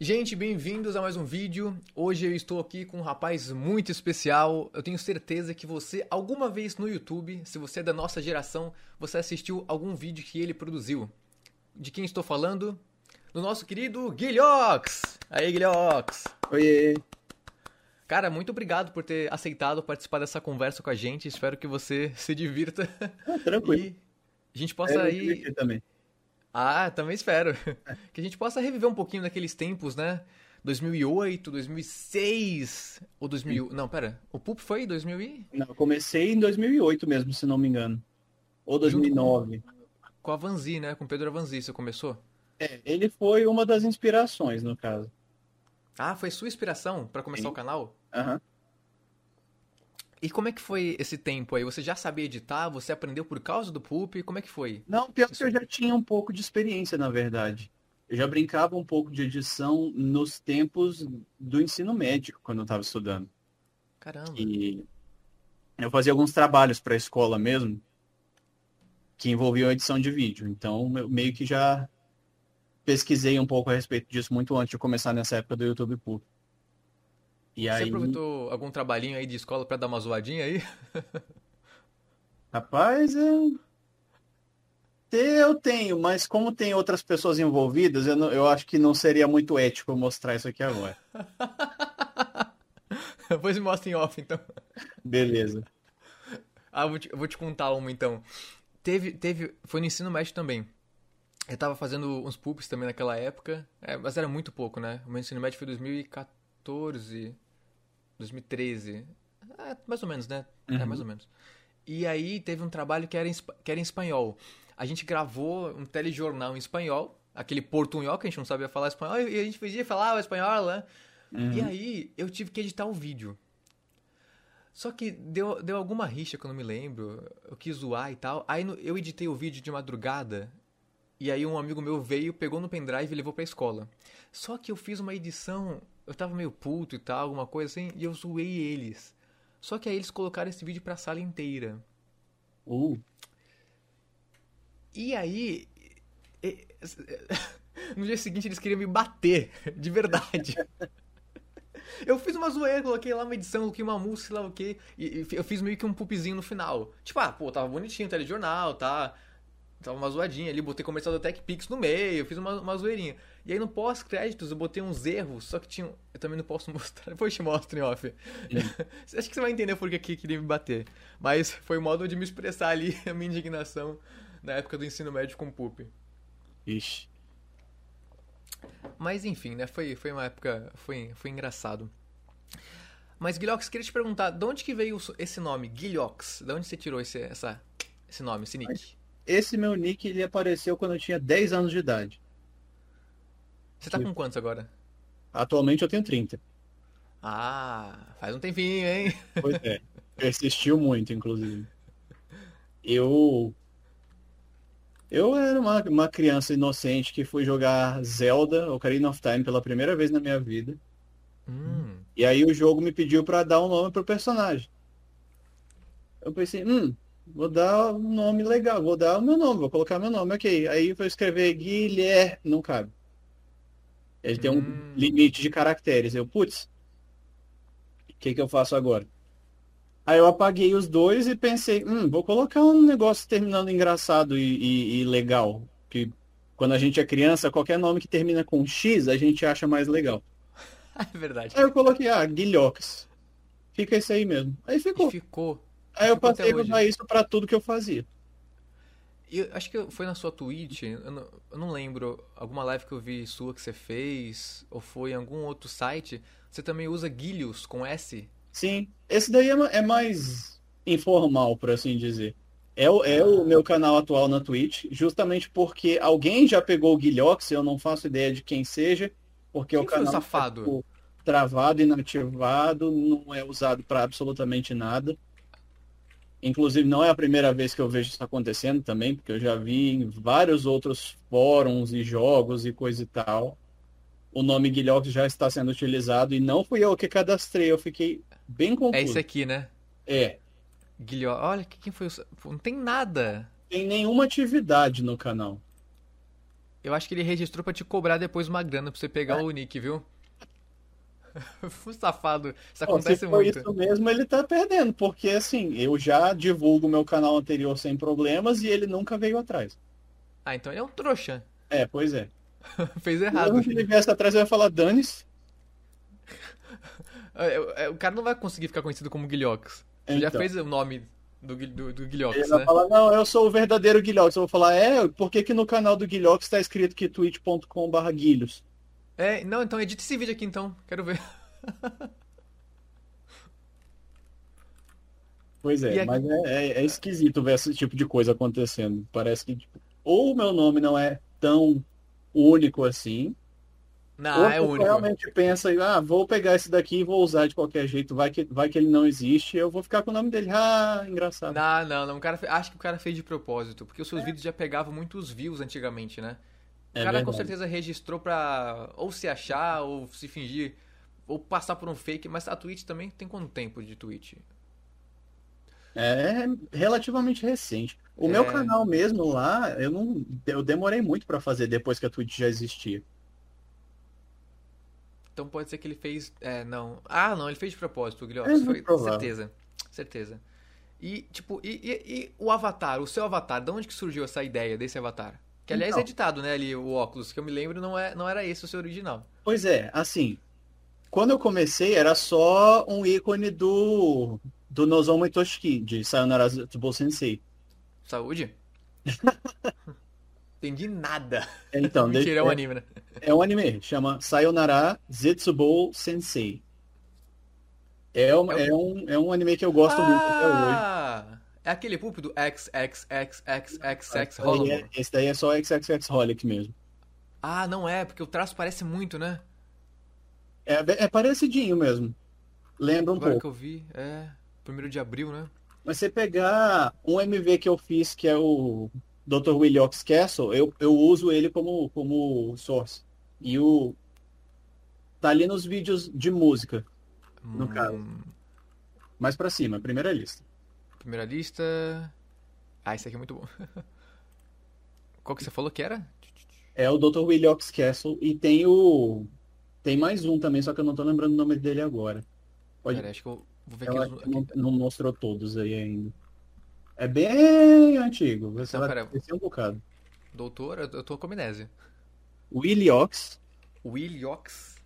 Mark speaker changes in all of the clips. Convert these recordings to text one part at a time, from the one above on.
Speaker 1: Gente, bem-vindos a mais um vídeo. Hoje eu estou aqui com um rapaz muito especial. Eu tenho certeza que você, alguma vez no YouTube, se você é da nossa geração, você assistiu algum vídeo que ele produziu. De quem estou falando? Do nosso querido Guilhox! Aí, Guilhox!
Speaker 2: Oiê!
Speaker 1: Cara, muito obrigado por ter aceitado participar dessa conversa com a gente. Espero que você se divirta
Speaker 2: Ah, tranquilo.
Speaker 1: e a gente possa
Speaker 2: É, eu
Speaker 1: aí.
Speaker 2: diverti também.
Speaker 1: Ah, também espero. Que a gente possa reviver um pouquinho daqueles tempos, né? 2008, 2006 ou 2000. Não, pera. O Pulp foi 2000 e...
Speaker 2: Não, eu comecei em 2008 mesmo, se não me engano. Ou
Speaker 1: Junto com-
Speaker 2: 2009.
Speaker 1: com a Vanzi, né? Com o Pedro Avanzi, você começou?
Speaker 2: É, ele foi uma das inspirações, no caso.
Speaker 1: Ah, foi sua inspiração pra começar
Speaker 2: Sim.
Speaker 1: o canal?
Speaker 2: Aham.
Speaker 1: E como é que foi esse tempo aí? Você já sabia editar? Você aprendeu por causa do Pulp? Como é que foi?
Speaker 2: Não, pior que eu já tinha um pouco de experiência, na verdade. Eu já brincava um pouco de edição nos tempos do ensino médio, quando eu estava estudando.
Speaker 1: Caramba.
Speaker 2: E eu fazia alguns trabalhos para a escola mesmo, que envolviam edição de vídeo. Então, eu meio que já pesquisei um pouco a respeito disso muito antes de começar nessa época do YouTube Pub. E
Speaker 1: Você
Speaker 2: aí,
Speaker 1: aproveitou algum trabalhinho aí de escola pra dar uma zoadinha aí?
Speaker 2: rapaz, eu... ter eu tenho, mas como tem outras pessoas envolvidas, eu, não- eu acho que não seria muito ético eu mostrar isso aqui agora.
Speaker 1: Depois me mostra em off, então.
Speaker 2: Beleza.
Speaker 1: Ah, eu vou te, eu vou te contar uma então. Teve, teve, foi no ensino médio também. Eu tava fazendo uns pulps também naquela época, é, mas era muito pouco, né? O meu ensino médio foi 2014, 2013. É, mais ou menos, né? É,
Speaker 2: Uhum.
Speaker 1: mais ou menos. E aí teve um trabalho que era, em, espa- que era em espanhol. A gente gravou um telejornal em espanhol, aquele portunhol que a gente não sabia falar espanhol, e a gente fingia falar o espanhol, né?
Speaker 2: Uhum.
Speaker 1: E aí, eu tive que editar o vídeo. Só que deu, deu alguma rixa que eu não me lembro. Eu quis zoar e tal. Aí no- eu editei o vídeo de madrugada. E aí um amigo meu veio, pegou no pendrive e levou pra escola. Só que eu fiz uma edição. Eu tava meio puto e tal, alguma coisa assim. E eu zoei eles. Só que aí eles colocaram esse vídeo pra sala inteira.
Speaker 2: Uh,
Speaker 1: E aí. e- No dia seguinte eles queriam me bater, de verdade. Eu fiz uma zoeira, coloquei lá uma edição, coloquei uma música, sei lá o quê. E, e eu fiz meio que um pupzinho no final. Tipo, ah, pô, tava bonitinho o telejornal, tá? Tava uma zoadinha ali, botei comercial da TechPix no meio, fiz uma, uma zoeirinha. E aí no pós-créditos eu botei uns erros, só que tinha. Eu também não posso mostrar, depois te mostro em off. Acho que você vai entender por que que queria me bater. Mas foi um modo de me expressar ali a minha indignação na época do ensino médio com Pup.
Speaker 2: ixi.
Speaker 1: Mas enfim, né? Foi, foi uma época. Foi, foi engraçado. Mas, Guilhox, queria te perguntar, de onde que veio o so- esse nome, Guilhox? De onde você tirou esse, essa, esse nome, esse nick?
Speaker 2: Esse meu nick, ele apareceu quando eu tinha 10 anos de idade.
Speaker 1: Você tá com quantos agora?
Speaker 2: Atualmente eu tenho 30.
Speaker 1: Ah, faz um tempinho, hein?
Speaker 2: Pois é. Persistiu muito, inclusive. Eu. Eu era uma, uma criança inocente que fui jogar Zelda Ocarina of Time pela primeira vez na minha vida.
Speaker 1: Hum,
Speaker 2: E aí o jogo me pediu pra dar um nome pro personagem. Eu pensei, hum, vou dar um nome legal, vou dar o meu nome, vou colocar meu nome, ok. Aí eu vou escrever Guilherme, não cabe. Ele tem
Speaker 1: Hum.
Speaker 2: um limite de caracteres. Eu, putz, o que que eu faço agora? Aí eu apaguei os dois e pensei, hum, vou colocar um negócio terminando engraçado e, e- e legal. Que quando a gente é criança, qualquer nome que termina com X, a gente acha mais legal.
Speaker 1: é verdade.
Speaker 2: Aí eu coloquei, ah, Guilhox. Fica isso aí mesmo. Aí
Speaker 1: E
Speaker 2: ficou.
Speaker 1: ficou.
Speaker 2: Aí eu
Speaker 1: ficou até
Speaker 2: passei a usar
Speaker 1: hoje.
Speaker 2: isso pra tudo que eu fazia.
Speaker 1: E Eu acho que foi na sua Twitch, eu não, eu não lembro, alguma live que eu vi sua que você fez, ou foi em algum outro site, você também usa Guilhos com S? É
Speaker 2: Sim. Esse daí é, ma- é mais informal, por assim dizer. É o, é
Speaker 1: Ah.
Speaker 2: o meu canal atual na Twitch, justamente porque alguém já pegou o Guilhox, eu não faço ideia de quem seja, porque
Speaker 1: Quem
Speaker 2: o
Speaker 1: foi o
Speaker 2: canal tá,
Speaker 1: safado?
Speaker 2: tipo, travado, inativado, não é usado pra absolutamente nada. Inclusive, não é a primeira vez que eu vejo isso acontecendo também, porque eu já vi em vários outros fóruns e jogos e coisa e tal. O nome Guilhox já está sendo utilizado e não fui eu que cadastrei, eu fiquei bem
Speaker 1: É
Speaker 2: confuso.
Speaker 1: esse aqui, né?
Speaker 2: É,
Speaker 1: Guilho, olha, que- quem foi o. sa- Pô, Não tem nada.
Speaker 2: tem nenhuma atividade no canal.
Speaker 1: Eu acho que ele registrou pra te cobrar depois uma grana pra você pegar
Speaker 2: É.
Speaker 1: o nick, viu? Fui safado. Isso
Speaker 2: Ó,
Speaker 1: acontece
Speaker 2: se for
Speaker 1: muito.
Speaker 2: isso mesmo, ele tá perdendo, porque assim, eu já divulgo meu canal anterior sem problemas e ele nunca veio atrás.
Speaker 1: Ah, então ele é um trouxa.
Speaker 2: É, pois é.
Speaker 1: Fez errado.
Speaker 2: Mesmo que ele viesse atrás, eu ia falar, dane-se.
Speaker 1: É, é, O cara não vai conseguir ficar conhecido como Guilhox. Você já
Speaker 2: Então.
Speaker 1: fez o nome do, Guil- do, do Guilhox,
Speaker 2: Ele
Speaker 1: né?
Speaker 2: vai falar, não, eu sou o verdadeiro Guilhox. Eu vou falar, é, por que, que no canal do Guilhox tá escrito que twitch.com.br guilhos?
Speaker 1: É, não, então edita esse vídeo aqui então. Quero ver.
Speaker 2: Pois
Speaker 1: E
Speaker 2: é,
Speaker 1: aqui-
Speaker 2: mas é, é- é esquisito ver esse tipo de coisa acontecendo. Parece que, tipo, ou o meu nome não é tão único assim,
Speaker 1: Não,
Speaker 2: ou a
Speaker 1: é
Speaker 2: pessoa
Speaker 1: único.
Speaker 2: realmente pensa, ah, vou pegar esse daqui e vou usar de qualquer jeito, vai que, vai que ele não existe, eu vou ficar com o nome dele. Ah, engraçado.
Speaker 1: Não, não, não. O cara, fe- acho que o cara fez de propósito, porque os seus vídeos já pegavam muitos views antigamente, né? O
Speaker 2: É
Speaker 1: cara com
Speaker 2: verdade.
Speaker 1: certeza registrou pra ou se achar, ou se fingir, ou passar por um fake, mas a Twitch também tem quanto tempo de Twitch?
Speaker 2: É relativamente recente. O
Speaker 1: É.
Speaker 2: meu canal mesmo lá, eu não, eu demorei muito pra fazer depois que a Twitch já existia.
Speaker 1: Então pode ser que ele fez. É, não. Ah, não, ele fez de propósito, Guilherme.
Speaker 2: É muito
Speaker 1: Foi
Speaker 2: provável.
Speaker 1: certeza. Certeza. E, tipo, e, e- e o avatar, o seu avatar, de onde que surgiu essa ideia desse avatar? Que aliás
Speaker 2: Então.
Speaker 1: é editado, né, ali, o óculos, que eu me lembro, não, é, não era esse o seu original.
Speaker 2: Pois é, assim, quando eu comecei era só um ícone do do Nozomu Itoshiki, de Sayonara Tsubou Sensei.
Speaker 1: Saúde? Entendi nada.
Speaker 2: Então,
Speaker 1: Mentira, é um
Speaker 2: desde-
Speaker 1: anime, né?
Speaker 2: É um anime, chama Sayonara Zetsubou Sensei. É um, é um, é um anime que eu gosto muito até hoje.
Speaker 1: ah! É aquele pulpo do XXXXXX
Speaker 2: Aí
Speaker 1: Hollow.
Speaker 2: é- Esse daí é só XXXHolic mesmo.
Speaker 1: Ah, não é, porque o traço parece muito, né?
Speaker 2: É, bem- é parecidinho mesmo. Lembra um
Speaker 1: Agora
Speaker 2: pouco.
Speaker 1: que eu vi, é. Primeiro de abril, né?
Speaker 2: Mas você pegar um MV que eu fiz, que é o Dr. Willox Castle, eu, eu uso ele como, como source. E o. Tá ali nos vídeos de música,
Speaker 1: Hum,
Speaker 2: No caso. mais pra cima, primeira lista.
Speaker 1: Primeira lista. Ah, esse aqui é muito bom. Qual que você falou que era?
Speaker 2: É o Dr. Willox Castle e tem o. Tem mais um também, só que eu não tô lembrando o nome dele agora. Pode...
Speaker 1: Pera, acho que eu vou ver aqui.
Speaker 2: Eu acho
Speaker 1: os-
Speaker 2: que não, não mostrou todos aí ainda. É bem antigo. Você
Speaker 1: Então,
Speaker 2: vai
Speaker 1: pera.
Speaker 2: esquecer um bocado.
Speaker 1: Doutor, eu eu tô com amnésia.
Speaker 2: Williox.
Speaker 1: Williox?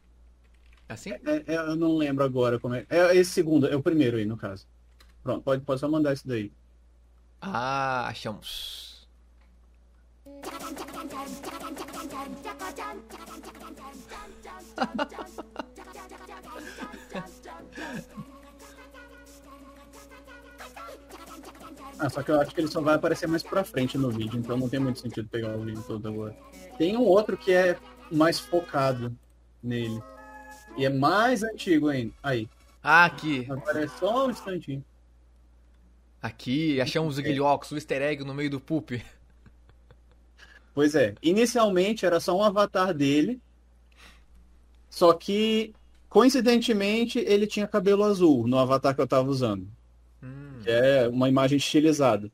Speaker 1: Assim?
Speaker 2: É, é, eu não lembro agora como é. É esse segundo, é o primeiro aí, no caso. Pronto, pode, pode só mandar isso daí.
Speaker 1: Ah, achamos.
Speaker 2: Ah, só que eu acho que ele só vai aparecer mais pra frente no vídeo, então não tem muito sentido pegar o vídeo todo agora. Tem um outro que é mais focado nele. E é mais antigo ainda. Aí,
Speaker 1: Ah, aqui.
Speaker 2: aparece só um instantinho.
Speaker 1: Aqui, achamos
Speaker 2: É.
Speaker 1: o Guilhox, o easter egg no meio do poop.
Speaker 2: Pois é, inicialmente era só um avatar dele, só que coincidentemente ele tinha cabelo azul no avatar que eu tava usando.
Speaker 1: Hum,
Speaker 2: que é uma imagem estilizada.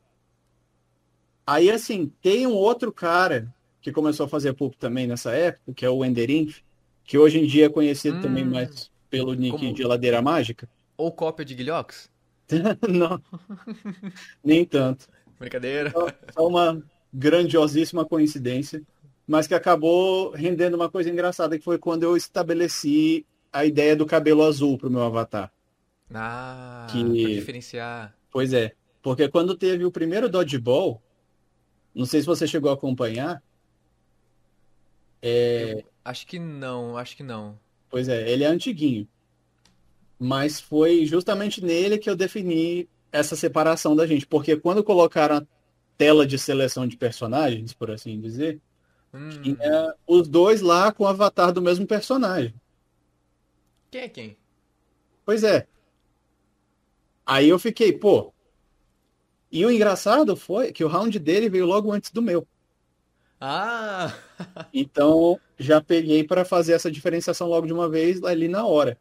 Speaker 2: Aí, assim, tem um outro cara que começou a fazer pulp também nessa época, que é o Enderin, que hoje em dia é conhecido
Speaker 1: Hum.
Speaker 2: também mais pelo nick
Speaker 1: Como-
Speaker 2: de Ladeira Mágica.
Speaker 1: Ou cópia de Guilhox?
Speaker 2: Não, nem tanto.
Speaker 1: Brincadeira.
Speaker 2: Só- Só uma grandiosíssima coincidência, mas que acabou rendendo uma coisa engraçada, que foi quando eu estabeleci a ideia do cabelo azul para o meu avatar.
Speaker 1: Ah,
Speaker 2: Que-
Speaker 1: pra diferenciar.
Speaker 2: Pois é, porque quando teve o primeiro Dodgeball, não sei se você chegou a acompanhar,
Speaker 1: Acho que não, acho que não.
Speaker 2: pois é, ele é antiguinho. Mas foi justamente nele que eu defini essa separação da gente, porque quando colocaram a tela de seleção de personagens, por assim dizer,
Speaker 1: Hum,
Speaker 2: tinha os dois lá com o avatar do mesmo personagem.
Speaker 1: Quem é quem?
Speaker 2: Pois é. Aí eu fiquei, pô. E o engraçado foi que o round dele veio logo antes do meu.
Speaker 1: Ah!
Speaker 2: Então, já peguei para fazer essa diferenciação logo de uma vez ali na hora.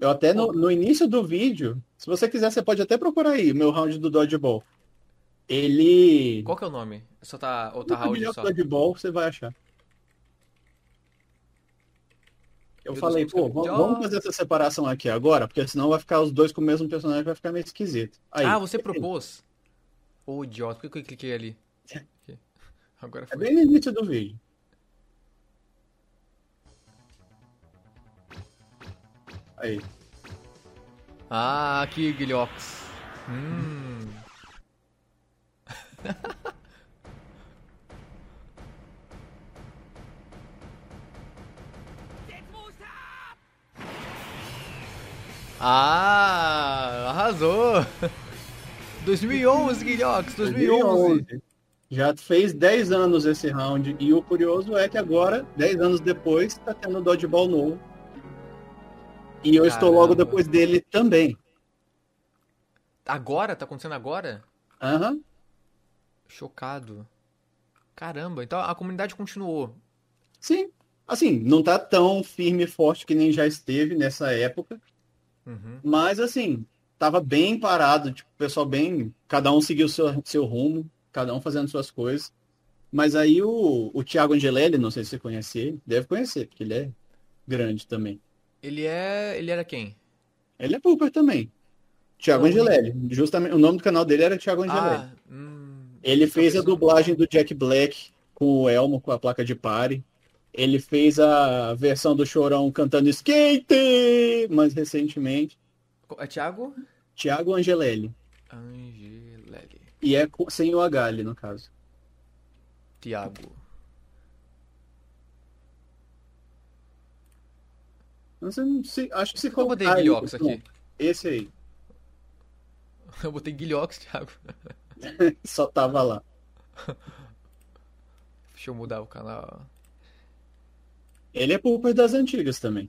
Speaker 2: Eu até no, no início do vídeo, se você quiser, você pode até procurar aí o meu round do Dodgeball. Ele.
Speaker 1: Qual que é o nome? Só tá. Ou tá
Speaker 2: Qual
Speaker 1: Raul
Speaker 2: melhor
Speaker 1: só?
Speaker 2: Dodgeball você vai achar. Eu falei, pô, vamos, vamos fazer essa separação aqui agora, porque senão vai ficar os dois com o mesmo personagem, vai ficar meio esquisito. Aí,
Speaker 1: Ah, você propôs? Ô, idiota, por que eu cliquei ali? Agora
Speaker 2: É
Speaker 1: foi.
Speaker 2: bem no início do vídeo. Aí.
Speaker 1: Ah, aqui, Guilhox. Hum. Ah, arrasou! 2011, Guilhox, 2011.
Speaker 2: 2011. Já fez 10 anos esse round. E o curioso é que agora, 10 anos depois, tá tendo dodgeball novo. E eu estou
Speaker 1: Caramba.
Speaker 2: logo depois dele também.
Speaker 1: Agora? Tá acontecendo agora?
Speaker 2: Aham.
Speaker 1: Chocado. Caramba, então a comunidade continuou.
Speaker 2: Sim. Assim, não tá tão firme e forte que nem já esteve nessa época.
Speaker 1: Uhum.
Speaker 2: Mas assim, tava bem parado. Tipo, o pessoal bem. Cada um seguiu seu, seu rumo, cada um fazendo suas coisas. Mas aí o, o Thiago Angelelli, não sei se você conhece ele, deve conhecer, porque ele é grande também.
Speaker 1: Ele é. Ele era quem?
Speaker 2: Ele é pooper também. Thiago
Speaker 1: Não.
Speaker 2: Angelelli. Justamente, o nome do canal dele era Thiago Angelelli.
Speaker 1: Ah, hum,
Speaker 2: ele fez a
Speaker 1: cabeçudo.
Speaker 2: dublagem do Jack Black com o Elmo, com a placa de pare. Ele fez a versão do Chorão cantando skate mais recentemente.
Speaker 1: É Thiago?
Speaker 2: Thiago Angelelli.
Speaker 1: Angelelli.
Speaker 2: E é com- sem o H ali, no caso.
Speaker 1: Thiago.
Speaker 2: Não sei, Então, não sei, acho que se
Speaker 1: Eu botei
Speaker 2: colocar aí,
Speaker 1: Guilhox
Speaker 2: pronto,
Speaker 1: aqui.
Speaker 2: Esse aí.
Speaker 1: Eu botei Guilhox, Thiago.
Speaker 2: Só tava lá.
Speaker 1: Deixa eu mudar o canal.
Speaker 2: Ele é pooper das antigas também.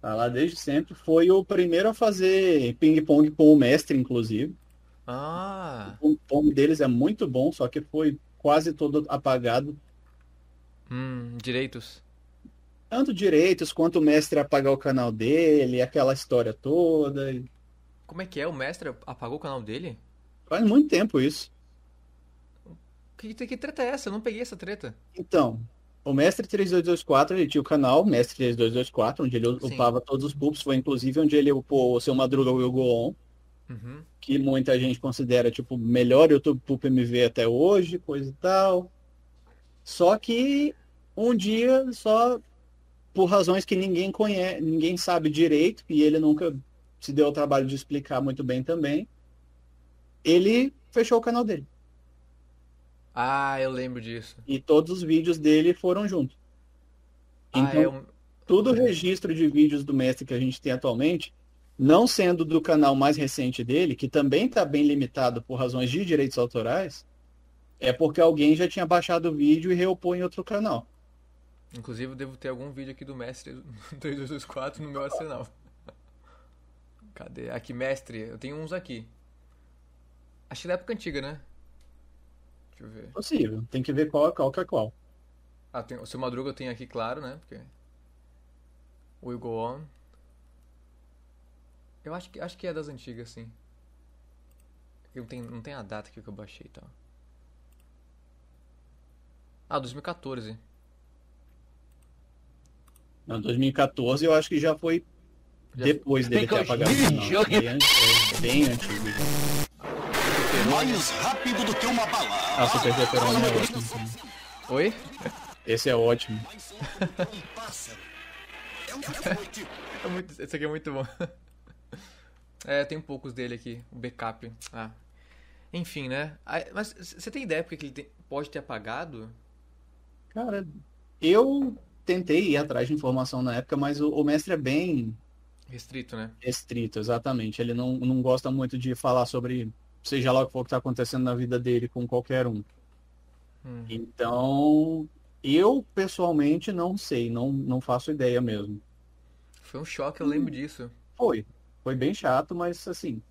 Speaker 2: Tá lá desde sempre. Foi o primeiro a fazer ping-pong com o mestre, inclusive.
Speaker 1: Ah.
Speaker 2: O nome deles é muito bom, só que foi quase todo apagado.
Speaker 1: Hum, direitos.
Speaker 2: Tanto direitos quanto o mestre apagar o canal dele, aquela história toda. E
Speaker 1: Como é que é? O mestre apagou o canal dele?
Speaker 2: Faz muito tempo isso.
Speaker 1: Que, que treta é essa? Eu não peguei essa treta.
Speaker 2: Então, o mestre 3224, ele tinha o canal mestre 3224, onde ele
Speaker 1: Sim.
Speaker 2: upava todos os pubs, foi inclusive onde ele upou o seu Madruga Will Go On,
Speaker 1: Uhum.
Speaker 2: que muita gente considera tipo o melhor YouTube Pup MV até hoje, coisa e tal. Só que um dia só por razões que ninguém conhece, ninguém sabe direito e ele nunca se deu o trabalho de explicar muito bem também. Ele fechou o canal dele
Speaker 1: Ah, eu lembro disso.
Speaker 2: e todos os vídeos dele foram juntos.
Speaker 1: Ah,
Speaker 2: Então,
Speaker 1: é o.
Speaker 2: todo o registro de vídeos do mestre que a gente tem atualmente, não sendo do canal mais recente dele, que também está bem limitado por razões de direitos autorais, é porque alguém já tinha baixado o vídeo e reupou em outro canal.
Speaker 1: Inclusive, eu devo ter algum vídeo aqui do mestre 3224 no meu arsenal. Cadê? Aqui, mestre. Eu tenho uns aqui. Acho que da época antiga, né? Deixa eu ver.
Speaker 2: É Possível. Tem que ver qual é qual que é qual.
Speaker 1: Ah, tem, o seu Madruga eu tenho aqui, claro, né? Porque. Will Go On. Eu acho que, acho que é das antigas, sim. Eu tenho, não tem a data aqui que eu baixei e tal. Ah, 2014.
Speaker 2: Não, 2014 eu acho que já foi
Speaker 1: Já-
Speaker 2: depois dele ter
Speaker 3: Because
Speaker 2: apagado.
Speaker 3: you
Speaker 2: Não,
Speaker 3: joking.
Speaker 2: bem, antes- é bem antigo.
Speaker 3: Mais rápido do que uma bala.
Speaker 2: Ah, Super Veterano é ótimo.
Speaker 1: Oi?
Speaker 2: Esse é ótimo.
Speaker 3: Mais solto do que um pássaro. É um biscoito.
Speaker 1: É muito- esse aqui é muito bom. É, tem poucos dele aqui, o backup. Ah. Enfim, né? Ah, Mas c- você tem ideia porque que ele tem- pode ter apagado?
Speaker 2: Cara, eu tentei ir atrás de informação na época, mas o- o mestre é bem
Speaker 1: Restrito, né?
Speaker 2: restrito, exatamente. Ele não, não gosta muito de falar sobre seja lá o que for que está acontecendo na vida dele com qualquer um.
Speaker 1: Hum.
Speaker 2: Então, eu pessoalmente não sei, não, não faço ideia mesmo.
Speaker 1: Foi um choque, eu
Speaker 2: Hum.
Speaker 1: lembro disso.
Speaker 2: Foi, foi bem chato, mas assim.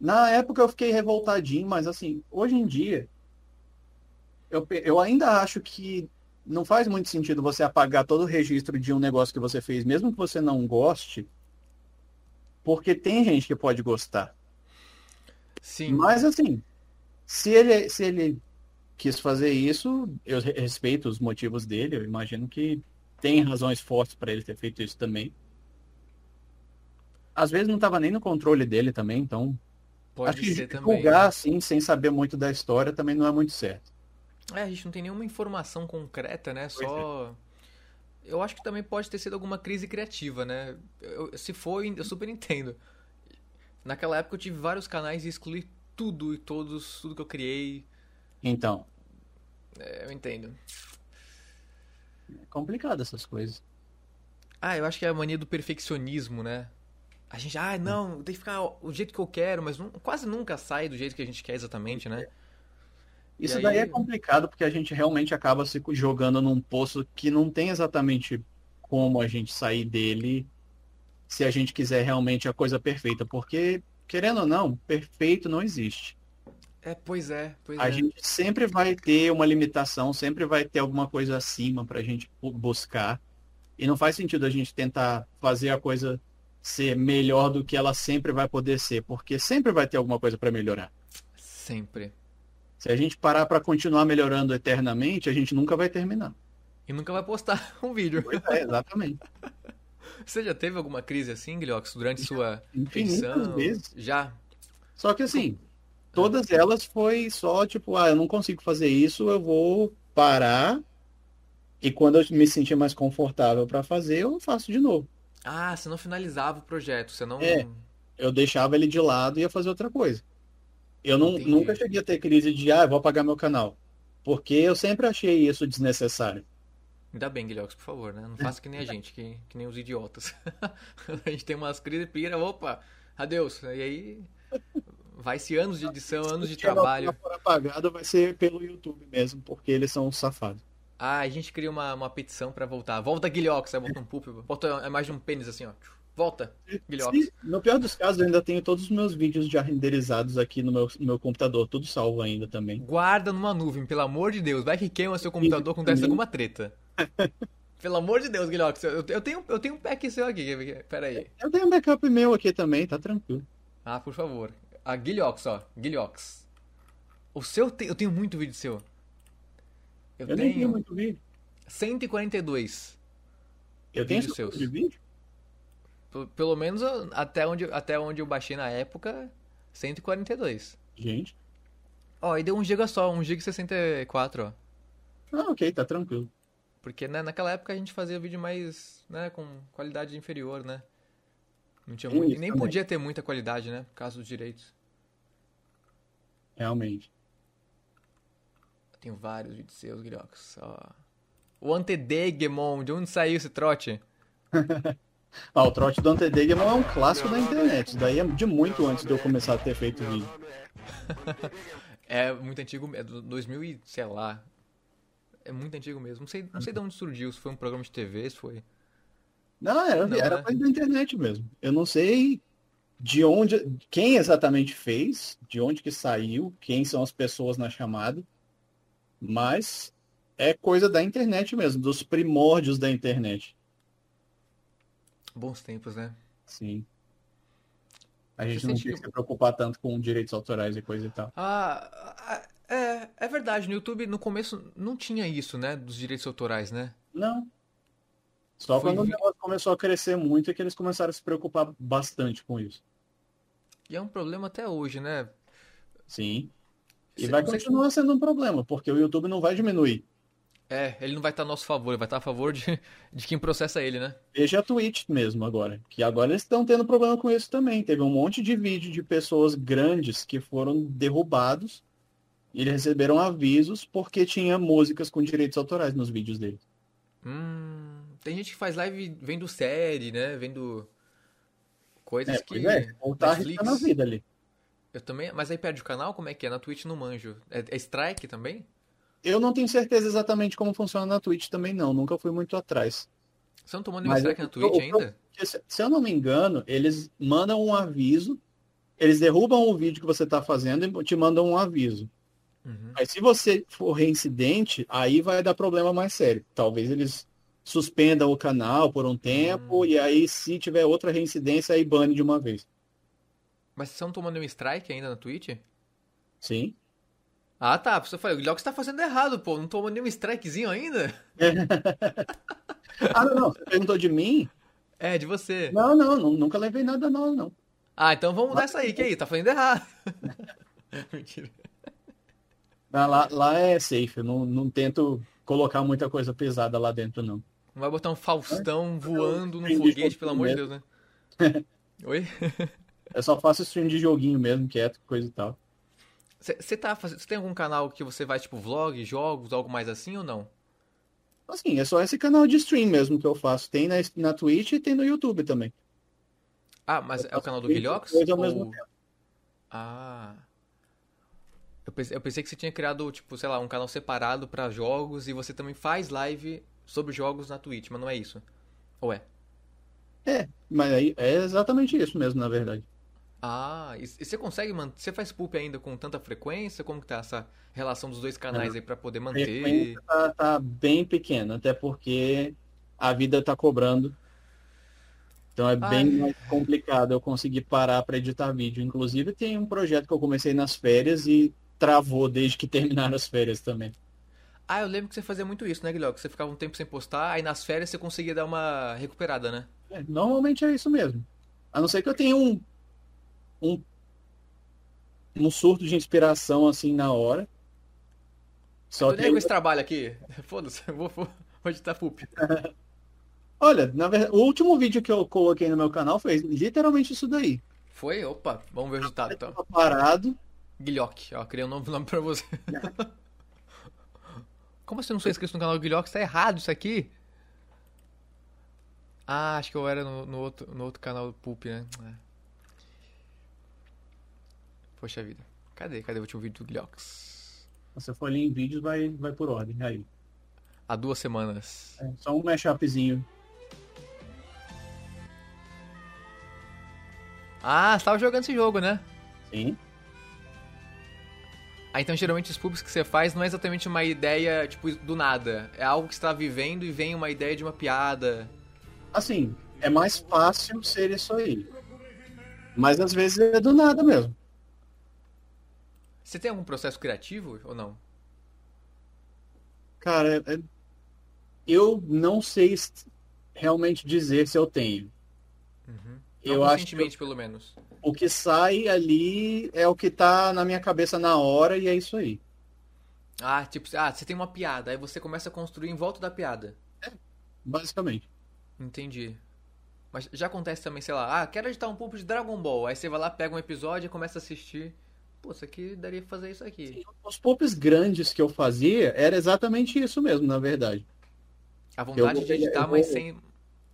Speaker 2: Na época eu fiquei revoltadinho, mas assim, hoje em dia, eu, pe- eu ainda acho que não faz muito sentido você apagar todo o registro de um negócio que você fez, mesmo que você não goste, porque tem gente que pode gostar.
Speaker 1: Sim.
Speaker 2: Mas assim, se ele, se ele quis fazer isso, eu re- respeito os motivos dele, eu imagino que tem razões fortes para ele ter feito isso também. Às vezes não estava nem no controle dele também, então.
Speaker 1: Pode
Speaker 2: acho que
Speaker 1: ser também. né?
Speaker 2: divulgar assim, sem saber muito da história, também não é muito certo.
Speaker 1: É, a gente não tem nenhuma informação concreta, né?
Speaker 2: é.
Speaker 1: Só. Eu acho que também pode ter sido alguma crise criativa, né? Eu- se foi, eu super entendo. Naquela época eu tive vários canais e excluí tudo e todos, tudo que eu criei.
Speaker 2: Então,
Speaker 1: É, eu entendo.
Speaker 2: é complicado essas coisas.
Speaker 1: Ah, eu acho que é a mania do perfeccionismo, né? A gente, ah, não, tem que ficar o jeito que eu quero, mas nu- quase nunca sai do jeito que a gente quer exatamente, né? E
Speaker 2: Isso
Speaker 1: aí-
Speaker 2: daí é complicado porque a gente realmente acaba se jogando num poço que não tem exatamente como a gente sair dele se a gente quiser realmente a coisa perfeita. Porque, querendo ou não, perfeito não existe.
Speaker 1: É, pois é, pois
Speaker 2: A
Speaker 1: é.
Speaker 2: gente sempre vai ter uma limitação, sempre vai ter alguma coisa acima para a gente bu- buscar. E não faz sentido a gente tentar fazer a coisa ser melhor do que ela sempre vai poder ser, porque sempre vai ter alguma coisa para melhorar.
Speaker 1: Sempre.
Speaker 2: Se a gente parar para continuar melhorando eternamente, a gente nunca vai terminar.
Speaker 1: E nunca vai postar um vídeo.
Speaker 2: Pois é, exatamente.
Speaker 1: Você já teve alguma crise assim, Guilhox, durante sua
Speaker 2: Infinitas
Speaker 1: feição?
Speaker 2: vezes.
Speaker 1: Já?
Speaker 2: Só que assim, todas elas foi só tipo, ah, eu não consigo fazer isso, eu vou parar. E quando eu me sentir mais confortável para fazer, eu faço de novo.
Speaker 1: Ah, você não finalizava o projeto, você não.
Speaker 2: É. eu deixava ele de lado e ia fazer outra coisa. Eu não-
Speaker 1: Entendi.
Speaker 2: nunca cheguei a ter crise de, ah, eu vou apagar meu canal. Porque eu sempre achei isso desnecessário.
Speaker 1: Ainda bem, Guilhox, por favor, né? Não faça que nem a gente, que, que nem os idiotas. a gente tem umas crises, pira, opa, adeus. E aí. Vai-se anos de edição, anos de
Speaker 2: Se tiver alguma
Speaker 1: trabalho.
Speaker 2: for apagada vai ser pelo YouTube mesmo, porque eles são safados.
Speaker 1: Ah, a gente cria uma, uma petição pra voltar. Volta, Guilhox, aí bota um pup, bota a imagem de um pênis assim, ó. Volta, Guilhox.
Speaker 2: Se- no pior dos casos, eu ainda tenho todos os meus vídeos já renderizados aqui no meu, no meu computador, tudo salvo ainda também.
Speaker 1: Guarda numa nuvem, pelo amor de Deus. Vai que queima seu computador, acontece
Speaker 2: também.
Speaker 1: alguma treta. Pelo amor de Deus, Guilhox. Eu, eu tenho, eu tenho um pack seu aqui. Pera aí.
Speaker 2: Eu tenho um backup meu aqui também, tá tranquilo.
Speaker 1: Ah, por favor. A Guilhox, ó. Guilhox. O seu te- eu tenho muito vídeo seu. Eu,
Speaker 2: Eu, nem vi
Speaker 1: tenho
Speaker 2: muito vídeo.
Speaker 1: 142.
Speaker 2: Eu tenho
Speaker 1: Vídeos
Speaker 2: esse tipo
Speaker 1: seus.
Speaker 2: de vídeo?
Speaker 1: P- Pelo menos ó, até onde, até onde eu baixei na época, 142.
Speaker 2: Gente.
Speaker 1: Ó, e deu 1 GB só, 1 GB 64, ó.
Speaker 2: Ah, ok, tá tranquilo.
Speaker 1: Porque né, naquela época a gente fazia vídeo mais, né, com qualidade inferior, né? Não tinha
Speaker 2: Tem
Speaker 1: muito,
Speaker 2: isso
Speaker 1: nem
Speaker 2: também.
Speaker 1: podia ter muita qualidade, né, por causa dos direitos.
Speaker 2: Realmente.
Speaker 1: Eu tenho vários vídeos seus, Guilhox, ó. O Antedegemon, de onde saiu esse trote?
Speaker 2: Ah, o trote do Antedegemon é um clássico da internet. Isso daí é de muito antes de eu começar a ter feito vídeo.
Speaker 1: É muito antigo, é do 2000 e sei lá. É muito antigo mesmo. Não sei, não sei de onde surgiu, se foi um programa de TV, se foi.
Speaker 2: Não, era,
Speaker 1: Não,
Speaker 2: era
Speaker 1: né?
Speaker 2: coisa da internet mesmo. Eu não sei de onde, quem exatamente fez, de onde que saiu, quem são as pessoas na chamada, mas é coisa da internet mesmo, dos primórdios da internet.
Speaker 1: Bons tempos, né?
Speaker 2: Sim. A
Speaker 1: Você
Speaker 2: gente não
Speaker 1: sente
Speaker 2: tinha
Speaker 1: que-
Speaker 2: que se preocupar tanto com direitos autorais e coisa e tal.
Speaker 1: Ah, ah, é, é verdade, no YouTube no começo não tinha isso, né, dos direitos autorais, né?
Speaker 2: Não. Só
Speaker 1: Foi
Speaker 2: quando o
Speaker 1: vi-
Speaker 2: negócio começou a crescer muito é que eles começaram a se preocupar bastante com isso.
Speaker 1: E é um problema até hoje, né?
Speaker 2: Sim. E
Speaker 1: Cê-
Speaker 2: vai
Speaker 1: cê-
Speaker 2: continuar sendo um problema, porque o YouTube não vai diminuir.
Speaker 1: É, ele não vai estar a nosso favor, ele vai estar a favor de, de quem processa ele, né?
Speaker 2: Veja a Twitch mesmo agora, que agora eles estão tendo problema com isso também. Teve um monte de vídeo de pessoas grandes que foram derrubados e eles receberam avisos porque tinha músicas com direitos autorais nos vídeos deles.
Speaker 1: Hum, tem gente que faz live vendo série, né? Vendo coisas
Speaker 2: É,
Speaker 1: que
Speaker 2: pois é, voltar a
Speaker 1: Netflix.
Speaker 2: arriscar na vida ali.
Speaker 1: eu também, mas aí perde o canal, como é que é? Na Twitch não manjo. É, é strike também?
Speaker 2: Eu não tenho certeza exatamente como funciona na Twitch também não, nunca fui muito atrás.
Speaker 1: Você não tomou nenhum
Speaker 2: Mas
Speaker 1: strike
Speaker 2: eu-
Speaker 1: na Twitch
Speaker 2: eu- eu-
Speaker 1: ainda?
Speaker 2: Porque, se se eu não me engano, eles mandam um aviso, eles derrubam o vídeo que você está fazendo e te mandam um aviso.
Speaker 1: Uhum.
Speaker 2: Mas se você for reincidente, aí vai dar problema mais sério. Talvez eles suspendam o canal por um tempo e aí se tiver outra reincidência, aí bane de uma vez.
Speaker 1: Mas você não tomou nenhum strike ainda na Twitch?
Speaker 2: Sim.
Speaker 1: Ah, tá. Você falou, o que tá fazendo errado, pô. Não tomou nenhum strikezinho ainda?
Speaker 2: Ah, não, não. Você perguntou de mim?
Speaker 1: É, de você.
Speaker 2: Não, não, não, nunca levei nada não, não.
Speaker 1: Ah, então vamos mudar isso aí, que aí, tá fazendo errado. Mentira.
Speaker 2: Ah, Lá, lá é safe, eu não, não tento colocar muita coisa pesada lá dentro, não.
Speaker 1: Não vai botar um Faustão voando num
Speaker 2: Entendi,
Speaker 1: foguete, pelo amor de
Speaker 2: né?
Speaker 1: Deus, né? Oi?
Speaker 2: Eu só faço stream de joguinho mesmo, quieto, coisa e tal.
Speaker 1: Você tá fazendo. Você tem algum canal que você vai, tipo, vlog, jogos, algo mais assim ou não?
Speaker 2: Assim, é só esse canal de stream mesmo que eu faço. Tem na, na Twitch e tem no YouTube também.
Speaker 1: Ah, mas
Speaker 2: Eu
Speaker 1: é o canal do
Speaker 2: faço
Speaker 1: Guilhox?
Speaker 2: dois ao mesmo
Speaker 1: Ah. Eu pensei, eu pensei que você tinha criado, tipo, sei lá, um canal separado pra jogos e você também faz live sobre jogos na Twitch, mas não é isso. Ou é?
Speaker 2: Mas aí é exatamente isso mesmo, na verdade.
Speaker 1: Ah, e e você consegue manter. Você faz pulp ainda com tanta frequência? Como que tá essa relação dos dois canais aí pra poder
Speaker 2: A
Speaker 1: manter?
Speaker 2: Uhum. frequência tá, tá bem pequena, até porque a vida tá cobrando. Então é bem
Speaker 1: Ai.
Speaker 2: mais complicado eu conseguir parar para editar vídeo. Inclusive tem um projeto que eu comecei nas férias e travou desde que terminaram as férias também.
Speaker 1: Ah, eu lembro que você fazia muito isso, né, Guilherme? Que você ficava um tempo sem postar, aí nas férias você conseguia dar uma recuperada, né?
Speaker 2: É, normalmente é isso mesmo. A não ser que eu tenha um, um, um surto de inspiração assim na hora. Só
Speaker 1: Tô nem aí
Speaker 2: que,
Speaker 1: com esse trabalho aqui. Foda-se, eu vou, vou, vou editar pulp.
Speaker 2: olha, na verdade, o último vídeo que eu coloquei no meu canal foi literalmente isso daí.
Speaker 1: Foi? Opa, vamos ver o resultado então.
Speaker 2: Tava parado.
Speaker 1: Guilhoc, ó, criei um novo nome pra você. Como assim eu não sou inscrito no canal do Guilhoc? Tá errado isso aqui? Ah, acho que eu era no, no outro, no outro canal do Pulp, né? É. Poxa vida. Cadê? Cadê o último vídeo do Guilhox?
Speaker 2: Você Então, for ali em vídeos, vai, vai por ordem. Aí.
Speaker 1: Há duas semanas.
Speaker 2: É, só um mashupzinho.
Speaker 1: Ah, você tava jogando esse jogo, né?
Speaker 2: Sim.
Speaker 1: Ah, então geralmente os pubs que você faz não é exatamente uma ideia, tipo, do nada. É algo que você tá vivendo e vem uma ideia de uma piada.
Speaker 2: Assim, é mais fácil ser isso aí. Mas às vezes é do nada mesmo.
Speaker 1: Você tem algum processo criativo ou não?
Speaker 2: Cara, é- eu não sei s- realmente dizer se eu tenho. Eu acho que
Speaker 1: Conscientemente, pelo menos.
Speaker 2: o que sai ali é o que tá na minha cabeça na hora e é isso aí.
Speaker 1: Ah, tipo, ah, você tem uma piada, aí você começa a construir em volta da piada.
Speaker 2: Basicamente.
Speaker 1: Entendi. Mas já acontece também, sei lá, ah, quero editar um pulpo de Dragon Ball. Aí você vai lá, pega um episódio e começa a assistir. Pô, isso aqui daria pra fazer isso aqui.
Speaker 2: Os pops grandes que eu fazia era exatamente isso mesmo, na verdade.
Speaker 1: A vontade
Speaker 2: vou
Speaker 1: de
Speaker 2: pegar-
Speaker 1: editar,
Speaker 2: eu
Speaker 1: mas
Speaker 2: vou-
Speaker 1: sem,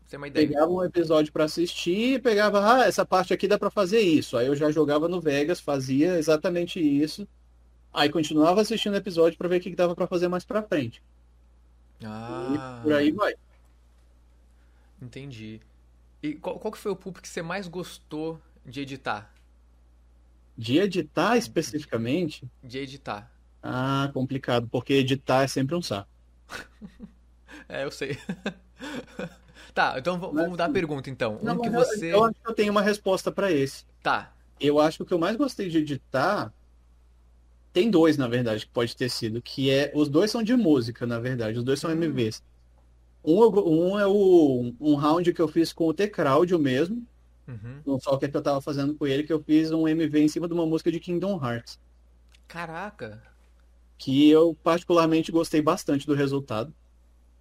Speaker 1: sem uma ideia.
Speaker 2: pegava um episódio pra assistir e pegava, ah, essa parte aqui dá pra fazer isso. Aí eu já jogava no Vegas, fazia exatamente isso. Aí continuava assistindo o episódio pra ver o que que dava pra fazer mais pra frente.
Speaker 1: Ah,
Speaker 2: E por aí vai.
Speaker 1: entendi. E qual, qual que foi o pulpo que você mais gostou de editar?
Speaker 2: De editar especificamente,
Speaker 1: De editar.
Speaker 2: ah, complicado, porque editar é sempre um saco.
Speaker 1: É, eu sei. Tá, então v-
Speaker 2: Mas, assim,
Speaker 1: vamos mudar a pergunta então.
Speaker 2: Não,
Speaker 1: Um que
Speaker 2: mas eu-
Speaker 1: você.
Speaker 2: eu acho que eu tenho uma resposta pra esse.
Speaker 1: Tá.
Speaker 2: Eu acho que o que eu mais gostei de editar tem dois, na verdade, que pode ter sido, que é os dois são de música, na verdade, os dois são MVs. Um, eu go- um é o um round que eu fiz com o T-Craudio mesmo,
Speaker 1: Uhum.
Speaker 2: no soccer que eu tava fazendo com ele, que eu fiz um MV em cima de uma música de Kingdom Hearts,
Speaker 1: Caraca.
Speaker 2: que eu particularmente gostei bastante do resultado.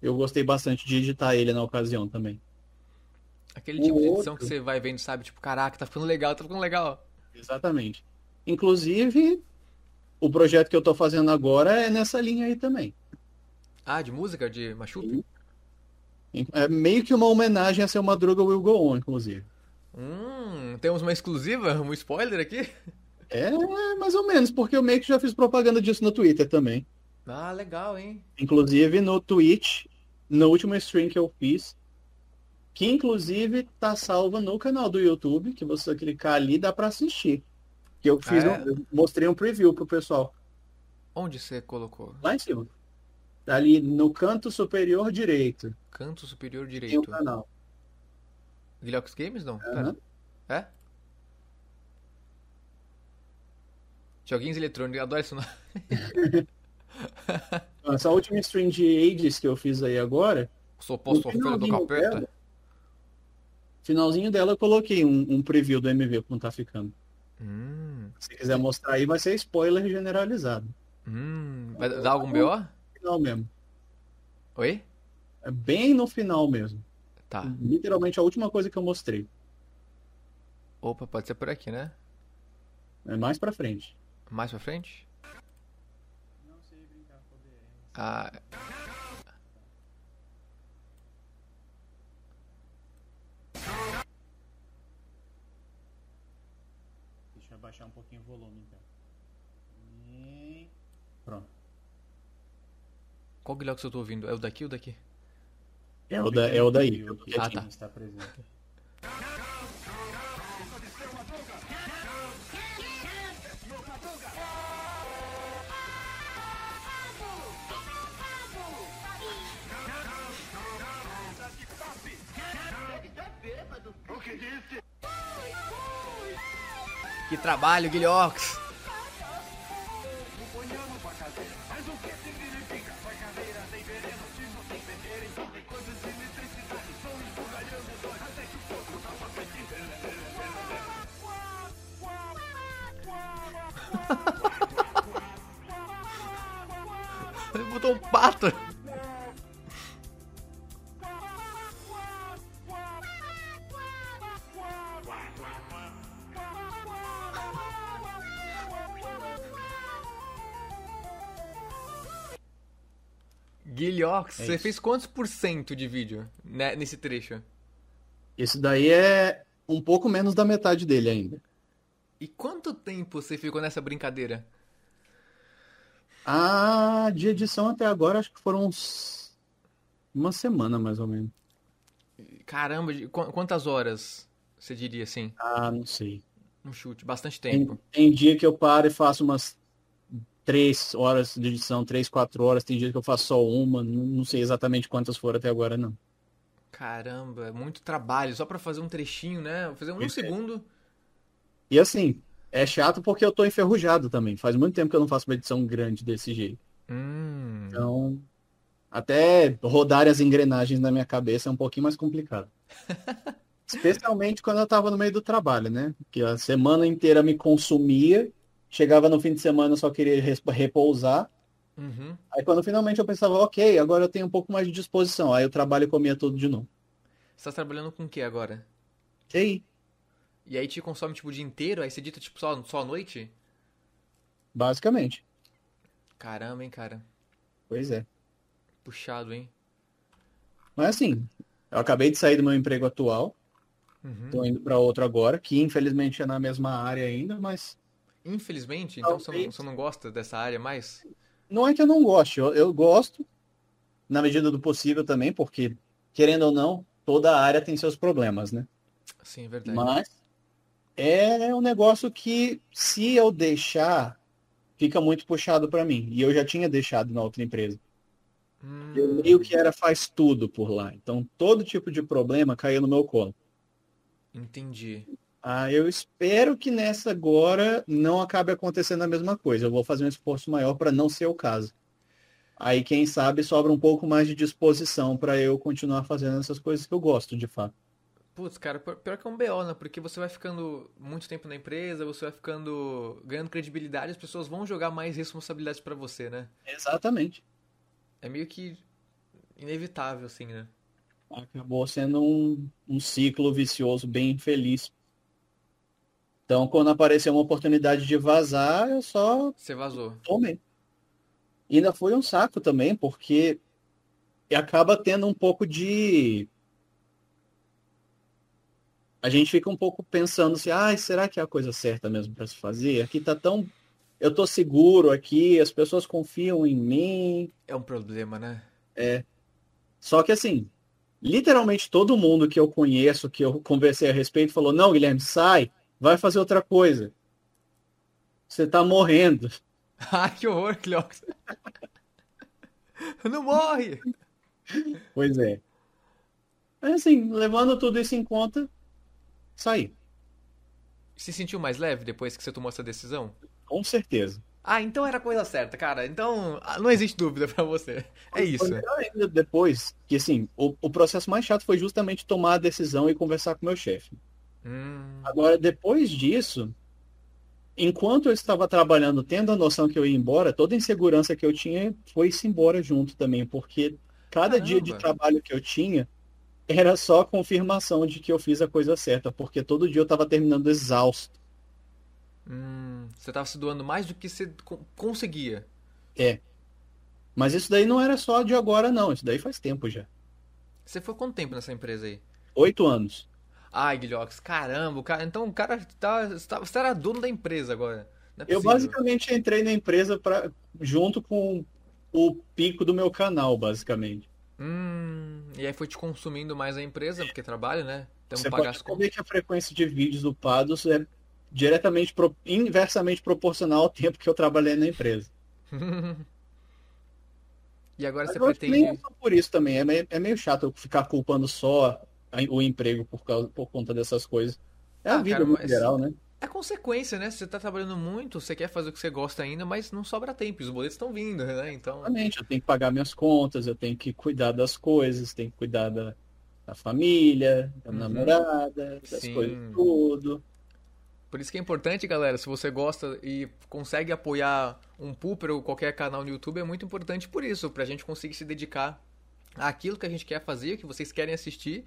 Speaker 2: Eu gostei bastante de editar ele na ocasião também.
Speaker 1: Aquele
Speaker 2: O
Speaker 1: tipo de edição que
Speaker 2: outro-
Speaker 1: você vai vendo, sabe? Tipo, caraca, tá ficando legal, tá ficando legal.
Speaker 2: Exatamente. Inclusive, o projeto que eu tô fazendo agora é nessa linha aí também.
Speaker 1: Ah, de música? De machupe?
Speaker 2: É meio que uma homenagem a seu Madruga Will Go On, inclusive.
Speaker 1: Hum, temos uma exclusiva, um spoiler aqui?
Speaker 2: É mais ou menos, porque eu meio que já fiz propaganda disso no Twitter também.
Speaker 1: Ah, legal, hein?
Speaker 2: Inclusive no Twitch, no último stream que eu fiz, que inclusive tá salva no canal do YouTube, que você clicar ali dá pra assistir. Que eu fiz,
Speaker 1: Ah, é?
Speaker 2: um- eu mostrei um preview pro pessoal
Speaker 1: Onde você colocou?
Speaker 2: lá em cima. Tá ali no canto superior direito,
Speaker 1: Canto superior
Speaker 2: tem o
Speaker 1: direito.
Speaker 2: canal.
Speaker 1: Guilhox Tá. É? Games, não? Pera.
Speaker 2: Aham.
Speaker 1: É? Joguinhos eletrônicos, eu adoro né? esse nome.
Speaker 2: Então, Essa última stream de Ages que eu fiz aí agora,
Speaker 1: Sou posto
Speaker 2: No
Speaker 1: oferta do
Speaker 2: finalzinho
Speaker 1: capeta.
Speaker 2: dela- finalzinho dela eu coloquei um, um preview do MV como tá ficando.
Speaker 1: Hum,
Speaker 2: Se quiser mostrar aí, vai ser spoiler generalizado.
Speaker 1: hum. Vai dar algum BO?
Speaker 2: Final mesmo.
Speaker 1: Oi?
Speaker 2: É bem no final mesmo.
Speaker 1: Tá.
Speaker 2: Hum. Literalmente a última coisa que eu mostrei.
Speaker 1: Opa, pode ser por aqui, né?
Speaker 2: É mais pra frente.
Speaker 1: Mais pra frente? Ah.
Speaker 2: Deixa eu abaixar um pouquinho o volume, então. E... Pronto.
Speaker 1: Qual Guilhox eu tô ouvindo? É o daqui ou o daqui?
Speaker 2: É o, da, é o daí.
Speaker 1: Ah, tá. Que trabalho, Guilhox! Ele botou um pato! Guilhox,
Speaker 2: É
Speaker 1: você
Speaker 2: isso.
Speaker 1: fez quantos por cento de vídeo né, nesse trecho?
Speaker 2: Esse daí é um pouco menos da metade dele ainda.
Speaker 1: E quanto tempo você ficou nessa brincadeira?
Speaker 2: Ah, de edição até agora, acho que foram uns... Uma semana, mais ou menos.
Speaker 1: Caramba, de- qu- quantas horas você diria assim?
Speaker 2: Ah, não sei.
Speaker 1: Um chute, bastante
Speaker 2: Tem,
Speaker 1: tempo.
Speaker 2: tem dia que eu paro e faço umas três horas de edição, três, quatro horas. Tem dia que eu faço só uma. Não, não sei exatamente quantas foram até agora, não.
Speaker 1: Caramba, é muito trabalho só pra fazer um trechinho, né? Fazer um
Speaker 2: Pois é.
Speaker 1: segundo.
Speaker 2: E assim, é chato porque eu tô enferrujado também. Faz muito tempo que eu não faço uma edição grande desse jeito.
Speaker 1: Hum.
Speaker 2: Então, até rodar as engrenagens na minha cabeça é um pouquinho mais complicado. Especialmente quando eu tava no meio do trabalho, né? Que a semana inteira me consumia. Chegava no fim de semana, eu só queria res- repousar.
Speaker 1: Uhum.
Speaker 2: Aí quando finalmente eu pensava, ok, agora eu tenho um pouco mais de disposição. Aí o trabalho comia tudo de novo.
Speaker 1: Você tá trabalhando com o que agora?
Speaker 2: E aí,
Speaker 1: E aí te consome tipo o dia inteiro? Aí você edita tipo só, só à noite?
Speaker 2: basicamente.
Speaker 1: Caramba, hein, cara.
Speaker 2: Pois é.
Speaker 1: Puxado, hein?
Speaker 2: Mas assim, eu acabei de sair do meu emprego atual.
Speaker 1: Uhum.
Speaker 2: Tô indo pra outro agora, que infelizmente é na mesma área ainda, mas
Speaker 1: Infelizmente, então você não,
Speaker 2: Talvez.
Speaker 1: você não gosta dessa área mais?
Speaker 2: não é que eu não goste, eu, eu gosto na medida do possível também, porque querendo ou não, toda área tem seus problemas, né?
Speaker 1: Sim, é verdade.
Speaker 2: Mas é um negócio que se eu deixar fica muito puxado pra mim, e eu já tinha deixado na outra empresa.
Speaker 1: Hum.
Speaker 2: Eu meio que era faz tudo por lá, então todo tipo de problema caiu no meu colo.
Speaker 1: Entendi.
Speaker 2: Ah, eu espero que nessa agora não acabe acontecendo a mesma coisa. Eu vou fazer um esforço maior para não ser o caso. Aí, quem sabe, sobra um pouco mais de disposição para eu continuar fazendo essas coisas que eu gosto, de fato.
Speaker 1: Putz, cara, pior pior que é um BO, né? Porque você vai ficando muito tempo na empresa, você vai ficando ganhando credibilidade, as pessoas vão jogar mais responsabilidades pra você, né?
Speaker 2: Exatamente.
Speaker 1: É meio que inevitável, assim, né?
Speaker 2: Acabou sendo um, um ciclo vicioso bem infeliz. Então, quando apareceu uma oportunidade de vazar, eu só
Speaker 1: Você vazou.
Speaker 2: Tomei. E ainda foi um saco também, porque acaba tendo um pouco de. A gente fica um pouco pensando assim, ai, será que é a coisa certa mesmo para se fazer? Aqui tá tão. Eu tô seguro aqui, as pessoas confiam em mim.
Speaker 1: É um problema, né?
Speaker 2: Só que assim, literalmente todo mundo que eu conheço, que eu conversei a respeito, falou, não, Guilherme, sai, vai fazer outra coisa. Você tá morrendo.
Speaker 1: Ai, Ah, que horror, Cleox. Não morre!
Speaker 2: Pois é. Mas assim, levando tudo isso em conta, saí.
Speaker 1: Se sentiu mais leve depois que você tomou essa decisão?
Speaker 2: com certeza.
Speaker 1: Ah, então era a coisa certa, cara. Então ah, não existe dúvida pra você. É isso.
Speaker 2: Foi melhor ainda depois, que assim, o, o processo mais chato foi justamente tomar a decisão e conversar com o meu chefe.
Speaker 1: Hum,
Speaker 2: Agora, depois disso, enquanto eu estava trabalhando, tendo a noção que eu ia embora, toda a insegurança que eu tinha foi-se embora junto também, porque cada dia de
Speaker 1: Caramba.
Speaker 2: trabalho que eu tinha era só a confirmação de que eu fiz a coisa certa, porque todo dia eu estava terminando exausto.
Speaker 1: hum, você tava se doando mais do que você co- conseguia.
Speaker 2: Mas isso daí não era só de agora, não. Isso daí faz tempo já.
Speaker 1: Você foi quanto tempo nessa empresa aí?
Speaker 2: Oito anos.
Speaker 1: Ai, Guilhox, caramba, o cara, então o cara tá, tá- você era dono da empresa agora. Não é
Speaker 2: Eu
Speaker 1: possível.
Speaker 2: basicamente entrei na empresa pra, junto com o pico do meu canal, basicamente.
Speaker 1: Hum, e aí foi te consumindo mais a empresa, porque trabalho, né? Temos
Speaker 2: Você
Speaker 1: que pagar as
Speaker 2: pode
Speaker 1: contas.
Speaker 2: saber que a frequência de vídeos upados é diretamente, pro- inversamente proporcional ao tempo que eu trabalhei na empresa.
Speaker 1: E agora você
Speaker 2: Agora,
Speaker 1: pretende.
Speaker 2: nem é só por isso também, é meio, é meio chato eu ficar culpando só a- o emprego por, causa, por conta dessas coisas. É a
Speaker 1: Ah,
Speaker 2: vida
Speaker 1: cara,
Speaker 2: no
Speaker 1: mas-
Speaker 2: geral, né?
Speaker 1: É consequência, né? Você tá trabalhando muito, você quer fazer o que você gosta ainda, mas não sobra tempo, os boletos estão vindo, né? Então.
Speaker 2: Exatamente, eu tenho que pagar minhas contas, eu tenho que cuidar das coisas, tenho que cuidar da, da família, da
Speaker 1: Uhum.
Speaker 2: namorada, das
Speaker 1: Sim.
Speaker 2: coisas tudo.
Speaker 1: Por isso que é importante, galera, se você gosta e consegue apoiar um Pooper ou qualquer canal no YouTube, é muito importante por isso, pra gente conseguir se dedicar àquilo que a gente quer fazer, que vocês querem assistir,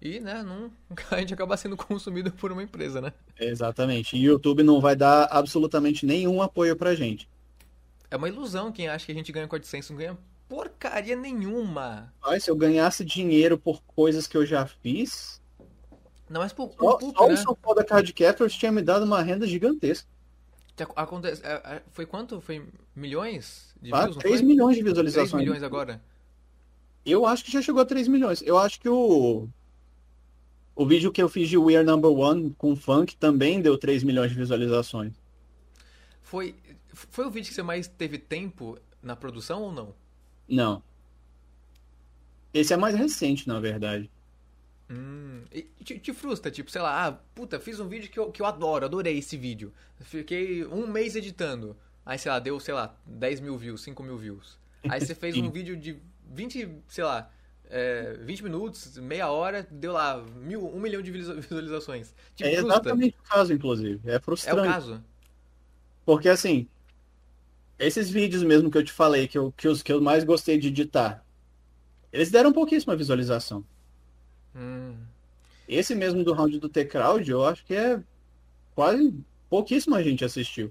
Speaker 1: e, né, não, a gente acaba sendo consumido por uma empresa, né?
Speaker 2: Exatamente. E o YouTube não vai dar absolutamente nenhum apoio pra gente.
Speaker 1: É uma ilusão quem acha que a gente ganha com a AdSense, não ganha porcaria nenhuma.
Speaker 2: Mas se eu ganhasse dinheiro por coisas que eu já fiz,
Speaker 1: Não, mas pro, pro
Speaker 2: só, só
Speaker 1: Pooper,
Speaker 2: o
Speaker 1: né?
Speaker 2: São Paulo da Card Captors tinha me dado uma renda gigantesca.
Speaker 1: que ac- acontece- é, é, foi quanto? Foi milhões de
Speaker 2: Tá?
Speaker 1: views, não
Speaker 2: 3
Speaker 1: foi?
Speaker 2: milhões de
Speaker 1: 3
Speaker 2: visualizações.
Speaker 1: milhões agora.
Speaker 2: Eu acho que já chegou a 3 milhões. Eu acho que o. O vídeo que eu fiz de We Are Number One com funk também deu 3 milhões de visualizações.
Speaker 1: Foi, foi o vídeo que você mais teve tempo na produção ou não?
Speaker 2: Não. Esse é mais recente, na verdade.
Speaker 1: Hum, e te, te frustra, tipo, sei lá, ah, puta, fiz um vídeo que eu, que eu adoro, adorei esse vídeo. Fiquei um mês editando. Aí, sei lá, deu, sei lá, 10 mil views, 5 mil views. Aí você fez um
Speaker 2: Sim.
Speaker 1: vídeo de 20, sei lá, é, 20 minutos, meia hora, deu lá mil, um milhão de visualiza- visualizações. Te
Speaker 2: É
Speaker 1: frustra.
Speaker 2: exatamente o caso, inclusive. É
Speaker 1: É o
Speaker 2: frustrante.
Speaker 1: caso.
Speaker 2: Porque assim, esses vídeos mesmo que eu te falei, que, eu, que os que eu mais gostei de editar, eles deram pouquíssima visualização.
Speaker 1: Hum,
Speaker 2: Esse mesmo do round do T-Crowd, eu acho que é quase pouquíssima gente assistiu.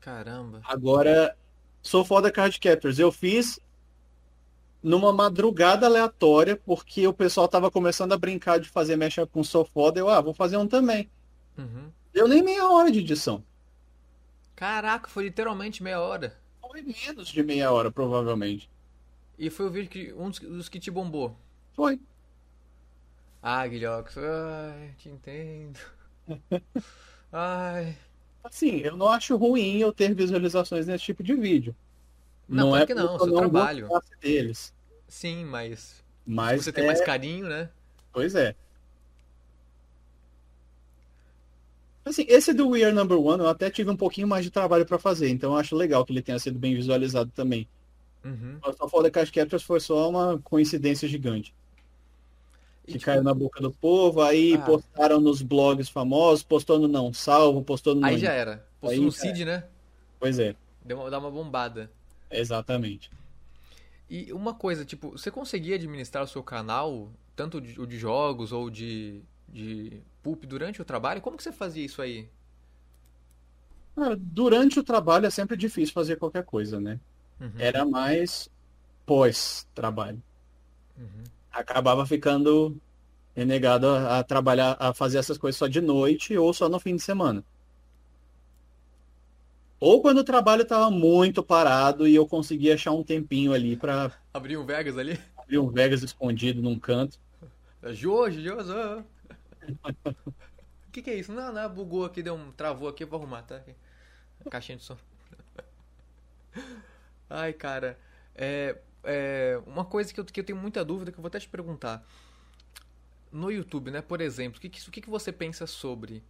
Speaker 1: caramba.
Speaker 2: Agora, sou foda Card Captors. Eu fiz numa madrugada aleatória, porque o pessoal tava começando a brincar de fazer mecha com sou foda, eu, ah, vou fazer um também.
Speaker 1: Uhum.
Speaker 2: Deu nem meia hora de edição.
Speaker 1: Caraca, foi literalmente meia hora.
Speaker 2: Foi menos de meia hora, provavelmente.
Speaker 1: E foi o vídeo que um dos, dos que te bombou.
Speaker 2: Foi.
Speaker 1: Ah, Guilhox, ai, te entendo. Ai.
Speaker 2: Assim, eu não acho ruim eu ter visualizações nesse tipo de vídeo. é
Speaker 1: Não, claro que não,
Speaker 2: porque eu
Speaker 1: seu
Speaker 2: não
Speaker 1: trabalho.
Speaker 2: gostasse deles.
Speaker 1: Sim, mas
Speaker 2: Mas
Speaker 1: você tem
Speaker 2: é-
Speaker 1: mais carinho, né?
Speaker 2: pois é. Assim, esse do We Are Number One eu até tive um pouquinho mais de trabalho pra fazer, então eu acho legal que ele tenha sido bem visualizado também.
Speaker 1: Uhum.
Speaker 2: Mas Só Foda Cash Captures foi só uma coincidência gigante.
Speaker 1: E,
Speaker 2: Que
Speaker 1: tipo,
Speaker 2: caiu na boca do povo, aí
Speaker 1: Ah.
Speaker 2: postaram nos blogs famosos, postou no Não Salvo, postou no
Speaker 1: aí
Speaker 2: Não-
Speaker 1: já era. Postou
Speaker 2: Aí
Speaker 1: no
Speaker 2: já
Speaker 1: Cid, né?
Speaker 2: Pois é,
Speaker 1: Deu uma, dá uma bombada.
Speaker 2: exatamente.
Speaker 1: E uma coisa, tipo, você conseguia administrar o seu canal, tanto de- o de jogos ou de, de pulp, durante o trabalho? Como que você fazia isso aí?
Speaker 2: Cara, durante o trabalho é sempre difícil fazer qualquer coisa, né?
Speaker 1: Uhum.
Speaker 2: Era mais pós-trabalho.
Speaker 1: Uhum.
Speaker 2: Acabava ficando renegado a, a trabalhar, a fazer essas coisas só de noite ou só no fim de semana. Ou quando o trabalho estava muito parado e eu conseguia achar um tempinho ali para
Speaker 1: Abriu o Vegas ali?
Speaker 2: abrir um Vegas escondido num canto.
Speaker 1: É Jorge, Jorge. O que, que é isso? Não, não, bugou aqui, deu um. Travou aqui, eu vou arrumar, tá? Aqui. Caixinha de som. Ai, cara. É, é, uma coisa que eu, que eu tenho muita dúvida, que eu vou até te perguntar. No YouTube, né, por exemplo, o que, que, isso- o que, que você pensa sobre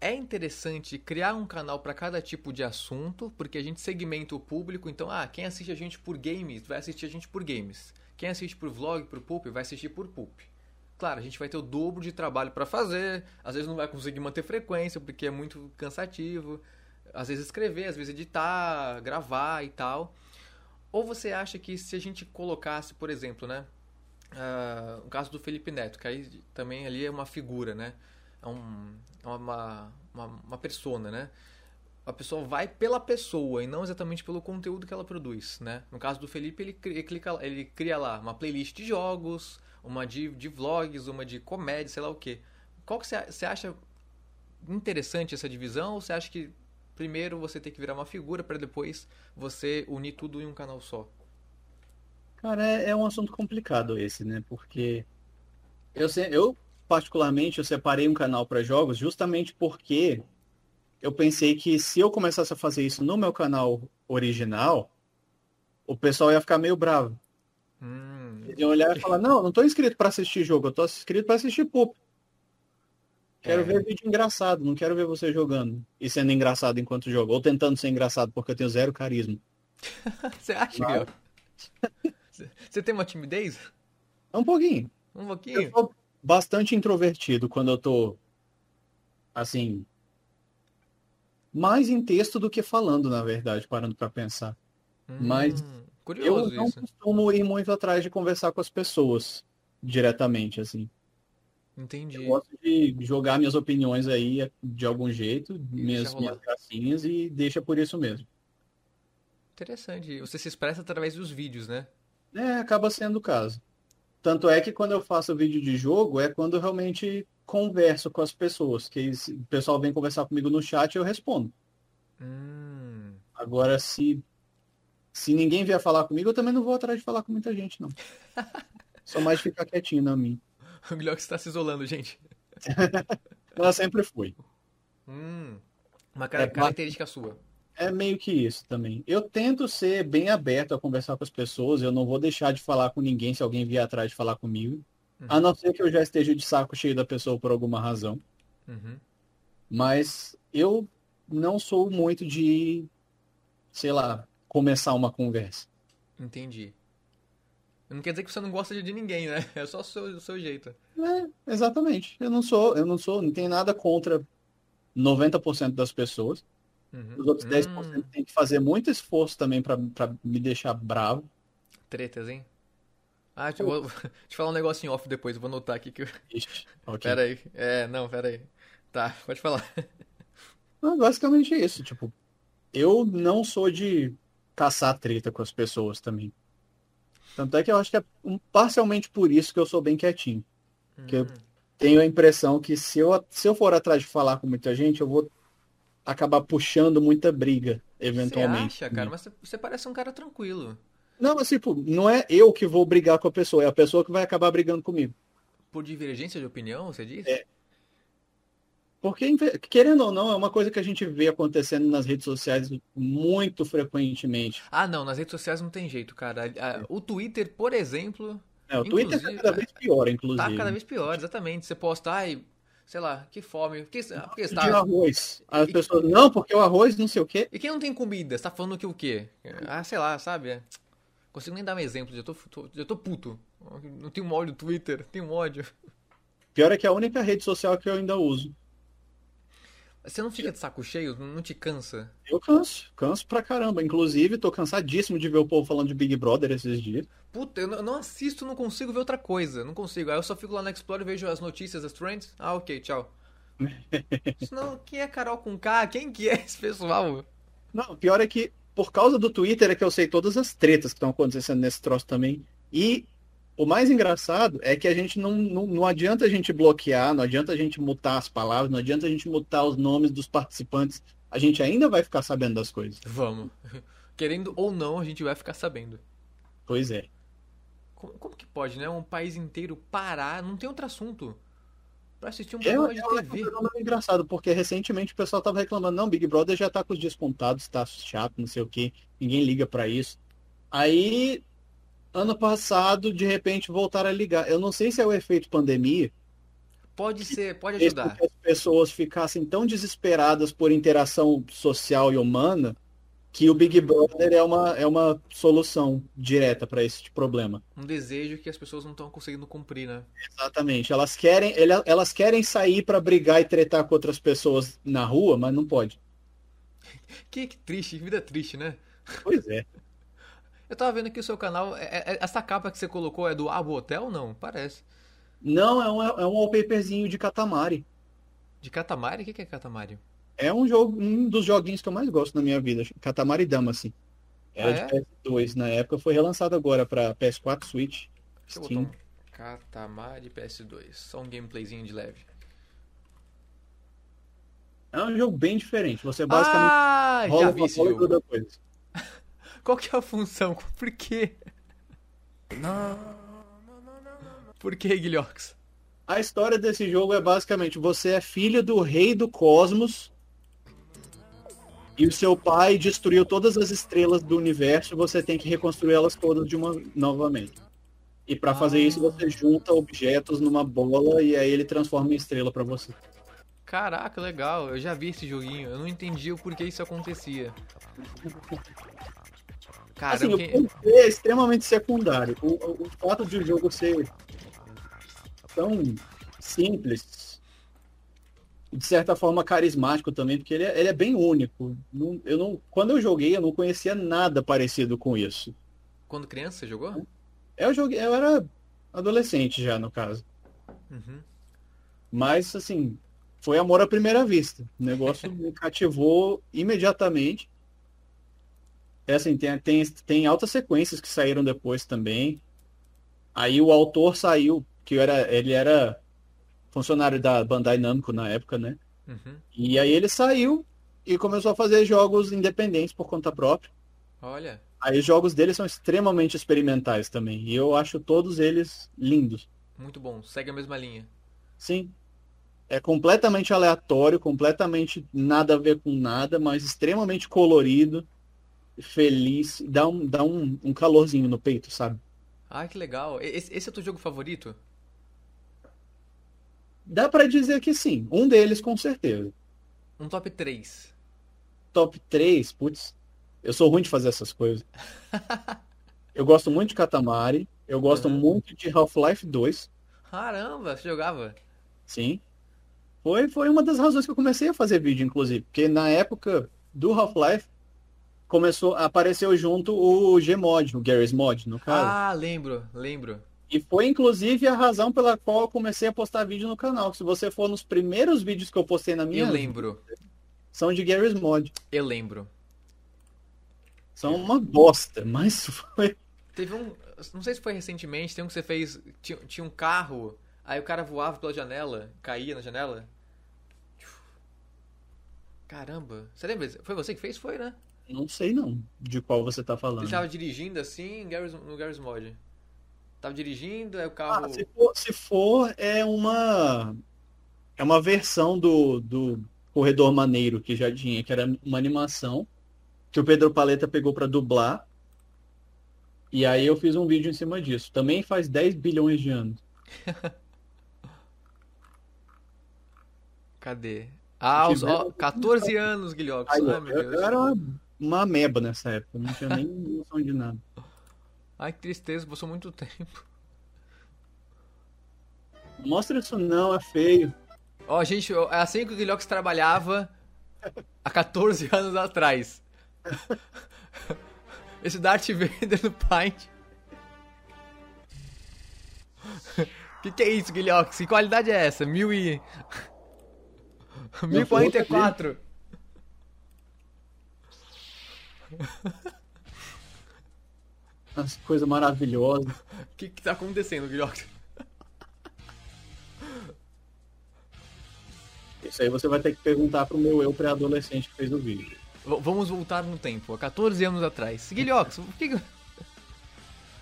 Speaker 1: é interessante criar um canal para cada tipo de assunto, porque a gente segmenta o público. Então, ah, quem assiste a gente por games vai assistir a gente por games. Quem assiste por vlog, por poop, vai assistir por poop. Claro, a gente vai ter o dobro de trabalho para fazer, às vezes não vai conseguir manter frequência porque é muito cansativo, às vezes escrever, às vezes editar, gravar e tal. Ou você acha que se a gente colocasse, por exemplo, né, uh, o caso do Felipe Neto, que aí também ali é uma figura, né, é um, uma, uma, uma persona, né, a pessoa vai pela pessoa e não exatamente pelo conteúdo que ela produz, né? No caso do Felipe, ele, cria, ele clica, ele cria lá uma playlist de jogos, uma de, de vlogs, uma de comédia, sei lá o quê. Qual que você acha interessante essa divisão ou você acha que primeiro você tem que virar uma figura para depois você unir tudo em um canal só?
Speaker 2: Cara, é, é um assunto complicado esse, né? Porque eu, eu particularmente, eu separei um canal para jogos justamente porque eu pensei que se eu começasse a fazer isso no meu canal original, o pessoal ia ficar meio bravo.
Speaker 1: Hum.
Speaker 2: Eles iam olhar e falar, não, não tô inscrito para assistir jogo, eu tô inscrito para assistir pop. Quero
Speaker 1: É.
Speaker 2: ver vídeo engraçado, não quero ver você jogando e sendo engraçado enquanto jogo, ou tentando ser engraçado porque eu tenho zero carisma.
Speaker 1: Você acha,
Speaker 2: Não.
Speaker 1: Miguel? Você tem uma timidez?
Speaker 2: É um pouquinho.
Speaker 1: Um
Speaker 2: Eu
Speaker 1: pouquinho?
Speaker 2: sou bastante introvertido quando eu tô assim, mais em texto do que falando, na verdade, parando para pensar. mas
Speaker 1: Hum,
Speaker 2: Eu
Speaker 1: curioso
Speaker 2: não
Speaker 1: isso.
Speaker 2: costumo ir muito atrás de conversar com as pessoas diretamente, assim.
Speaker 1: Entendi.
Speaker 2: Eu gosto de jogar minhas opiniões aí eh, de algum jeito, minhas,
Speaker 1: rolar.
Speaker 2: minhas gracinhas, e deixa por isso mesmo.
Speaker 1: Interessante. Você se expressa através dos vídeos, né?
Speaker 2: É, acaba sendo o caso. Tanto é que quando eu faço vídeo de jogo, é quando eu realmente converso com as pessoas, que eles- o pessoal vem conversar comigo no chat e eu respondo.
Speaker 1: Hum.
Speaker 2: Agora, se, se ninguém vier falar comigo, eu também não vou atrás de falar com muita gente, não. Só mais ficar quietinho na minha.
Speaker 1: O Guilherme está se isolando, gente.
Speaker 2: Ela sempre foi.
Speaker 1: Hum. Uma cara-
Speaker 2: É, mas-
Speaker 1: característica sua.
Speaker 2: É meio que isso também. Eu tento ser bem aberto a conversar com as pessoas, eu não vou deixar de falar com ninguém se alguém vier atrás de falar comigo.
Speaker 1: Uhum.
Speaker 2: A não ser que eu já esteja de saco cheio da pessoa por alguma razão.
Speaker 1: Uhum.
Speaker 2: Mas eu não sou muito de, sei lá, começar uma conversa.
Speaker 1: Entendi. Não quer dizer que você não gosta de de ninguém, né? É só o seu, o seu jeito.
Speaker 2: É, exatamente. Eu não sou, eu não sou, não tenho nada contra 90% das pessoas.
Speaker 1: Uhum.
Speaker 2: Os outros
Speaker 1: Hum,
Speaker 2: 10% têm que fazer muito esforço também pra pra me deixar bravo.
Speaker 1: Tretas, hein? Ah, te, vou, vou te falar um negócio em off depois, eu vou anotar aqui que eu...
Speaker 2: Ixi, ok.
Speaker 1: Pera aí. É, não, pera aí. Tá, pode falar.
Speaker 2: Não, basicamente é isso, tipo, eu não sou de caçar treta com as pessoas também. Tanto é que eu acho que é um- parcialmente por isso que eu sou bem quietinho. Que-
Speaker 1: Hum.
Speaker 2: Tenho a impressão que se eu, se eu for atrás de falar com muita gente, eu vou acabar puxando muita briga, eventualmente.
Speaker 1: Você acha, cara? Mas você- você parece um cara tranquilo.
Speaker 2: Não, mas tipo, não é eu que vou brigar com a pessoa, é a pessoa que vai acabar brigando comigo.
Speaker 1: Por divergência de opinião, você diz?
Speaker 2: É. Porque, inve- querendo ou não, é uma coisa que a gente vê acontecendo nas redes sociais muito frequentemente.
Speaker 1: Ah, não, nas redes sociais não tem jeito, cara. A- a- O Twitter, por exemplo,
Speaker 2: É, o Twitter tá
Speaker 1: Inclusive,
Speaker 2: cada vez pior,
Speaker 1: tá
Speaker 2: inclusive.
Speaker 1: cada vez pior, exatamente. Você posta, ai, sei lá, que fome. Por que, por que tá
Speaker 2: de
Speaker 1: está...
Speaker 2: arroz. As
Speaker 1: E-
Speaker 2: pessoas, não, porque o arroz não sei o quê.
Speaker 1: E quem não tem comida? Você tá falando que o quê? Ah, sei lá, sabe? É. Consigo nem dar um exemplo, já tô, tô- já tô puto. Não tenho um ódio do Twitter, tenho ódio.
Speaker 2: Pior é que é a única rede social que eu ainda uso.
Speaker 1: Você não fica de saco cheio? Não não te cansa?
Speaker 2: Eu canso, canso pra caramba. Inclusive, tô cansadíssimo de ver o povo falando de Big Brother esses dias.
Speaker 1: Puta, eu não- eu não assisto, não consigo ver outra coisa. Não consigo. Aí eu só fico lá no Explore e vejo as notícias, as trends. Ah, ok, tchau. Senão, quem é Carol com K? Quem que é esse pessoal?
Speaker 2: Não, pior é que, por causa do Twitter, é que eu sei todas as tretas que estão acontecendo nesse troço também. E o mais engraçado é que a gente não, não, não adianta a gente bloquear, não adianta a gente mutar as palavras, não adianta a gente mutar os nomes dos participantes. A gente ainda vai ficar sabendo das coisas.
Speaker 1: Vamos. Querendo ou não, a gente vai ficar sabendo.
Speaker 2: Pois é.
Speaker 1: Como, como que pode, né? Um país inteiro parar, não tem outro assunto. Pra assistir um
Speaker 2: É,
Speaker 1: programa de
Speaker 2: é um
Speaker 1: TV.
Speaker 2: fenômeno engraçado, porque recentemente o pessoal tava reclamando, não, Big Brother já tá com os descontados, tá chato, não sei o quê, ninguém liga pra isso. Aí, ano passado, de repente, voltaram a ligar. Eu não sei se é o efeito pandemia,
Speaker 1: Pode ser, pode
Speaker 2: Mesmo
Speaker 1: ajudar.
Speaker 2: que as pessoas ficassem tão desesperadas por interação social e humana que o Big Brother é uma, é uma solução direta para esse problema.
Speaker 1: Um desejo que as pessoas não estão conseguindo cumprir, né?
Speaker 2: Exatamente. Elas querem, ele- elas querem sair para brigar e tretar com outras pessoas na rua, mas não pode.
Speaker 1: Que, que triste, que vida triste, né?
Speaker 2: Pois é.
Speaker 1: Eu tava vendo que o seu canal, é- é- é- essa capa que você colocou é do Abo Hotel ou não? Parece.
Speaker 2: Não, é um, é um wallpaperzinho de Katamari.
Speaker 1: De Katamari? O que que é Katamari?
Speaker 2: É um jogo, um dos joguinhos que eu mais gosto na minha vida. Katamari Dama, assim. Era
Speaker 1: Ah,
Speaker 2: de PS2 na época, foi relançado agora para PS4, Switch,
Speaker 1: Deixa eu botar
Speaker 2: Steam.
Speaker 1: um Katamari PS2. Só um gameplayzinho de leve.
Speaker 2: É um jogo bem diferente. Você basicamente
Speaker 1: Ah,
Speaker 2: rola
Speaker 1: já
Speaker 2: uma
Speaker 1: vi esse
Speaker 2: bola e
Speaker 1: jogo.
Speaker 2: gruda coisa.
Speaker 1: Qual que é a função? Por quê? Por que, Guilhox?
Speaker 2: A história desse jogo é basicamente você é filho do rei do cosmos e o seu pai destruiu todas as estrelas do universo e você tem que reconstruí-las todas de uma novamente. E pra
Speaker 1: Ah.
Speaker 2: fazer isso você junta objetos numa bola e aí ele transforma em estrela pra você.
Speaker 1: Caraca, legal. Eu já vi esse joguinho. Eu não entendi o porquê isso acontecia.
Speaker 2: Assim,
Speaker 1: Caramba,
Speaker 2: o
Speaker 1: quem...
Speaker 2: porquê é extremamente secundário. O, o- o fato de o jogo ser tão simples, de certa forma carismático também, porque ele é, ele é bem único. Não- eu não, quando eu joguei, eu não conhecia nada parecido com isso.
Speaker 1: quando criança você jogou?
Speaker 2: Eu, joguei, eu era adolescente já, no caso.
Speaker 1: Uhum.
Speaker 2: Mas, assim, foi amor à primeira vista. O negócio me cativou imediatamente. É assim, tem, tem, tem altas sequências que saíram depois também. Aí o autor saiu, que era, ele era funcionário da Bandai Namco na época, né?
Speaker 1: Uhum.
Speaker 2: E aí ele saiu e começou a fazer jogos independentes por conta própria.
Speaker 1: Olha,
Speaker 2: Aí os jogos dele são extremamente experimentais também. E eu acho todos eles lindos.
Speaker 1: muito bom. Segue a mesma linha.
Speaker 2: Sim. É completamente aleatório, completamente nada a ver com nada, mas extremamente colorido, feliz, dá um, dá um, um calorzinho no peito, sabe?
Speaker 1: Ai, que legal. E- Esse, esse é o teu jogo favorito?
Speaker 2: Dá pra dizer que sim, um deles com certeza.
Speaker 1: Um top 3.
Speaker 2: Top 3, putz, eu sou ruim de fazer essas coisas. Eu gosto muito de Katamari, eu gosto
Speaker 1: Uhum.
Speaker 2: muito de Half-Life 2,
Speaker 1: Caramba, você jogava?
Speaker 2: sim. Foi, foi uma das razões que eu comecei a fazer vídeo, inclusive, porque na época do Half-Life começou, apareceu junto o Gmod, o Garry's Mod, no caso.
Speaker 1: Ah, lembro, lembro.
Speaker 2: E foi inclusive a razão pela qual eu comecei a postar vídeo no canal. Se você for nos primeiros vídeos que eu postei na minha
Speaker 1: Eu
Speaker 2: vida,
Speaker 1: lembro,
Speaker 2: são de Garry's Mod.
Speaker 1: eu lembro.
Speaker 2: São uma bosta, mas foi.
Speaker 1: Teve um. Não sei se foi recentemente, tem um que você fez. Tinha, tinha um carro, aí o cara voava pela janela, caía na janela. Caramba. Você lembra? Foi você que fez? Foi, né?
Speaker 2: Não sei não de qual você tá
Speaker 1: Ele
Speaker 2: falando.
Speaker 1: tava dirigindo assim em Garry's- no Garry's Mod. Tava dirigindo, aí o
Speaker 2: Ah,
Speaker 1: carro.
Speaker 2: se for, se for, é uma. É uma versão do, do Corredor Maneiro que já tinha, que era uma animação que o Pedro Paleta pegou pra dublar. E aí eu fiz um vídeo em cima disso. Também faz 10 bilhões de anos.
Speaker 1: Cadê? Ah, os, ó,
Speaker 2: Tiveram-
Speaker 1: 14 anos, Guilhox.
Speaker 2: Aí,
Speaker 1: Ai,
Speaker 2: eu,
Speaker 1: meu
Speaker 2: eu
Speaker 1: Deus.
Speaker 2: era uma, uma ameba nessa época, não tinha nem noção de nada.
Speaker 1: Ai, que tristeza, passou muito tempo.
Speaker 2: Não Mostra isso não, é feio.
Speaker 1: Ó, gente, ó, é assim que o Guilhox trabalhava há 14 anos atrás. Esse Darth Vader no Paint. Que que é isso, Guilhox? Que qualidade é essa? Mil e... 1044.
Speaker 2: As coisas maravilhosas.
Speaker 1: O que que tá acontecendo, Guilhox?
Speaker 2: Isso aí você vai ter que perguntar pro meu eu pré-adolescente que fez o vídeo.
Speaker 1: V- Vamos voltar no tempo, há 14 anos atrás. Guilhox, o que, que... o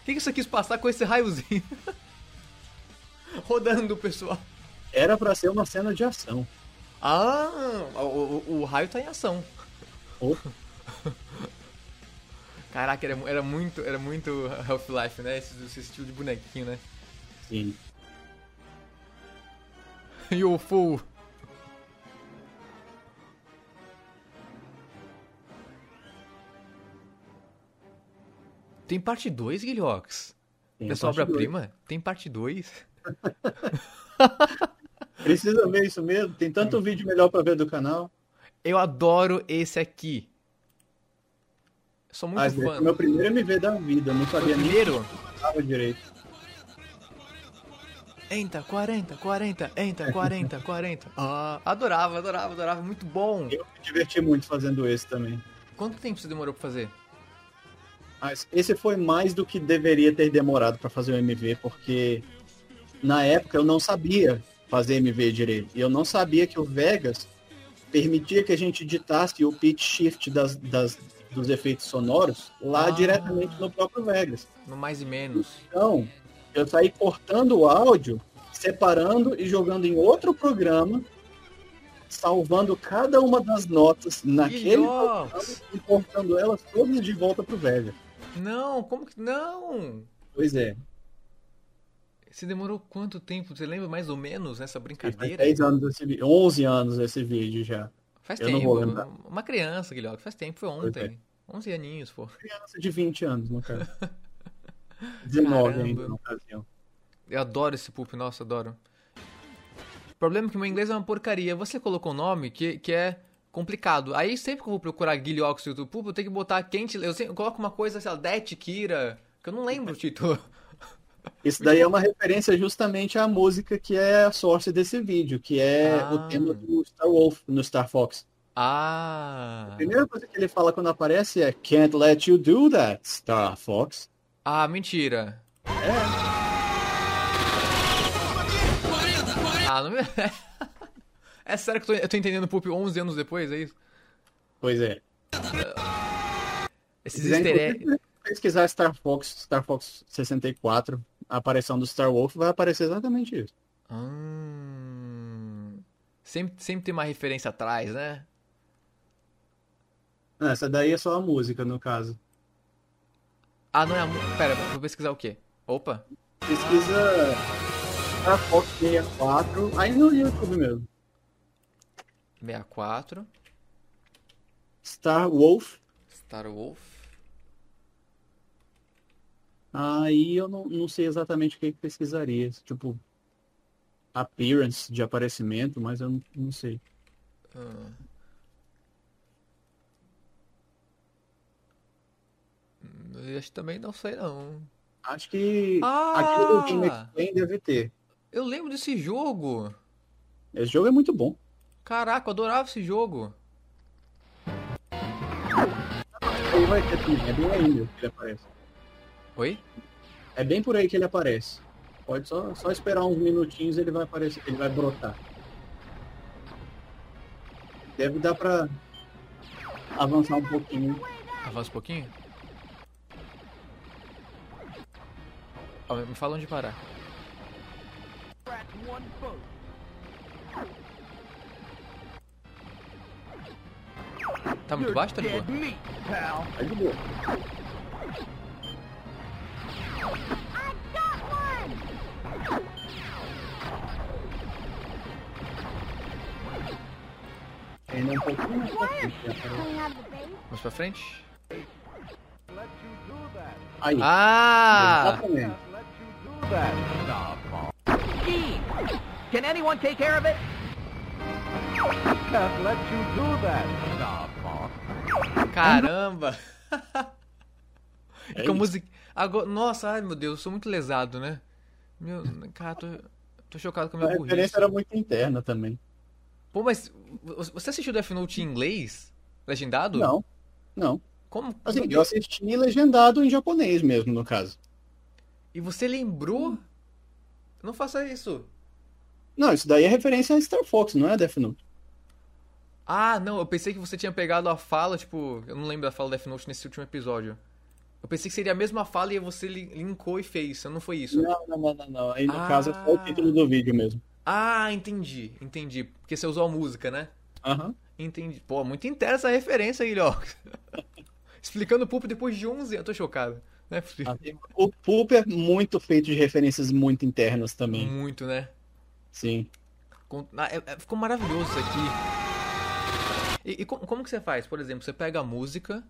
Speaker 1: que que você quis passar com esse raiozinho? Rodando, pessoal.
Speaker 2: Era pra ser uma cena de ação.
Speaker 1: Ah, o, o- o raio tá em ação.
Speaker 2: Ou
Speaker 1: Caraca, era, mu- era muito, era muito Half-Life, né? Esse, esse estilo de bonequinho, né?
Speaker 2: Sim.
Speaker 1: UFO. Tem parte 2, Guilhox?
Speaker 2: Tem
Speaker 1: Pessoal
Speaker 2: parte dois.
Speaker 1: obra-prima? Tem parte 2?
Speaker 2: Precisa ver isso mesmo. Tem tanto vídeo melhor pra ver do canal.
Speaker 1: Eu adoro esse aqui. Sou muito
Speaker 2: Ah, esse
Speaker 1: fã.
Speaker 2: é o meu primeiro MV da vida. Não sabia nem
Speaker 1: Primeiro,
Speaker 2: que tava direito.
Speaker 1: entra, 40, 40, entra, 40, 40. Ah, adorava, adorava, adorava. Muito bom.
Speaker 2: Eu me diverti muito fazendo esse também.
Speaker 1: Quanto tempo você demorou pra fazer?
Speaker 2: Mas esse foi mais do que deveria ter demorado pra fazer o MV, porque na época eu não sabia fazer MV direito. E eu não sabia que o Vegas permitia que a gente ditasse o pitch shift das, das- dos efeitos sonoros lá
Speaker 1: Ah.
Speaker 2: diretamente no próprio Vegas.
Speaker 1: No mais e menos.
Speaker 2: Então, eu saí cortando o áudio, separando e jogando em outro programa, salvando cada uma das notas naquele programa
Speaker 1: Guilhox!
Speaker 2: e cortando elas todas de volta pro Vegas.
Speaker 1: Não, como que. Não!
Speaker 2: Pois é,
Speaker 1: Você demorou quanto tempo? Você lembra mais ou menos nessa
Speaker 2: faz
Speaker 1: brincadeira?
Speaker 2: 10 anos esse vídeo, 11 anos esse vídeo já.
Speaker 1: Faz
Speaker 2: Eu não
Speaker 1: tempo.
Speaker 2: vou lembrar.
Speaker 1: Uma criança, Guilherme. Faz tempo, foi
Speaker 2: Pois é.
Speaker 1: ontem. 11 aninhos, pô.
Speaker 2: Criança de 20 anos, no caso. 19
Speaker 1: Caramba.
Speaker 2: ainda, na ocasião.
Speaker 1: Eu adoro esse pulp, nossa, adoro. O problema é que meu inglês é uma porcaria. Você colocou um nome que, que é complicado. Aí sempre que eu vou procurar Guilhox no YouTube, pulp, eu tenho que botar quente. Eu, sempre, eu coloco uma coisa, sei lá, Det Kira, que eu não lembro o título.
Speaker 2: Isso daí é uma referência justamente à música que é a source desse vídeo, que é
Speaker 1: Ah.
Speaker 2: o tema do Star Wolf no Star Fox.
Speaker 1: Ah.
Speaker 2: A primeira coisa que ele fala quando aparece é Can't let you do that, Star Fox.
Speaker 1: Ah, mentira. É. Ah, não me... É sério que eu tô, eu tô entendendo o Pulp 11 anos depois, é isso?
Speaker 2: Pois é. Se
Speaker 1: Esses
Speaker 2: quiser,
Speaker 1: easter eggs.
Speaker 2: inclusive, pesquisar Star Fox, Star Fox 64, a aparição do Star Wolf, vai aparecer exatamente isso.
Speaker 1: Hum... Sempre, sempre tem uma referência atrás, né?
Speaker 2: Ah, Essa daí é só a música, no caso.
Speaker 1: Ah, não é a mu- Pera, vou pesquisar o quê? Opa.
Speaker 2: Pesquisa Star Fox 64, aí no YouTube mesmo.
Speaker 1: 64.
Speaker 2: Star Wolf,
Speaker 1: Star Wolf.
Speaker 2: aí eu não, não sei exatamente o que que pesquisaria. Tipo, appearance de aparecimento, mas eu não, não sei.
Speaker 1: Eu acho que também não sei, não.
Speaker 2: Acho que
Speaker 1: Ah!
Speaker 2: aqui no Game Explain deve ter.
Speaker 1: Eu lembro desse jogo.
Speaker 2: Esse jogo é muito bom.
Speaker 1: Caraca, eu adorava esse jogo.
Speaker 2: Aí vai ter também, é bem ainda que ele aparece.
Speaker 1: Oi?
Speaker 2: É bem por aí que ele aparece. Pode só, só esperar uns minutinhos ele vai aparecer, ele vai brotar. Deve dar pra avançar um pouquinho.
Speaker 1: Avança um pouquinho. Ó, me fala onde parar. Tá muito baixo, tá de boa?
Speaker 2: Tá de boa. Ainda um pouquinho mais pra frente, né, cara?
Speaker 1: Vamos pra frente?
Speaker 2: Aí.
Speaker 1: Ah!
Speaker 2: Exatamente.
Speaker 4: Gee, can anyone take care of it? Can't let you do that, Starfox.
Speaker 1: Caramba! Com a
Speaker 2: É isso.
Speaker 1: música. Agora... Nossa, ai meu Deus, eu sou muito lesado, né? Meu, cara, tô, tô chocado com a
Speaker 2: A
Speaker 1: minha burrice.
Speaker 2: referência era muito interna também.
Speaker 1: Pô, mas vo- você assistiu Death Note em inglês? Legendado?
Speaker 2: Não, não.
Speaker 1: Como?
Speaker 2: Assim, eu assisti legendado em japonês mesmo, no caso.
Speaker 1: E você
Speaker 2: Hum.
Speaker 1: lembrou? Não faça isso.
Speaker 2: Não, isso daí é referência a Star Fox, não é a Death Note.
Speaker 1: Ah, não, eu pensei que você tinha pegado a fala, tipo, eu não lembro da fala do Death Note nesse último episódio. Eu pensei que seria a mesma fala e você li- linkou e fez, não foi isso?
Speaker 2: Não, não, não, não. não. Aí, no
Speaker 1: Ah.
Speaker 2: caso, é só o título do vídeo mesmo.
Speaker 1: Ah, entendi, entendi. Porque você usou a música, né?
Speaker 2: Aham.
Speaker 1: Entendi. Pô, muito inteira essa referência, Guilherme. Explicando o pulpo depois de 11, eu tô chocado. Não é possível.
Speaker 2: Ah, O
Speaker 1: Hum.
Speaker 2: Pulp é muito feito de referências muito internas também.
Speaker 1: Muito, né?
Speaker 2: Sim.
Speaker 1: Com- ah, é- é- ficou maravilhoso isso aqui. E, e como, como que você faz? Por exemplo, você pega a música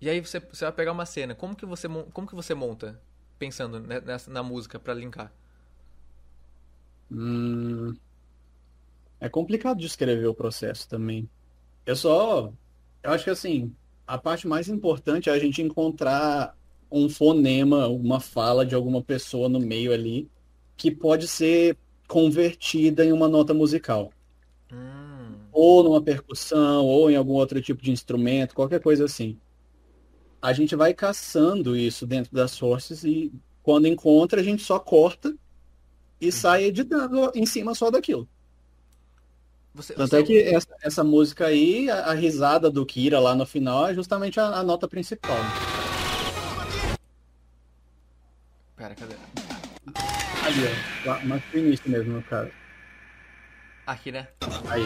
Speaker 1: e aí você, você vai pegar uma cena. Como que você, mon- como que você monta pensando ne- nessa, na música pra linkar?
Speaker 2: Hum, é complicado de escrever o processo também. Eu só, eu acho que assim, a parte mais importante é a gente encontrar um fonema, uma fala de alguma pessoa no meio ali, que pode ser convertida em uma nota musical,
Speaker 1: Hum,
Speaker 2: ou numa percussão, ou em algum outro tipo de instrumento, qualquer coisa assim. A gente vai caçando isso dentro das sources e quando encontra, a gente só corta e sai editando em cima só daquilo.
Speaker 1: você,
Speaker 2: Tanto
Speaker 1: você-
Speaker 2: é que essa, essa música aí, a, a risada do Kira lá no final é justamente a, a nota principal.
Speaker 1: Pera, cadê?
Speaker 2: Ali, ó. Lá, mas pro início mesmo, no caso.
Speaker 1: Aqui, né?
Speaker 2: Aí.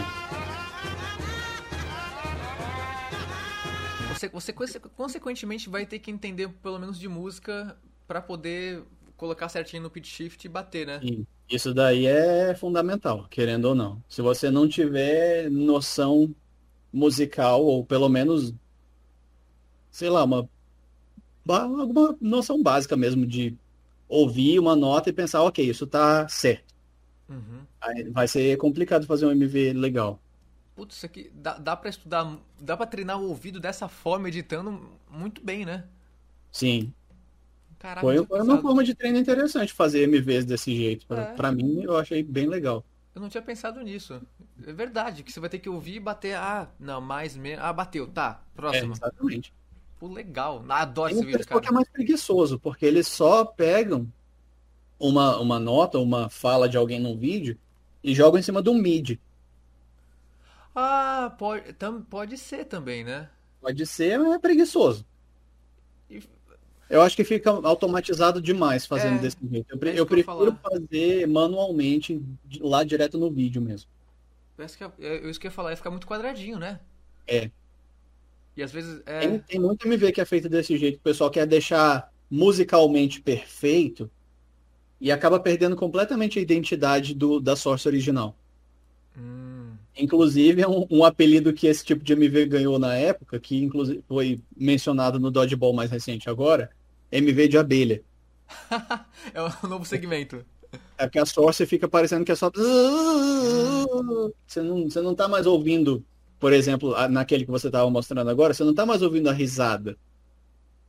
Speaker 1: Você, você conse- consequentemente vai ter que entender pelo menos de música pra poder colocar certinho no pitch shift e bater, né?
Speaker 2: Sim. Isso daí é fundamental, querendo ou não. Se você não tiver noção musical, ou pelo menos, sei lá, uma, ba- alguma noção básica mesmo de ouvir uma nota e pensar, ok, isso tá certo.
Speaker 1: Uhum.
Speaker 2: Aí vai ser complicado fazer um MV legal.
Speaker 1: Putz, isso aqui dá, dá pra estudar, dá pra treinar o ouvido dessa forma, editando muito bem, né?
Speaker 2: Sim,
Speaker 1: Caraca,
Speaker 2: Foi,
Speaker 1: não tinha
Speaker 2: foi uma
Speaker 1: pensado-
Speaker 2: forma de treino interessante fazer MVs desse jeito. Pra,
Speaker 1: É.
Speaker 2: pra mim, eu achei bem legal.
Speaker 1: eu não tinha pensado nisso. É verdade, que você vai ter que ouvir e bater. Ah, não, mais, menos. Ah, bateu, tá, próximo.
Speaker 2: É, exatamente.
Speaker 1: Pô, legal. Ah, adoro
Speaker 2: Tem
Speaker 1: esse
Speaker 2: um
Speaker 1: vídeo,
Speaker 2: pessoal que é
Speaker 1: cara.
Speaker 2: mais preguiçoso, porque eles só pegam uma, uma nota, uma fala de alguém num vídeo e jogam em cima do mid.
Speaker 1: Ah, pode, tam, pode ser também, né?
Speaker 2: Pode ser, mas é preguiçoso.
Speaker 1: E-
Speaker 2: Eu acho que fica automatizado demais fazendo
Speaker 1: É,
Speaker 2: desse jeito. Eu, pre-
Speaker 1: é isso
Speaker 2: eu
Speaker 1: que eu ia
Speaker 2: prefiro
Speaker 1: falar.
Speaker 2: fazer manualmente di- lá direto no vídeo mesmo.
Speaker 1: Parece que é, é isso que eu ia falar, ia ficar muito quadradinho, né?
Speaker 2: É.
Speaker 1: E às vezes é.
Speaker 2: Tem, tem muito MV que é feito desse jeito. O pessoal quer deixar musicalmente perfeito e acaba perdendo completamente a identidade do, da source original.
Speaker 1: Hum,
Speaker 2: Inclusive, é um, um apelido que esse tipo de MV ganhou na época, que inclusive foi mencionado no Dodgeball mais recente agora, MV de abelha.
Speaker 1: é um novo segmento.
Speaker 2: É porque a source fica parecendo que é só... Você não, você não tá mais ouvindo, por exemplo, a- naquele que você estava mostrando agora, você não tá mais ouvindo a risada.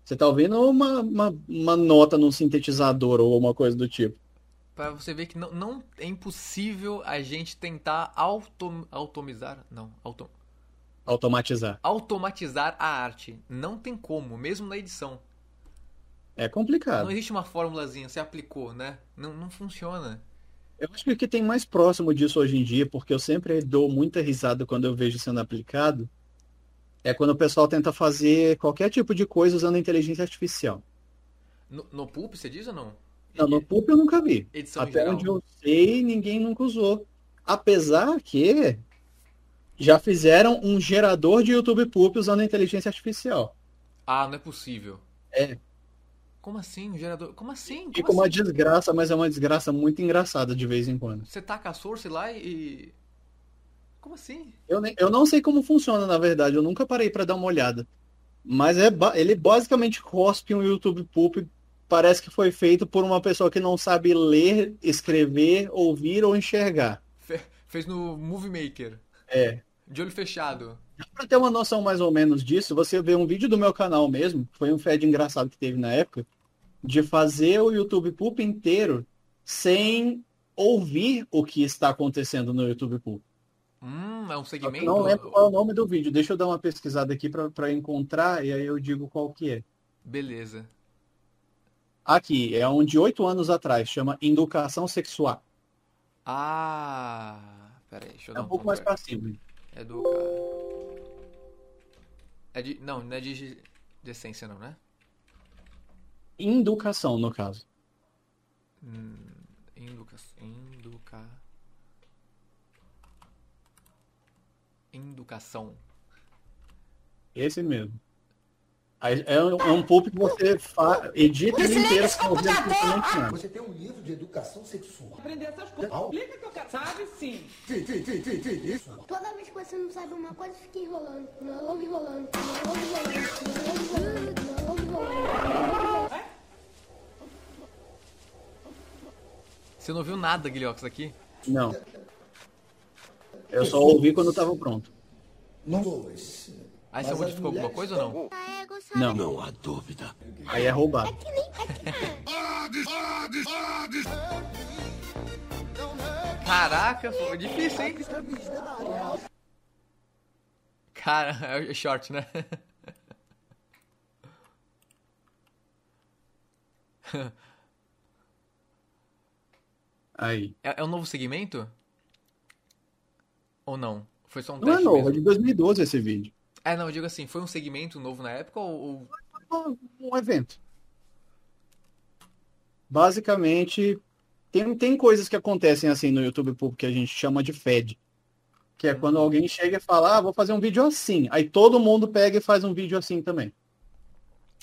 Speaker 2: Você tá ouvindo uma, uma, uma nota num sintetizador ou uma coisa do tipo.
Speaker 1: Pra você ver que não, não é impossível a gente tentar autom, automizar. Não, autom,
Speaker 2: Automatizar.
Speaker 1: automatizar a arte. Não tem como, mesmo na edição.
Speaker 2: É
Speaker 1: Não
Speaker 2: complicado.
Speaker 1: existe uma formulazinha, você aplicou, né? Não, não funciona.
Speaker 2: Eu acho que o que tem mais próximo disso hoje em dia, porque eu sempre dou muita risada quando eu vejo sendo aplicado, é quando o pessoal tenta fazer qualquer tipo de coisa usando inteligência artificial.
Speaker 1: No, no pulp, você diz ou não?
Speaker 2: Não,
Speaker 1: É.
Speaker 2: no Pulp eu nunca vi.
Speaker 1: Edição em
Speaker 2: Até
Speaker 1: geral.
Speaker 2: onde eu sei, ninguém nunca usou. Apesar que já fizeram um gerador de YouTube Pulp usando inteligência artificial.
Speaker 1: Ah, não é possível.
Speaker 2: É.
Speaker 1: Como assim, um gerador? Como assim? Como
Speaker 2: Fica uma
Speaker 1: assim?
Speaker 2: desgraça, mas é uma desgraça muito engraçada de vez em quando.
Speaker 1: Você taca a source lá e. Como assim?
Speaker 2: Eu, nem- eu não sei como funciona, na verdade. Eu nunca parei pra dar uma olhada. Mas é ba- ele basicamente cospe um YouTube Pulp. Parece que foi feito por uma pessoa que não sabe ler, escrever, ouvir ou enxergar.
Speaker 1: Fe- fez no Movie Maker.
Speaker 2: É.
Speaker 1: De olho fechado.
Speaker 2: Pra ter uma noção mais ou menos disso, você vê um vídeo do meu canal mesmo, foi um fed engraçado que teve na época, de fazer o YouTube Pulp inteiro sem ouvir o que está acontecendo no YouTube Pulp.
Speaker 1: Hum, é um
Speaker 2: Só que
Speaker 1: segmento?
Speaker 2: eu não lembro qual é o nome do vídeo. Deixa eu dar uma pesquisada aqui pra pra encontrar e aí eu digo qual que é.
Speaker 1: Beleza.
Speaker 2: Aqui, é um de oito anos atrás, chama Educação Sexual.
Speaker 1: Ah. Pera aí, deixa eu
Speaker 2: É
Speaker 1: dar
Speaker 2: um pouco mais pra cima.
Speaker 1: É do cara. É de. Não, não é de, de essência, não, né?
Speaker 2: Inducação, no caso.
Speaker 1: Induca. Induca. Inducação.
Speaker 2: Esse mesmo. Aí É um, é um pulp que você fa- edita ele
Speaker 5: Desliga
Speaker 2: inteiro
Speaker 5: esse
Speaker 2: sem ouvir
Speaker 5: computador!
Speaker 2: absolutamente nada.
Speaker 3: Você tem um livro de educação sexual.
Speaker 6: Aprender essas coisas.
Speaker 3: Não.
Speaker 6: Explica que eu quero. Sabe sim.
Speaker 3: Sim, sim, sim, sim, sim, isso.
Speaker 5: Toda vez que você não sabe uma coisa, fica enrolando. Enrolando, enrolando. Enrolando, enrolando. Enrolando, enrolando. Enrolando, enrolando.
Speaker 1: Você não viu nada, Guilhox, aqui?
Speaker 2: Não. Eu só ouvi quando tava pronto.
Speaker 3: Não dois.
Speaker 1: Aí você
Speaker 3: Mas
Speaker 1: modificou
Speaker 3: as mulheres
Speaker 1: alguma coisa ou não?
Speaker 5: A ego sabe
Speaker 2: Não.
Speaker 3: há dúvida.
Speaker 2: Aí é roubado.
Speaker 5: que nem... É que...
Speaker 1: Caraca, foi difícil, hein? Cara, é o short, né?
Speaker 2: Aí.
Speaker 1: É, é um novo segmento? Ou não? Foi só um
Speaker 2: Não é
Speaker 1: teste
Speaker 2: novo, é
Speaker 1: mesmo?
Speaker 2: de 2012 esse vídeo.
Speaker 1: É, não, eu digo assim, foi um segmento novo na época ou... ou-
Speaker 2: um evento. Basicamente, tem, tem coisas que acontecem assim no YouTube Pub que a gente chama de Fed. Que é quando alguém chega e fala, ah, vou fazer um vídeo assim. Aí todo mundo pega e faz um vídeo assim também.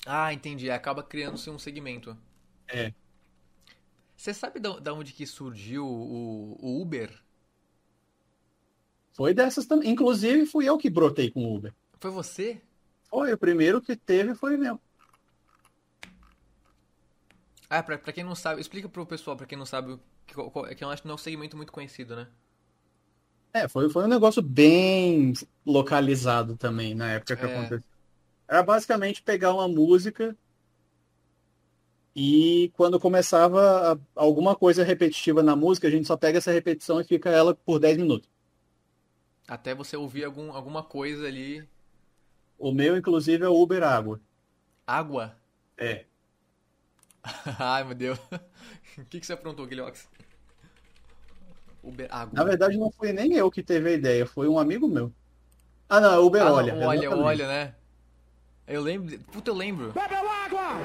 Speaker 1: Ah, entendi, acaba criando-se um segmento.
Speaker 2: É.
Speaker 1: Você sabe da, da onde que surgiu o, o Uber?
Speaker 2: Foi dessas também. Inclusive, fui eu que brotei com o Uber.
Speaker 1: Foi você?
Speaker 2: Foi, o primeiro que teve foi meu.
Speaker 1: Ah, pra, pra quem não sabe, explica pro pessoal, pra quem não sabe, o que, qual- qual- é que eu acho que não é um segmento muito conhecido, né?
Speaker 2: É, foi, foi um negócio bem localizado também na época que
Speaker 1: É.
Speaker 2: aconteceu. Era basicamente pegar uma música e quando começava a- alguma coisa repetitiva na música, a gente só pega essa repetição e fica ela por 10 minutos.
Speaker 1: Até você ouvir algum, alguma coisa ali.
Speaker 2: O meu, inclusive, é o Uber Água.
Speaker 1: Água?
Speaker 2: É.
Speaker 1: Ai, meu Deus. O que, que você aprontou, Guilhox? Uber, água.
Speaker 2: Na verdade, não foi nem eu que teve a ideia, foi um amigo meu. Ah, não, é Uber
Speaker 1: Ah,
Speaker 2: Olha.
Speaker 1: não, olha,
Speaker 2: exatamente.
Speaker 1: olha, né? Eu lembro. de- Puta, eu lembro.
Speaker 7: Bebeu água!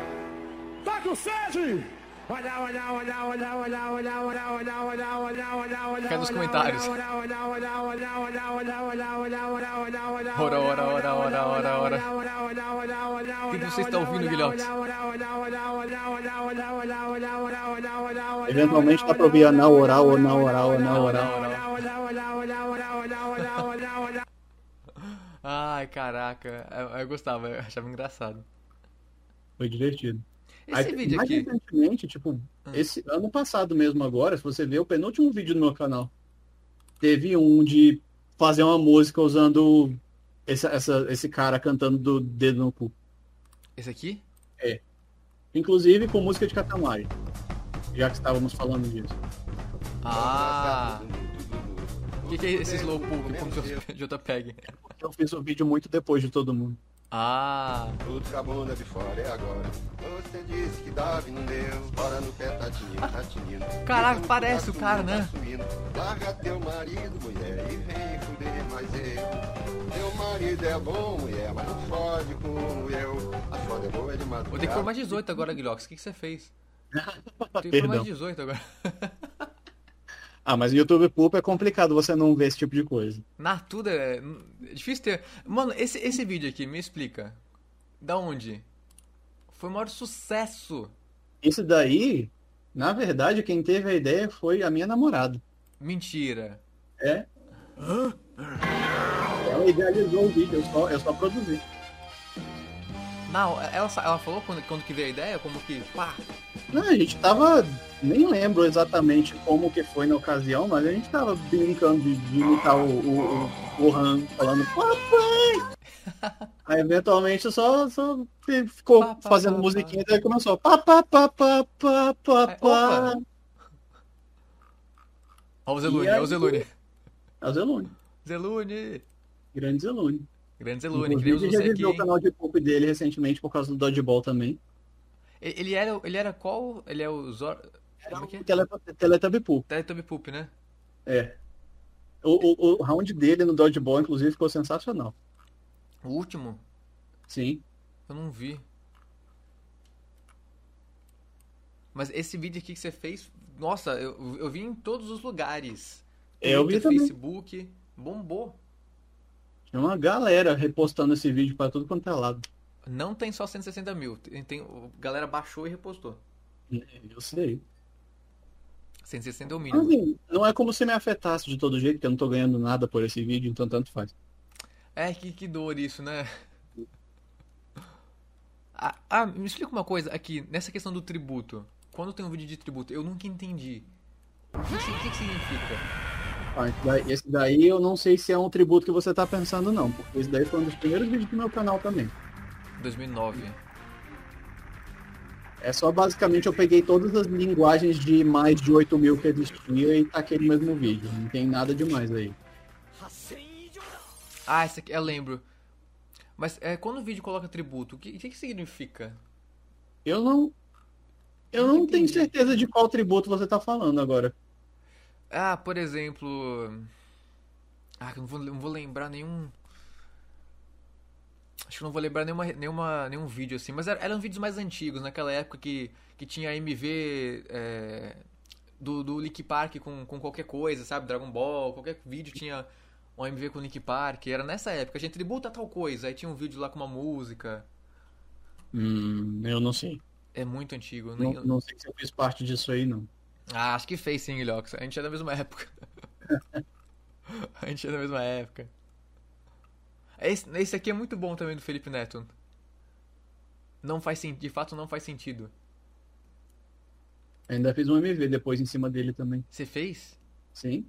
Speaker 7: Tá com sede! Olha, olha, olha, olha, olha, olha, olha, olha, olha, olha, olha, olha.
Speaker 1: Fica nos comentários.
Speaker 7: Olha, olha, olha, olha, olha, olha, olha, olha, olha, olha, olha.
Speaker 1: Ora, ora, ora, ora, ora, ora. O que você está ouvindo, Guilhox?
Speaker 2: Eventualmente dá pra ouvir anal, oral, anal, oral, anal, oral.
Speaker 1: Não, não. Ai, caraca. Eu, eu gostava, eu achava engraçado.
Speaker 2: Foi divertido.
Speaker 1: Esse
Speaker 2: Aí,
Speaker 1: vídeo
Speaker 2: mais
Speaker 1: aqui. Ah.
Speaker 2: recentemente, tipo, esse ano passado mesmo agora, se você ver o penúltimo vídeo do meu canal, teve um de fazer uma música usando esse, essa- esse cara cantando do dedo no cu.
Speaker 1: Esse aqui?
Speaker 2: Inclusive com música de Katamari. Já que estávamos falando disso.
Speaker 1: Ah! O que, que é esse slowpoke ponto JPEG?
Speaker 2: Eu fiz o vídeo muito depois de todo mundo.
Speaker 1: Ah!
Speaker 8: Tudo que a bunda de fora é agora. Você disse que dava e não deu. Bora no pé, tatinho, tatinino.
Speaker 1: Ah. Caraca,
Speaker 8: Então,
Speaker 1: parece o cara, né?
Speaker 8: tá sumindo. Larga teu marido, mulher, e vem fuder mais eu. Teu marido é bom, mulher, mas não fode como eu. A foda é boa de
Speaker 1: Vou ter que pôr mais
Speaker 8: madrugada.
Speaker 1: 18 agora, Guilhox. O que, que você fez? Tem que pôr mais
Speaker 2: Perdão.
Speaker 1: 18 agora.
Speaker 2: Ah, mas o YouTube Pulp é complicado você não ver esse tipo de coisa.
Speaker 1: Na tudo é. é difícil ter. Mano, esse, esse vídeo aqui, me explica. Da onde? Foi o maior sucesso.
Speaker 2: Isso daí, na verdade, quem teve a ideia foi a minha namorada.
Speaker 1: Mentira.
Speaker 2: É. Ela idealizou o vídeo, eu só, eu só produzi.
Speaker 1: Não, ela, sa- ela falou quando, quando que veio a ideia? Como que. Pá!
Speaker 2: Não, a gente tava. Nem lembro exatamente como que foi na ocasião, mas a gente tava brincando de, de imitar o, o, o, o Han falando papai! Aí eventualmente só, só fi- ficou
Speaker 1: Pá, pá,
Speaker 2: fazendo
Speaker 1: pá,
Speaker 2: musiquinha e daí começou. Pá, pá, pá, pá,
Speaker 1: É,
Speaker 2: pá, pá, pá.
Speaker 1: opa. Ó o
Speaker 2: E
Speaker 1: Zelune,
Speaker 2: aí-
Speaker 1: ó o Zelune.
Speaker 2: É o Zelune,
Speaker 1: Zelune!
Speaker 2: grande Zelune.
Speaker 1: Grande Zelune,
Speaker 2: Inclusive,
Speaker 1: criamos
Speaker 2: Ele
Speaker 1: você aqui.
Speaker 2: reviveu o
Speaker 1: hein?
Speaker 2: canal de pop dele recentemente por causa do Dodgeball também.
Speaker 1: Ele ele era, ele era qual? Ele é o Zor. Como é que é?
Speaker 2: Tele, Teletubby Pulp.
Speaker 1: Teletubby Poop, né?
Speaker 2: É. O, o, o round dele no Dodgeball, inclusive, ficou sensacional.
Speaker 1: O último?
Speaker 2: Sim.
Speaker 1: Eu não vi. Mas esse vídeo aqui que você fez, nossa, eu, eu vi em todos os lugares.
Speaker 2: É, eu vi
Speaker 1: Twitter,
Speaker 2: também.
Speaker 1: Facebook, bombou.
Speaker 2: Tinha uma galera repostando esse vídeo pra tudo quanto é lado.
Speaker 1: Não tem só 160 mil. Tem, tem- a galera baixou e repostou.
Speaker 2: Eu sei.
Speaker 1: 160 é o
Speaker 2: Mas,
Speaker 1: mínimo.
Speaker 2: assim, não é como se me afetasse de todo jeito, porque eu não tô ganhando nada por esse vídeo, então tanto faz.
Speaker 1: É, que, que dor isso, né? Ah, ah, me explica uma coisa aqui, nessa questão do tributo. Quando tem um vídeo de tributo, eu nunca entendi. O que, que- o que que significa?
Speaker 2: Ah, esse daí- esse daí eu não sei se é um tributo que você tá pensando, não, porque esse daí foi um dos primeiros vídeos do meu canal também.
Speaker 1: 2009.
Speaker 2: É só basicamente eu peguei todas as linguagens de mais de 8 mil que existia e taquei no mesmo vídeo. Não tem nada demais aí.
Speaker 1: Ah, essa aqui, eu lembro. Mas é, quando o vídeo coloca tributo, o que, o que que significa?
Speaker 2: Eu não. Eu não tenho certeza de qual tributo você tá falando agora.
Speaker 1: Ah, por exemplo. Ah, que eu não vou, não vou lembrar nenhum. Acho que eu não vou lembrar nenhuma, nenhuma, nenhum vídeo assim. Mas era- eram vídeos mais antigos, naquela época que, que tinha MV é, do, do Link Park com, com qualquer coisa, sabe? Dragon Ball, qualquer vídeo tinha um MV com Link Park. Era nessa época, a gente tributa a tal coisa. Aí tinha um vídeo lá com uma música.
Speaker 2: Hum, eu não sei.
Speaker 1: É muito antigo. eu
Speaker 2: Não,
Speaker 1: nem-
Speaker 2: não sei se eu fiz parte disso aí, não.
Speaker 1: Ah, acho que fez sim, Ilhox. A gente é da mesma época. A gente é da mesma época. Esse, esse aqui é muito bom também do Felipe Neto. Não faz sentido, de fato não faz sentido.
Speaker 2: Ainda fiz um MV depois em cima dele também.
Speaker 1: Você fez?
Speaker 2: Sim.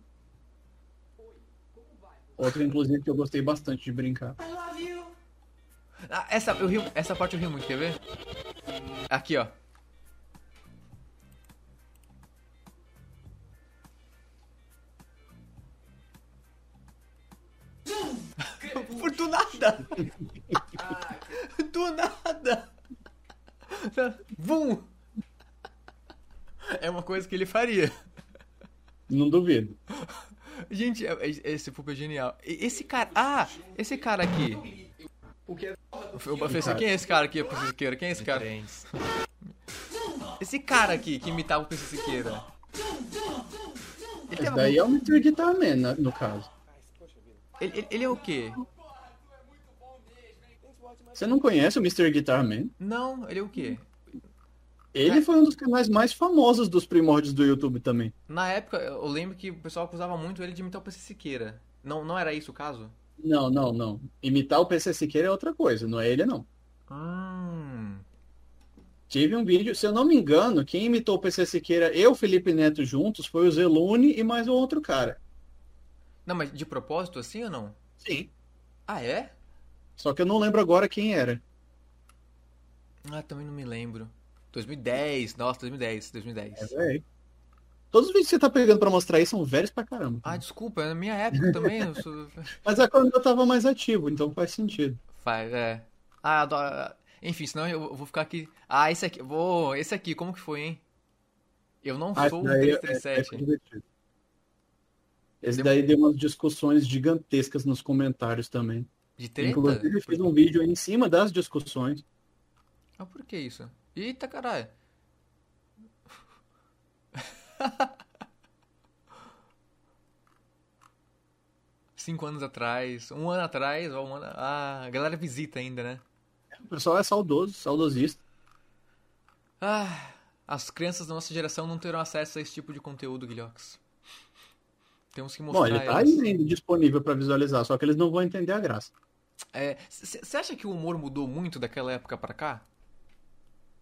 Speaker 2: Outro, inclusive, que eu gostei bastante de brincar.
Speaker 1: Ah, essa, eu rio, essa parte eu rio muito, quer ver? Aqui, ó. Por do nada! Do nada! Bum! É uma coisa que ele faria.
Speaker 2: Não duvido.
Speaker 1: Gente, é- é- esse pulpo é genial. E- Esse cara. Ah! Esse cara aqui. Eu falei assim, quem é esse cara aqui, PC Siqueira? Quem é esse cara? Esse cara aqui que imitava o PC Siqueira. Ele,
Speaker 2: Esse
Speaker 1: é
Speaker 2: daí é o Mr. Guitar Man, na- no caso.
Speaker 1: ele- ele- ele é o quê?
Speaker 2: Você não conhece o Mr. Guitar Man?
Speaker 1: Não, ele é o quê?
Speaker 2: Ele foi um dos canais mais famosos dos primórdios do YouTube também.
Speaker 1: Na época, eu lembro que o pessoal acusava muito ele de imitar o PC Siqueira. Não, não era isso o caso?
Speaker 2: Não, não, não. Imitar o PC Siqueira é outra coisa, não é ele não.
Speaker 1: Hum.
Speaker 2: Tive um vídeo, se eu não me engano, quem imitou o PC Siqueira e o Felipe Neto juntos foi o Zelune e mais um outro cara.
Speaker 1: Não, mas de propósito assim ou não?
Speaker 2: Sim.
Speaker 1: Ah, é?
Speaker 2: Só que eu não lembro agora quem era.
Speaker 1: Ah, também não me lembro. 2010, nossa, 2010, 2010.
Speaker 2: É, véi. Todos os vídeos que você tá pegando pra mostrar aí são velhos pra caramba.
Speaker 1: Ah, desculpa, é na minha época também. Eu sou...
Speaker 2: Mas é quando eu tava mais ativo, então faz sentido.
Speaker 1: Faz, é. Ah, adoro... Enfim, senão eu vou ficar aqui. Ah, esse aqui. Vou... Esse aqui, como que foi, hein? Eu não
Speaker 2: Ah,
Speaker 1: sou um
Speaker 2: esse daí é- é
Speaker 1: 337.
Speaker 2: divertido. Esse daí
Speaker 1: um
Speaker 2: deu umas discussões gigantescas nos comentários também.
Speaker 1: De treta?
Speaker 2: Inclusive, eu fiz um vídeo em cima das discussões.
Speaker 1: Ah, por que isso? Eita, caralho. Cinco anos atrás, um ano atrás, ó, um ano... Ah, a galera visita ainda, né?
Speaker 2: O pessoal é saudoso, saudosista.
Speaker 1: Ah, as crianças da nossa geração não terão acesso a esse tipo de conteúdo, Guilhox. Temos que
Speaker 2: Bom, ele
Speaker 1: mostrar
Speaker 2: tá
Speaker 1: eles.
Speaker 2: aí ainda disponível pra visualizar, só que eles não vão entender a graça.
Speaker 1: É, Você acha que o humor mudou muito daquela época pra cá?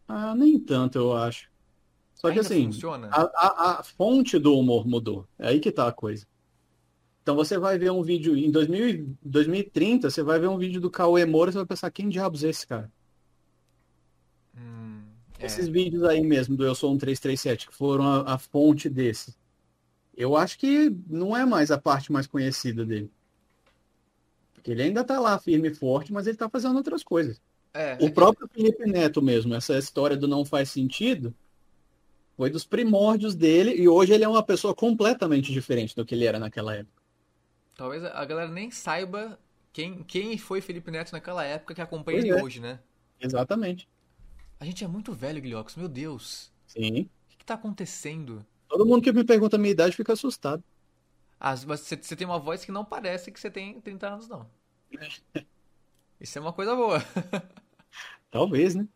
Speaker 2: Ah, nem tanto, eu acho. Só que
Speaker 1: Ainda
Speaker 2: assim,
Speaker 1: funciona?
Speaker 2: a, a- a fonte do humor mudou. É aí que tá a coisa. Então você vai ver um vídeo em 2000, e- 2030, você vai ver um vídeo do Cauê Moura, você vai pensar, quem diabos é esse cara?
Speaker 1: Hum, é.
Speaker 2: Esses vídeos aí mesmo, do Eu Sou um 337, que foram a, a fonte desse. Eu acho que não é mais a parte mais conhecida dele. Porque ele ainda tá lá firme e forte, mas ele tá fazendo outras coisas.
Speaker 1: É,
Speaker 2: O próprio Felipe Neto mesmo, essa história do não faz sentido, foi dos primórdios dele, e hoje ele é uma pessoa completamente diferente do que ele era naquela época.
Speaker 1: talvez a galera nem saiba quem, quem foi Felipe Neto naquela época que acompanha
Speaker 2: Pois
Speaker 1: ele
Speaker 2: é.
Speaker 1: hoje, né?
Speaker 2: Exatamente.
Speaker 1: A gente é muito velho, Guilhox, meu Deus.
Speaker 2: Sim.
Speaker 1: O que, que tá acontecendo?
Speaker 2: Todo mundo que me pergunta a minha idade fica assustado.
Speaker 1: As, mas você tem uma voz que não parece que você tem 30 anos, não. Isso é uma coisa boa.
Speaker 2: Talvez, né?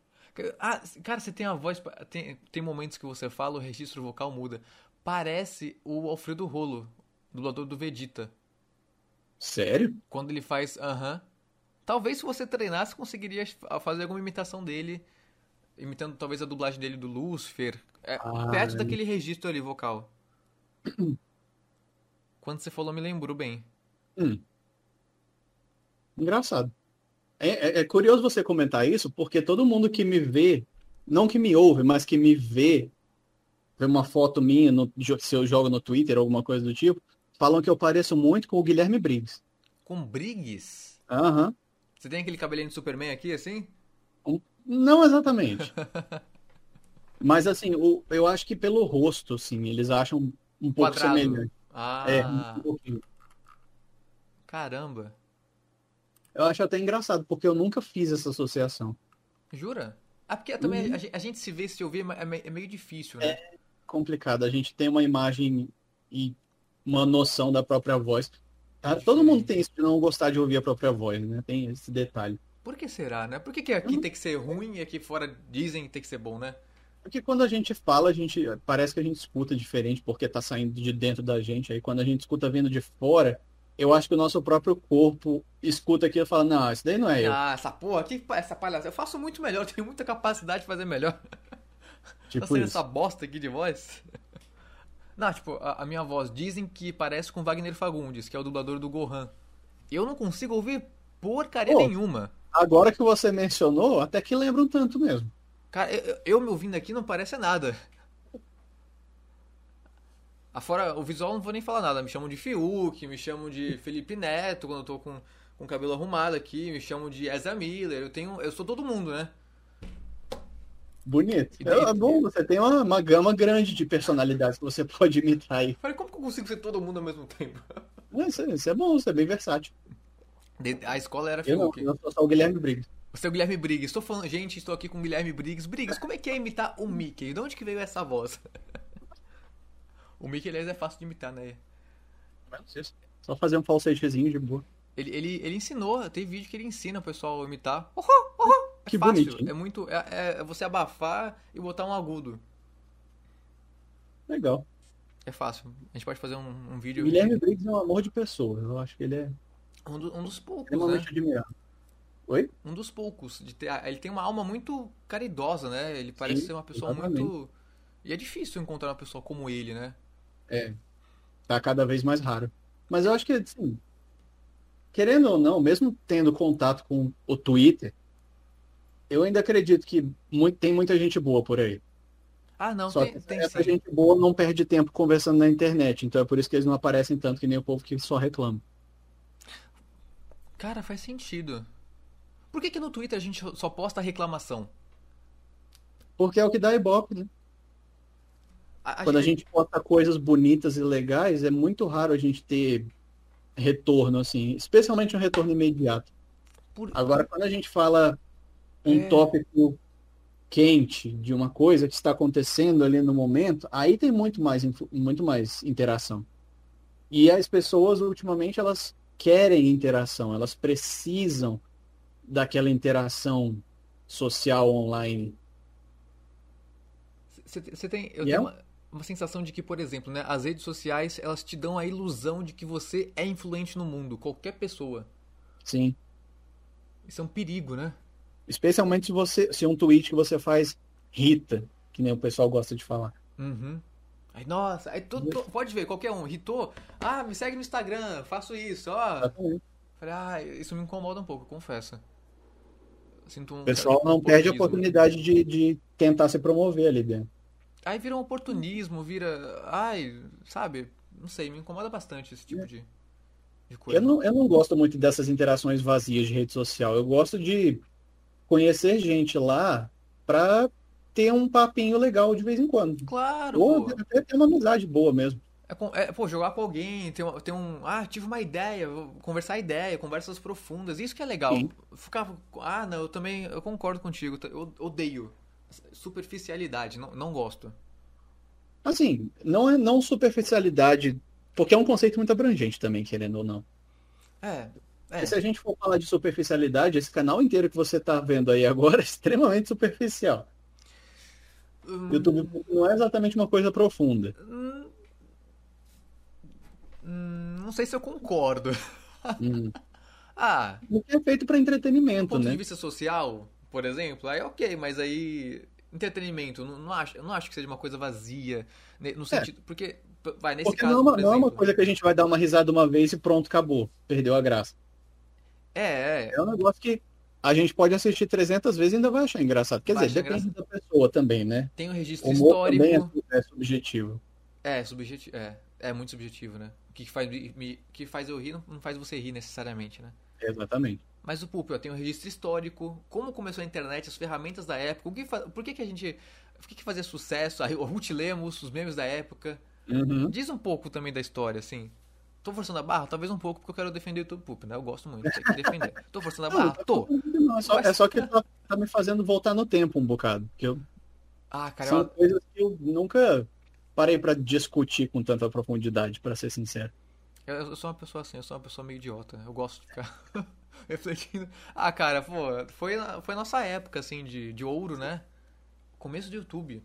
Speaker 1: Ah, cara, você tem a voz. pa- Tem, tem momentos que você fala, o registro vocal muda. Parece o Alfredo Rolo, dublador do Vegeta.
Speaker 2: Sério?
Speaker 1: Quando ele faz aham. Talvez se você treinasse, conseguiria fa- fazer alguma imitação dele. Imitando talvez a dublagem dele do Lucifer. É,
Speaker 2: Ah,
Speaker 1: perto daquele registro ali vocal. Quando você falou, me lembrou bem.
Speaker 2: Engraçado. É, é- é curioso você comentar isso, porque todo mundo que me vê, não que me ouve, mas que me vê, vê uma foto minha, no- jo- se eu jogo no Twitter, alguma coisa do tipo, falam que eu pareço muito com o Guilherme Briggs.
Speaker 1: Com Briggs?
Speaker 2: Aham.
Speaker 1: Você tem aquele cabelinho de Superman aqui, assim?
Speaker 2: Não exatamente. Mas assim, o- eu acho que pelo rosto, assim, eles acham um pouco
Speaker 1: Quadrado.
Speaker 2: semelhante. É,
Speaker 1: Ah,
Speaker 2: um pouquinho.
Speaker 1: caramba.
Speaker 2: Eu acho até engraçado, porque eu nunca fiz essa associação.
Speaker 1: Jura? Ah, porque
Speaker 2: Uhum.
Speaker 1: também a, gen- a gente se vê, se ouvir, mas é me- é meio difícil, né?
Speaker 2: complicado. A gente tem uma imagem e uma noção da própria voz. Tá? Todo mundo tem isso de não gostar de ouvir a própria voz, né? Tem esse detalhe.
Speaker 1: Por que será, né? Por que, que
Speaker 2: Uhum.
Speaker 1: aqui tem que ser ruim e aqui fora dizem que tem que ser bom, né?
Speaker 2: Porque quando a gente fala, a gente parece que a gente escuta diferente porque tá saindo de dentro da gente. Aí quando a gente escuta vindo de fora, eu acho que o nosso próprio corpo escuta aquilo e fala, não, isso daí não é eu.
Speaker 1: Ah, essa porra, que pa- essa palhaçada. Eu faço muito melhor, eu tenho muita capacidade de fazer melhor. Tá
Speaker 2: Tipo
Speaker 1: sendo
Speaker 2: isso.
Speaker 1: essa bosta aqui de voz? Não, tipo, a, a minha voz dizem que parece com Wagner Fagundes, que é o dublador do Gohan. Eu não consigo ouvir porcaria
Speaker 2: Pô.
Speaker 1: nenhuma.
Speaker 2: Agora que você mencionou, até que lembra um tanto mesmo.
Speaker 1: Cara, eu, eu- eu me ouvindo aqui não parece nada. Afora, o visual eu não vou nem falar nada. Me chamam de Fiuk, me chamam de Felipe Neto quando eu tô com, com o cabelo arrumado aqui, me chamam de Ezra Miller. Eu tenho, eu sou todo mundo, né?
Speaker 2: Bonito.
Speaker 1: E daí-
Speaker 2: É, é bom, você tem uma, uma gama grande de personalidades que você pode imitar aí.
Speaker 1: Falei, como que eu consigo ser todo mundo ao mesmo tempo?
Speaker 2: É, Isso, isso é bom, isso é bem versátil.
Speaker 1: De- A escola era
Speaker 2: Eu não,
Speaker 1: Fiuk. é
Speaker 2: eu sou só o Guilherme Briggs.
Speaker 1: O seu Guilherme Briggs. Estou falando, gente, estou aqui com o Guilherme Briggs. Briggs, como é que é imitar o Mickey? De onde que veio essa voz? o Mickey, aliás, é fácil de imitar, né?
Speaker 2: Só fazer um falsetezinho de boa.
Speaker 1: Ele, ele, ele ensinou, tem vídeo que ele ensina o pessoal a imitar. Uhum, uhum. É
Speaker 2: Que
Speaker 1: fácil,
Speaker 2: bonitinho.
Speaker 1: é muito. É, é você abafar e botar um agudo.
Speaker 2: Legal.
Speaker 1: É fácil. A gente pode fazer um, um
Speaker 2: O
Speaker 1: vídeo.
Speaker 2: Guilherme Briggs é um amor de pessoa. Eu acho que ele é
Speaker 1: Um, do- um dos poucos, né?
Speaker 2: extremamente admirável. Oi?
Speaker 1: Um dos poucos. De ter, ah, ele tem uma alma muito caridosa, né? Ele parece
Speaker 2: Sim,
Speaker 1: ser uma pessoa
Speaker 2: exatamente.
Speaker 1: muito. E é difícil encontrar uma pessoa como ele, né?
Speaker 2: Tá cada vez mais raro. Mas eu acho que, assim, querendo ou não, mesmo tendo contato com o Twitter, eu ainda acredito que muito- tem muita gente boa por aí.
Speaker 1: Ah, não,
Speaker 2: Só
Speaker 1: tem,
Speaker 2: que é
Speaker 1: tem
Speaker 2: essa
Speaker 1: sim.
Speaker 2: gente boa não perde tempo conversando na internet. Então é por isso que eles não aparecem tanto que nem o povo que só reclama.
Speaker 1: Cara, faz sentido. Por que, que no Twitter a gente só posta reclamação?
Speaker 2: Porque é o que dá ibope, né?
Speaker 1: A- a
Speaker 2: Quando a gente posta coisas bonitas e legais, é muito raro a gente ter retorno, assim, especialmente um retorno imediato.
Speaker 1: Por-
Speaker 2: Agora, quando a gente fala um
Speaker 1: É.
Speaker 2: tópico quente de uma coisa que está acontecendo ali no momento, aí tem muito mais, influ- muito mais interação. E as pessoas, ultimamente, elas querem interação, elas precisam daquela interação social online.
Speaker 1: Você tem, eu
Speaker 2: E
Speaker 1: tenho
Speaker 2: é um-
Speaker 1: uma, uma sensação de que, por exemplo, né, as redes sociais elas te dão a ilusão de que você é influente no mundo, qualquer pessoa.
Speaker 2: Sim.
Speaker 1: Isso é um perigo, né?
Speaker 2: Especialmente se você, se um tweet que você faz irrita, que nem o pessoal gosta de falar.
Speaker 1: Uhum. Aí, nossa, aí tu, tu- pode ver, qualquer um, irritou. Ah, me segue no Instagram, faço isso, ó.
Speaker 2: Exatamente.
Speaker 1: Falei, ah, isso me incomoda um pouco, eu confesso. Sinto um
Speaker 2: O pessoal
Speaker 1: certo
Speaker 2: não perde a
Speaker 1: oportunismo.
Speaker 2: oportunidade de, de tentar se promover ali dentro.
Speaker 1: Aí vira um oportunismo, vira. Ai, sabe? Não sei, me incomoda bastante esse tipo de, de coisa.
Speaker 2: É. Eu não, eu não gosto muito dessas interações vazias de rede social. Eu gosto de conhecer gente lá pra ter um papinho legal de vez em quando.
Speaker 1: Claro,
Speaker 2: Ou
Speaker 1: pô.
Speaker 2: até ter uma amizade boa mesmo.
Speaker 1: É, com- é, pô, jogar com alguém, ter, um- ter um. Ah, tive uma ideia, vou conversar ideia, conversas profundas, isso que é legal.
Speaker 2: Sim.
Speaker 1: Ficar. Ah, não, eu também. Eu concordo contigo, tá- eu odeio. Superficialidade, não, não gosto.
Speaker 2: Assim, não é não superficialidade, porque é um conceito muito abrangente também, querendo ou não.
Speaker 1: É, É.
Speaker 2: E se a gente for falar de superficialidade, esse canal inteiro que você tá vendo aí agora é extremamente superficial.
Speaker 1: Hum.
Speaker 2: YouTube não é exatamente uma coisa profunda.
Speaker 1: Hum, Não sei se eu concordo.
Speaker 2: Hum.
Speaker 1: Ah,
Speaker 2: O que é feito para
Speaker 1: do
Speaker 2: entretenimento,
Speaker 1: ponto
Speaker 2: né?
Speaker 1: de vista social, por exemplo, aí ok, mas aí. Entretenimento, não, não acho, eu não acho que seja uma coisa vazia. ne- No sentido. Porque, p- vai, nesse
Speaker 2: É. Porque
Speaker 1: caso,
Speaker 2: não, é uma-
Speaker 1: por
Speaker 2: não é uma
Speaker 1: exemplo,
Speaker 2: coisa que a gente vai dar uma risada uma vez e pronto, acabou. Perdeu a graça.
Speaker 1: É, é.
Speaker 2: É um negócio que a gente pode assistir 300 vezes e ainda vai achar engraçado. Quer
Speaker 1: Vai
Speaker 2: dizer,
Speaker 1: achar
Speaker 2: depende da pessoa também, né?
Speaker 1: Tem um registro
Speaker 2: O humor também
Speaker 1: histórico.
Speaker 2: é, é subjetivo.
Speaker 1: É, subjetivo. É, é muito subjetivo, né? O que faz, me- me- que faz eu rir não- não faz você rir necessariamente, né?
Speaker 2: Exatamente.
Speaker 1: Mas o Pulp, ó, tem um registro histórico, como começou a internet, as ferramentas da época, o que fa- por que, que a gente. Por que, que fazia sucesso? A Ruth Lemos, os memes da época.
Speaker 2: Uhum.
Speaker 1: Diz um pouco também da história, assim. Tô forçando a barra? Talvez um pouco, porque eu quero defender o YouTube Pulp, né? Eu gosto muito, tem que defender. Tô forçando a barra? Tô.
Speaker 2: Não, é, só,
Speaker 1: Mas-
Speaker 2: é só que tá, tá me fazendo voltar no tempo um bocado. Que eu,
Speaker 1: Ah, cara,
Speaker 2: são
Speaker 1: eu,
Speaker 2: coisas que eu nunca parei pra discutir com tanta profundidade, pra ser sincero.
Speaker 1: eu- eu sou uma pessoa assim, eu sou uma pessoa meio idiota. Eu gosto de ficar refletindo. Ah, cara, pô, foi, a- foi a nossa época, assim, de, de ouro, né? Começo do YouTube.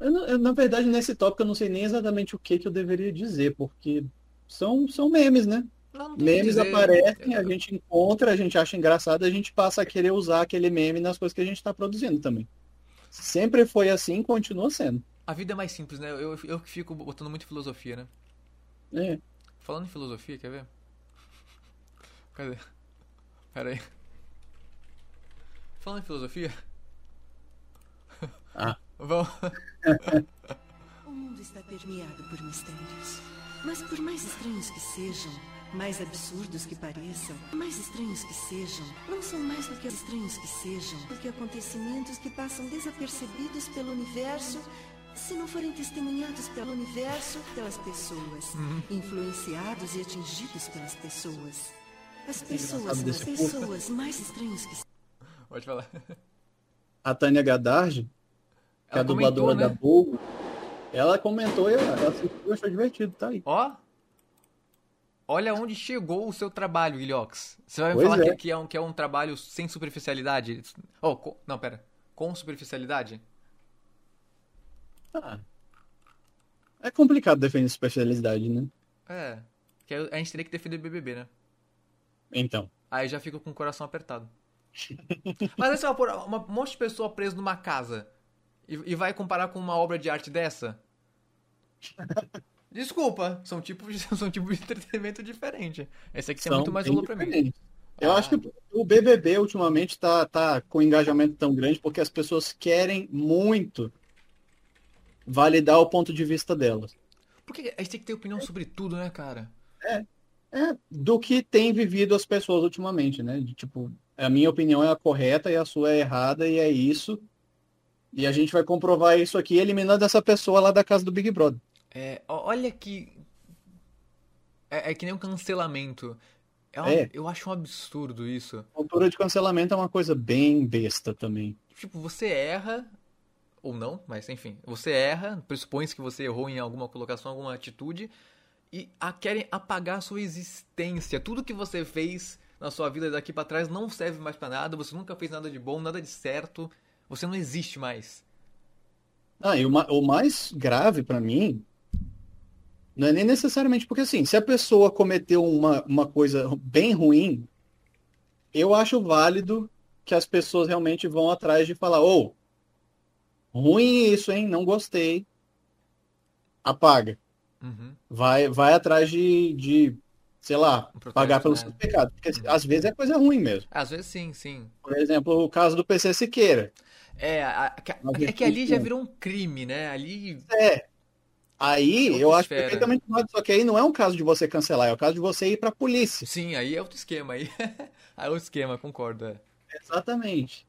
Speaker 2: Eu não- eu, na verdade, nesse tópico eu não sei nem exatamente o que, que eu deveria dizer, porque são, são memes, né?
Speaker 1: Não, não tem o que
Speaker 2: Memes
Speaker 1: dizer.
Speaker 2: aparecem, a gente encontra, a gente acha engraçado, a gente passa a querer usar aquele meme nas coisas que a gente está produzindo também. Sempre foi assim e continua sendo.
Speaker 1: A vida é mais simples, né? Eu, eu que fico botando muito filosofia, né?
Speaker 2: É.
Speaker 1: Falando em filosofia, quer ver? Cadê? Pera aí. Falando em filosofia.
Speaker 2: Ah.
Speaker 1: Vamos.
Speaker 9: O mundo está permeado por mistérios. Mas por mais estranhos que sejam, mais absurdos que pareçam, mais estranhos que sejam, não são mais do que estranhos que sejam, do que acontecimentos que passam desapercebidos pelo universo, se não forem testemunhados pelo universo, pelas pessoas, influenciados e atingidos pelas pessoas. As pessoas são as
Speaker 2: desse povo.
Speaker 9: pessoas mais estranhas que
Speaker 1: Pode falar.
Speaker 2: A Tânia Gadardi, que é a
Speaker 1: Ela comentou,
Speaker 2: dubladora da
Speaker 1: né?
Speaker 2: Bulbo, ela comentou e ela, ela assistiu, achou divertido, tá aí.
Speaker 1: Ó. Olha onde chegou o seu trabalho, Ilhox. Você vai me
Speaker 2: Pois
Speaker 1: falar
Speaker 2: é.
Speaker 1: que, que é um, que é um trabalho sem superficialidade? Oh, co- não, pera. Com superficialidade?
Speaker 2: Ah. É complicado defender especialidade, né?
Speaker 1: É. Que aí a gente teria que defender o BBB, né?
Speaker 2: Então.
Speaker 1: Aí eu já fico com o coração apertado. Mas aí você vai pôr uma- um monte de pessoa presa numa casa e, e vai comparar com uma obra de arte dessa? Desculpa, são tipos de, são tipos de entretenimento diferente. Esse aqui tem
Speaker 2: são
Speaker 1: é muito mais
Speaker 2: bem
Speaker 1: valor pra mim.
Speaker 2: diferentes. Então, Eu
Speaker 1: Ah.
Speaker 2: acho que o BBB ultimamente tá, tá com um engajamento tão grande porque as pessoas querem muito validar o ponto de vista delas.
Speaker 1: Porque a gente tem que ter opinião sobre tudo, né, cara?
Speaker 2: É, do que tem vivido as pessoas ultimamente, né? De, tipo, a minha opinião é a correta e a sua é errada e é isso. E a gente vai comprovar isso aqui eliminando essa pessoa lá da casa do Big Brother.
Speaker 1: É, ó- olha que. É, é que nem um cancelamento. É um-
Speaker 2: É.
Speaker 1: Eu acho um absurdo isso.
Speaker 2: Cultura de cancelamento é uma coisa bem besta também.
Speaker 1: Tipo, você erra, ou não, mas enfim, você erra, pressupõe que você errou em alguma colocação, alguma atitude, e a- querem apagar a sua existência. Tudo que você fez na sua vida daqui pra trás não serve mais pra nada, você nunca fez nada de bom, nada de certo, você não existe mais.
Speaker 2: Ah, e o, ma- o mais grave pra mim não é nem necessariamente porque assim, se a pessoa cometeu uma, uma coisa bem ruim, eu acho válido que as pessoas realmente vão atrás de falar, ô, ruim isso, hein? Não gostei. Apaga.
Speaker 1: Uhum.
Speaker 2: Vai, vai atrás de, de, sei lá,
Speaker 1: Um protesto,
Speaker 2: pagar pelos
Speaker 1: né?
Speaker 2: seus pecados. Porque às vezes é coisa ruim mesmo.
Speaker 1: Às vezes sim, sim.
Speaker 2: Por exemplo, o caso do PC Siqueira.
Speaker 1: É, a- a-
Speaker 2: Mas
Speaker 1: é que ali já
Speaker 2: enfim.
Speaker 1: virou um crime, né? Ali.
Speaker 2: É. Aí
Speaker 1: Outra
Speaker 2: eu acho
Speaker 1: esfera.
Speaker 2: perfeitamente válido, só que aí não é um caso de você cancelar, é o caso de você ir pra polícia.
Speaker 1: Sim, aí é outro esquema. Aí, aí é outro esquema, concordo. é.
Speaker 2: Exatamente.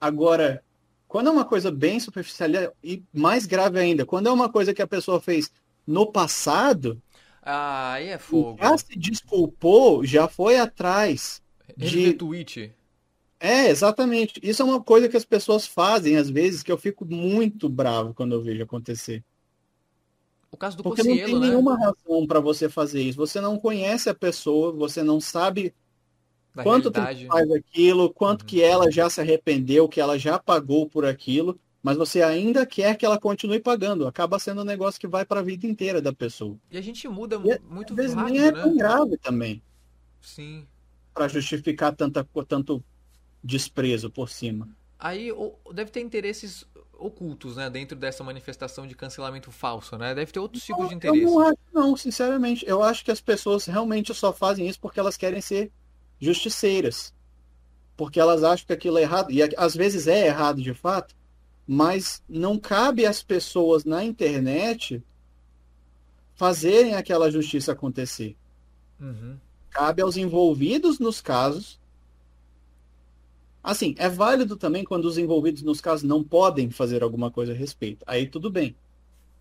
Speaker 2: Agora, quando é uma coisa bem superficial e mais grave ainda, quando é uma coisa que a pessoa fez no passado,
Speaker 1: Ah, aí é
Speaker 2: e
Speaker 1: fogo.
Speaker 2: já se desculpou, já foi atrás.
Speaker 1: Rede
Speaker 2: de-
Speaker 1: do Twitch.
Speaker 2: É, exatamente. Isso é uma coisa que as pessoas fazem às vezes que eu fico muito bravo quando eu vejo acontecer.
Speaker 1: É O caso do
Speaker 2: Porque não tem
Speaker 1: Cossielo, né?
Speaker 2: nenhuma razão pra você fazer isso. Você não conhece a pessoa, você não sabe
Speaker 1: Na
Speaker 2: quanto
Speaker 1: realidade. Uhum.
Speaker 2: tempo faz aquilo, quanto que ela já se arrependeu, que ela já pagou por aquilo, mas você ainda quer que ela continue pagando. Acaba sendo um negócio que vai pra vida inteira da pessoa.
Speaker 1: E a gente muda
Speaker 2: E,
Speaker 1: muito
Speaker 2: Às vezes
Speaker 1: rápido,
Speaker 2: nem é
Speaker 1: né?
Speaker 2: tão grave também,
Speaker 1: Sim.
Speaker 2: Pra justificar tanta, co- tanto desprezo por cima.
Speaker 1: Aí o- deve ter interesses ocultos, né? Dentro dessa manifestação de cancelamento falso, né? Deve ter outros tipos de
Speaker 2: Eu
Speaker 1: interesse.
Speaker 2: não acho, não, sinceramente. Eu acho que as pessoas realmente só fazem isso porque elas querem ser justiceiras. Porque elas acham que aquilo é errado. E a- às vezes é errado de fato, mas não cabe às pessoas na internet fazerem aquela justiça acontecer.
Speaker 1: Uhum.
Speaker 2: Cabe aos envolvidos nos casos. Assim, é válido também quando os envolvidos nos casos não podem fazer alguma coisa a respeito. Aí tudo bem.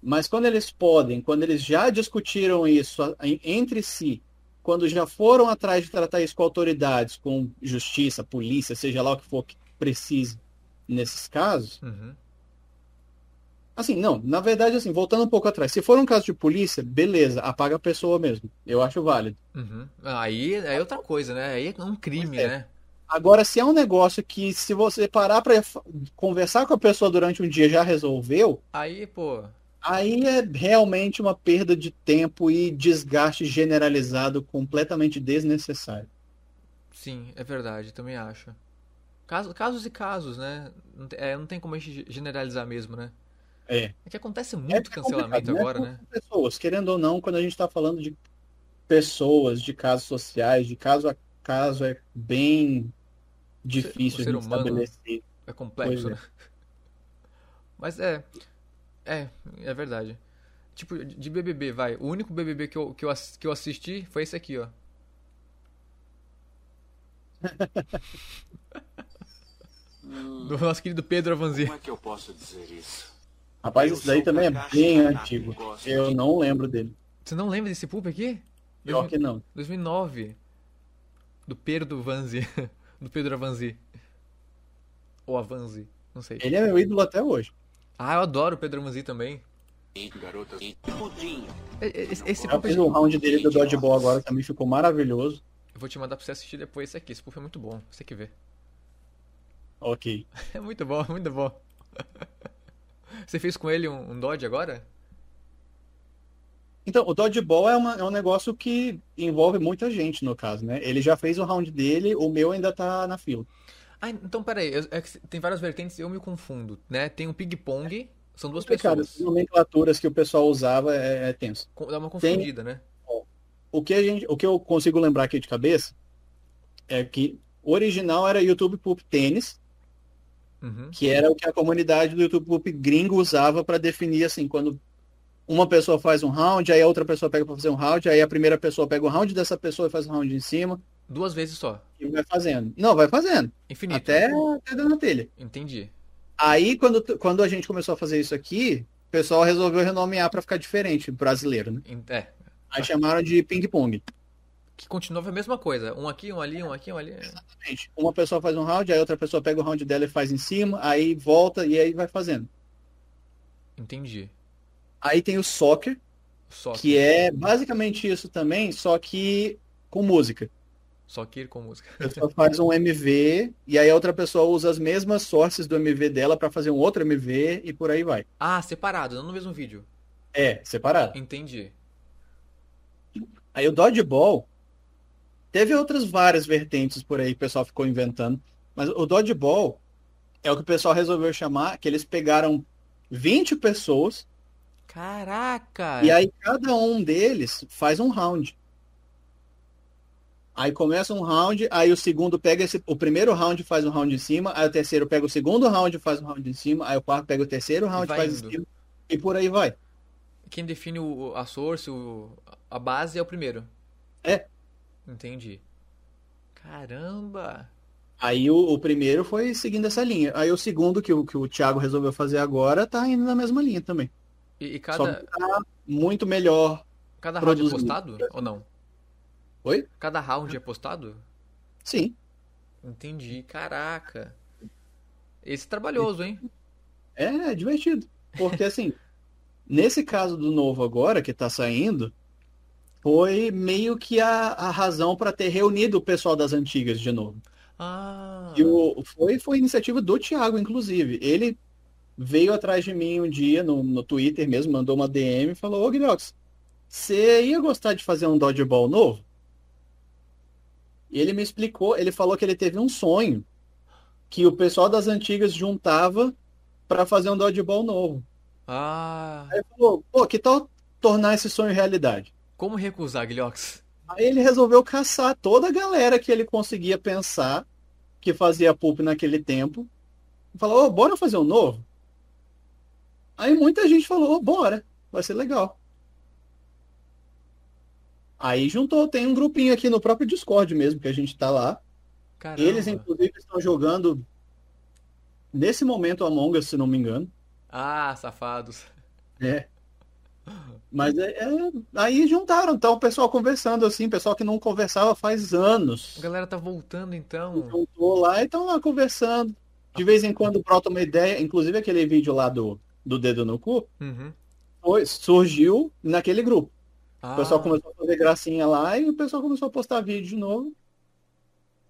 Speaker 2: Mas quando eles podem, quando eles já discutiram isso a- em- entre si, quando já foram atrás de tratar isso com autoridades, com justiça, polícia, seja lá o que for que precise nesses casos,
Speaker 1: Uhum.
Speaker 2: Assim, não, na verdade, assim, voltando um pouco atrás, se for um caso de polícia, beleza, apaga a pessoa mesmo. Eu acho válido.
Speaker 1: Uhum. Aí é outra coisa, né? Aí é um crime,
Speaker 2: Pois é.
Speaker 1: né?
Speaker 2: Agora, se é um negócio que, se você parar pra fa- conversar com a pessoa durante um dia já resolveu,
Speaker 1: Aí, pô,
Speaker 2: aí é realmente uma perda de tempo e desgaste generalizado completamente desnecessário.
Speaker 1: sim, é verdade, também acho. Caso- casos e casos, né? Não, te- é, não tem como a gente generalizar mesmo, né?
Speaker 2: É.
Speaker 1: É que acontece
Speaker 2: É
Speaker 1: muito
Speaker 2: complicado,
Speaker 1: cancelamento
Speaker 2: né?
Speaker 1: agora,
Speaker 2: Com
Speaker 1: né?
Speaker 2: Pessoas, querendo ou não, quando a gente está falando de pessoas, de casos sociais, de caso a caso, é bem difícil
Speaker 1: ser
Speaker 2: a gente
Speaker 1: humano, né?
Speaker 2: estabelecer.
Speaker 1: É complexo,
Speaker 2: Pois é.
Speaker 1: né? Mas é. É, é verdade. Tipo, de BBB, vai. O único BBB que eu, que eu, ass- que eu assisti foi esse aqui, ó. Do nosso querido Pedro Avanzi.
Speaker 3: é que eu posso dizer isso?
Speaker 2: Rapaz,
Speaker 3: Eu
Speaker 2: isso daí
Speaker 3: sou
Speaker 2: também é
Speaker 3: Kakashi
Speaker 2: bem
Speaker 3: Tanaka,
Speaker 2: antigo.
Speaker 3: gosto
Speaker 2: Eu
Speaker 3: de-
Speaker 2: não lembro dele.
Speaker 1: Você não lembra desse pulp aqui? Uhum.
Speaker 2: Pior que não.
Speaker 1: 2009. Do Pedro Vanzi. Do Pedro Avanzi. Ou Avanzi. Não sei.
Speaker 2: Ele é meu ídolo até hoje.
Speaker 1: Ah, eu adoro o Pedro Avanzi também.
Speaker 3: Garotas e pudim.
Speaker 1: E- e- Esse, esse
Speaker 2: Eu
Speaker 1: pulp
Speaker 2: fiz um round dele do Dodgeball agora, também ficou maravilhoso.
Speaker 1: Eu vou te mandar pra você assistir depois esse aqui. Esse puff é muito bom, você que vê.
Speaker 2: Ok.
Speaker 1: É muito bom, muito bom. Você fez com ele um, um dodge agora?
Speaker 2: Então, o Dodgeball é, uma- é um negócio que envolve muita gente, no caso, né? Ele já fez o round dele, o meu ainda tá na fila.
Speaker 1: Ah, então peraí, eu- é que c- tem várias vertentes e eu me confundo, né? Tem o ping-pong, são duas
Speaker 2: Complicado,
Speaker 1: pessoas.
Speaker 2: as nomenclaturas que o pessoal usava é, é tenso.
Speaker 1: Com- Dá uma confundida, né?
Speaker 2: O que, a gente, o que eu consigo lembrar aqui de cabeça é que o original era YouTube Poop Tênis,
Speaker 1: Uhum.
Speaker 2: que era o que a comunidade do YouTube Poop gringo usava para definir assim, quando uma pessoa faz um round, aí a outra pessoa pega para fazer um round, aí a primeira pessoa pega o round dessa pessoa e faz um round em cima
Speaker 1: Duas vezes só.
Speaker 2: e vai fazendo. Não, vai fazendo,
Speaker 1: Infinito.
Speaker 2: até até dar na telha.
Speaker 1: Entendi.
Speaker 2: Aí quando tu- quando a gente começou a fazer isso aqui, o pessoal resolveu renomear para ficar diferente, brasileiro, né?
Speaker 1: En- É.
Speaker 2: Aí chamaram de ping pong.
Speaker 1: Que continuava a mesma coisa. Um aqui, um ali, um aqui, um ali.
Speaker 2: Exatamente. Uma pessoa faz um round, aí outra pessoa pega o round dela e faz em cima, aí volta e aí vai fazendo.
Speaker 1: Entendi.
Speaker 2: Aí tem o soccer,
Speaker 1: Só
Speaker 2: que é basicamente isso também, só que com música.
Speaker 1: Só que ir com música.
Speaker 2: A pessoa faz um MV e aí a outra pessoa usa as mesmas sources do MV dela pra fazer um outro MV e por aí vai.
Speaker 1: Ah, separado, não no mesmo vídeo.
Speaker 2: É, separado.
Speaker 1: Entendi.
Speaker 2: Aí o Dodgeball teve outras várias vertentes por aí que o pessoal ficou inventando, mas o Dodgeball é o que o pessoal resolveu chamar, que eles pegaram 20 pessoas
Speaker 1: Caraca!
Speaker 2: E aí cada um deles faz um round. Aí começa um round, aí o segundo pega esse, o primeiro round faz um round em cima, aí o terceiro pega o segundo round faz um round em cima, aí o quarto pega o terceiro round
Speaker 1: vai
Speaker 2: faz
Speaker 1: indo.
Speaker 2: em cima e por aí vai.
Speaker 1: Quem define o, o- a source, o- a base é o primeiro.
Speaker 2: É.
Speaker 1: Entendi. Caramba!
Speaker 2: Aí o, o primeiro foi seguindo essa linha. Aí o segundo que o, que o Thiago resolveu fazer agora tá indo na mesma linha também.
Speaker 1: E, e
Speaker 2: Só
Speaker 1: cada,
Speaker 2: que tá muito melhor.
Speaker 1: cada round é
Speaker 2: produzido.
Speaker 1: postado ou não?
Speaker 2: Oi?
Speaker 1: Cada round é postado?
Speaker 2: Sim.
Speaker 1: Entendi. Caraca! Esse é trabalhoso, hein?
Speaker 2: É, é divertido. Porque assim, Nesse caso do novo agora, que tá saindo, foi meio que a, a razão para ter reunido o pessoal das antigas de novo.
Speaker 1: Ah.
Speaker 2: E o, foi, foi iniciativa do Thiago, inclusive. Ele veio atrás de mim um dia no, no Twitter mesmo, mandou uma DM e falou, ô Guilhox, você ia gostar de fazer um dodgeball novo? E ele me explicou, ele falou que ele teve um sonho que o pessoal das antigas juntava para fazer um dodgeball novo.
Speaker 1: Ah.
Speaker 2: Aí ele falou, pô, que tal tornar esse sonho realidade?
Speaker 1: Como recusar, Guilhox?
Speaker 2: Aí ele resolveu caçar toda a galera que ele conseguia pensar que fazia pulp naquele tempo. E Falou, ô, bora fazer um novo? Aí muita gente falou, ô, bora, vai ser legal. Aí juntou, tem um grupinho aqui no próprio Discord mesmo, que a gente tá lá.
Speaker 1: Caramba.
Speaker 2: Eles, inclusive, estão jogando nesse momento Among Us, se não me engano.
Speaker 1: Ah, safados.
Speaker 2: É. Mas é- é- aí juntaram, então, o pessoal conversando assim, pessoal que não conversava faz anos.
Speaker 1: A galera tá voltando
Speaker 2: Hum.
Speaker 1: então.
Speaker 2: Juntou lá e estão lá conversando. De vez em quando brota uma ideia, inclusive aquele vídeo lá do, do Dedo no Cu,
Speaker 1: Uhum.
Speaker 2: foi- surgiu naquele grupo.
Speaker 1: Ah,
Speaker 2: O pessoal começou a fazer gracinha lá e o pessoal começou a postar vídeo de novo.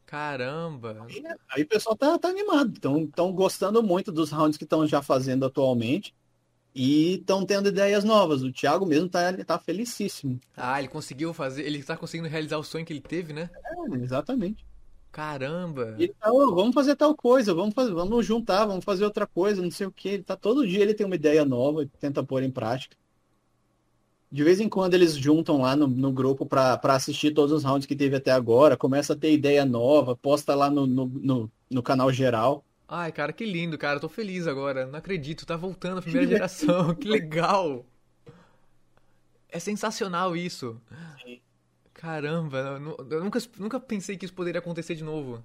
Speaker 1: caramba.
Speaker 2: E, né, Aí o pessoal tá, tá animado, estão gostando muito dos rounds que estão já fazendo atualmente e estão tendo ideias novas. O Thiago mesmo tá, tá felicíssimo.
Speaker 1: Ah, ele conseguiu fazer, ele tá conseguindo realizar o sonho que ele teve, né?
Speaker 2: É, exatamente.
Speaker 1: Caramba.
Speaker 2: E Ele tá, "Ô, vamos fazer tal coisa, vamos, fazer, vamos juntar, vamos fazer outra coisa, não sei o que. Ele tá todo dia, ele tem uma ideia nova e tenta pôr em prática. De vez em quando eles juntam lá no, no grupo pra pra assistir todos os rounds que teve até agora, começa a ter ideia nova, posta lá no, no, no, no canal geral.
Speaker 1: Ai, cara, que lindo, cara. Eu tô feliz agora. Não acredito, tá voltando a primeira geração. Que legal. É sensacional isso. Caramba, eu nu- eu nunca, nunca pensei que isso poderia acontecer de novo.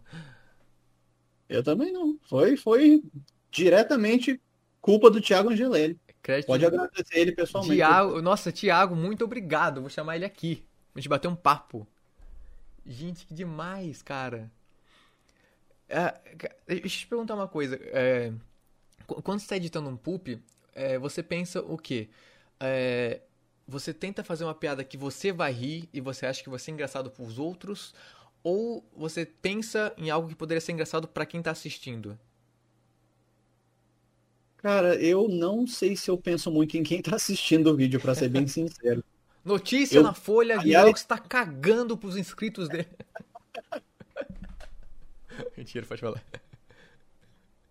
Speaker 2: Eu também não. Foi, foi diretamente culpa do Thiago Angelelli.
Speaker 1: Crédito
Speaker 2: Pode agradecer ele pessoalmente.
Speaker 1: Tiago, nossa, Tiago, muito obrigado. Vou chamar ele aqui. A gente bater um papo. Gente, que demais, cara. É, ca- deixa eu te perguntar uma coisa. É, qu- quando você está editando um poop, é, você pensa o quê? É, você tenta fazer uma piada que você vai rir e você acha que vai ser engraçado para os outros? Ou você pensa em algo que poderia ser engraçado para quem tá assistindo?
Speaker 2: Cara, eu não sei se eu penso muito em quem tá assistindo o vídeo, pra ser bem sincero.
Speaker 1: Notícia
Speaker 2: Eu-
Speaker 1: na Folha,
Speaker 2: Aliás-
Speaker 1: Guilherme está cagando pros inscritos dele. Mentira, pode falar.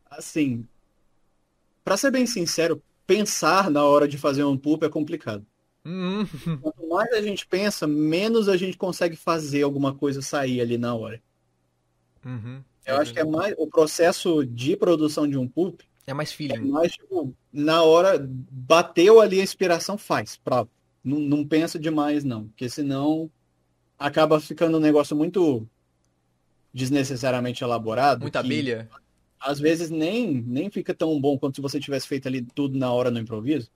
Speaker 2: Assim, pra ser bem sincero, pensar na hora de fazer um pulp é complicado.
Speaker 1: Hum,
Speaker 2: Quanto mais a gente pensa, menos a gente consegue fazer alguma coisa sair ali na hora.
Speaker 1: uhum.
Speaker 2: Eu acho que é mais o processo de produção de um pulp
Speaker 1: É mais
Speaker 2: é
Speaker 1: feeling.
Speaker 2: mais tipo, na hora bateu ali a inspiração, faz, pra, não, não pensa demais não, porque senão acaba ficando um negócio muito desnecessariamente elaborado,
Speaker 1: Muita
Speaker 2: que
Speaker 1: abelha.
Speaker 2: às vezes nem nem fica tão bom quanto se você tivesse feito ali tudo na hora no improviso.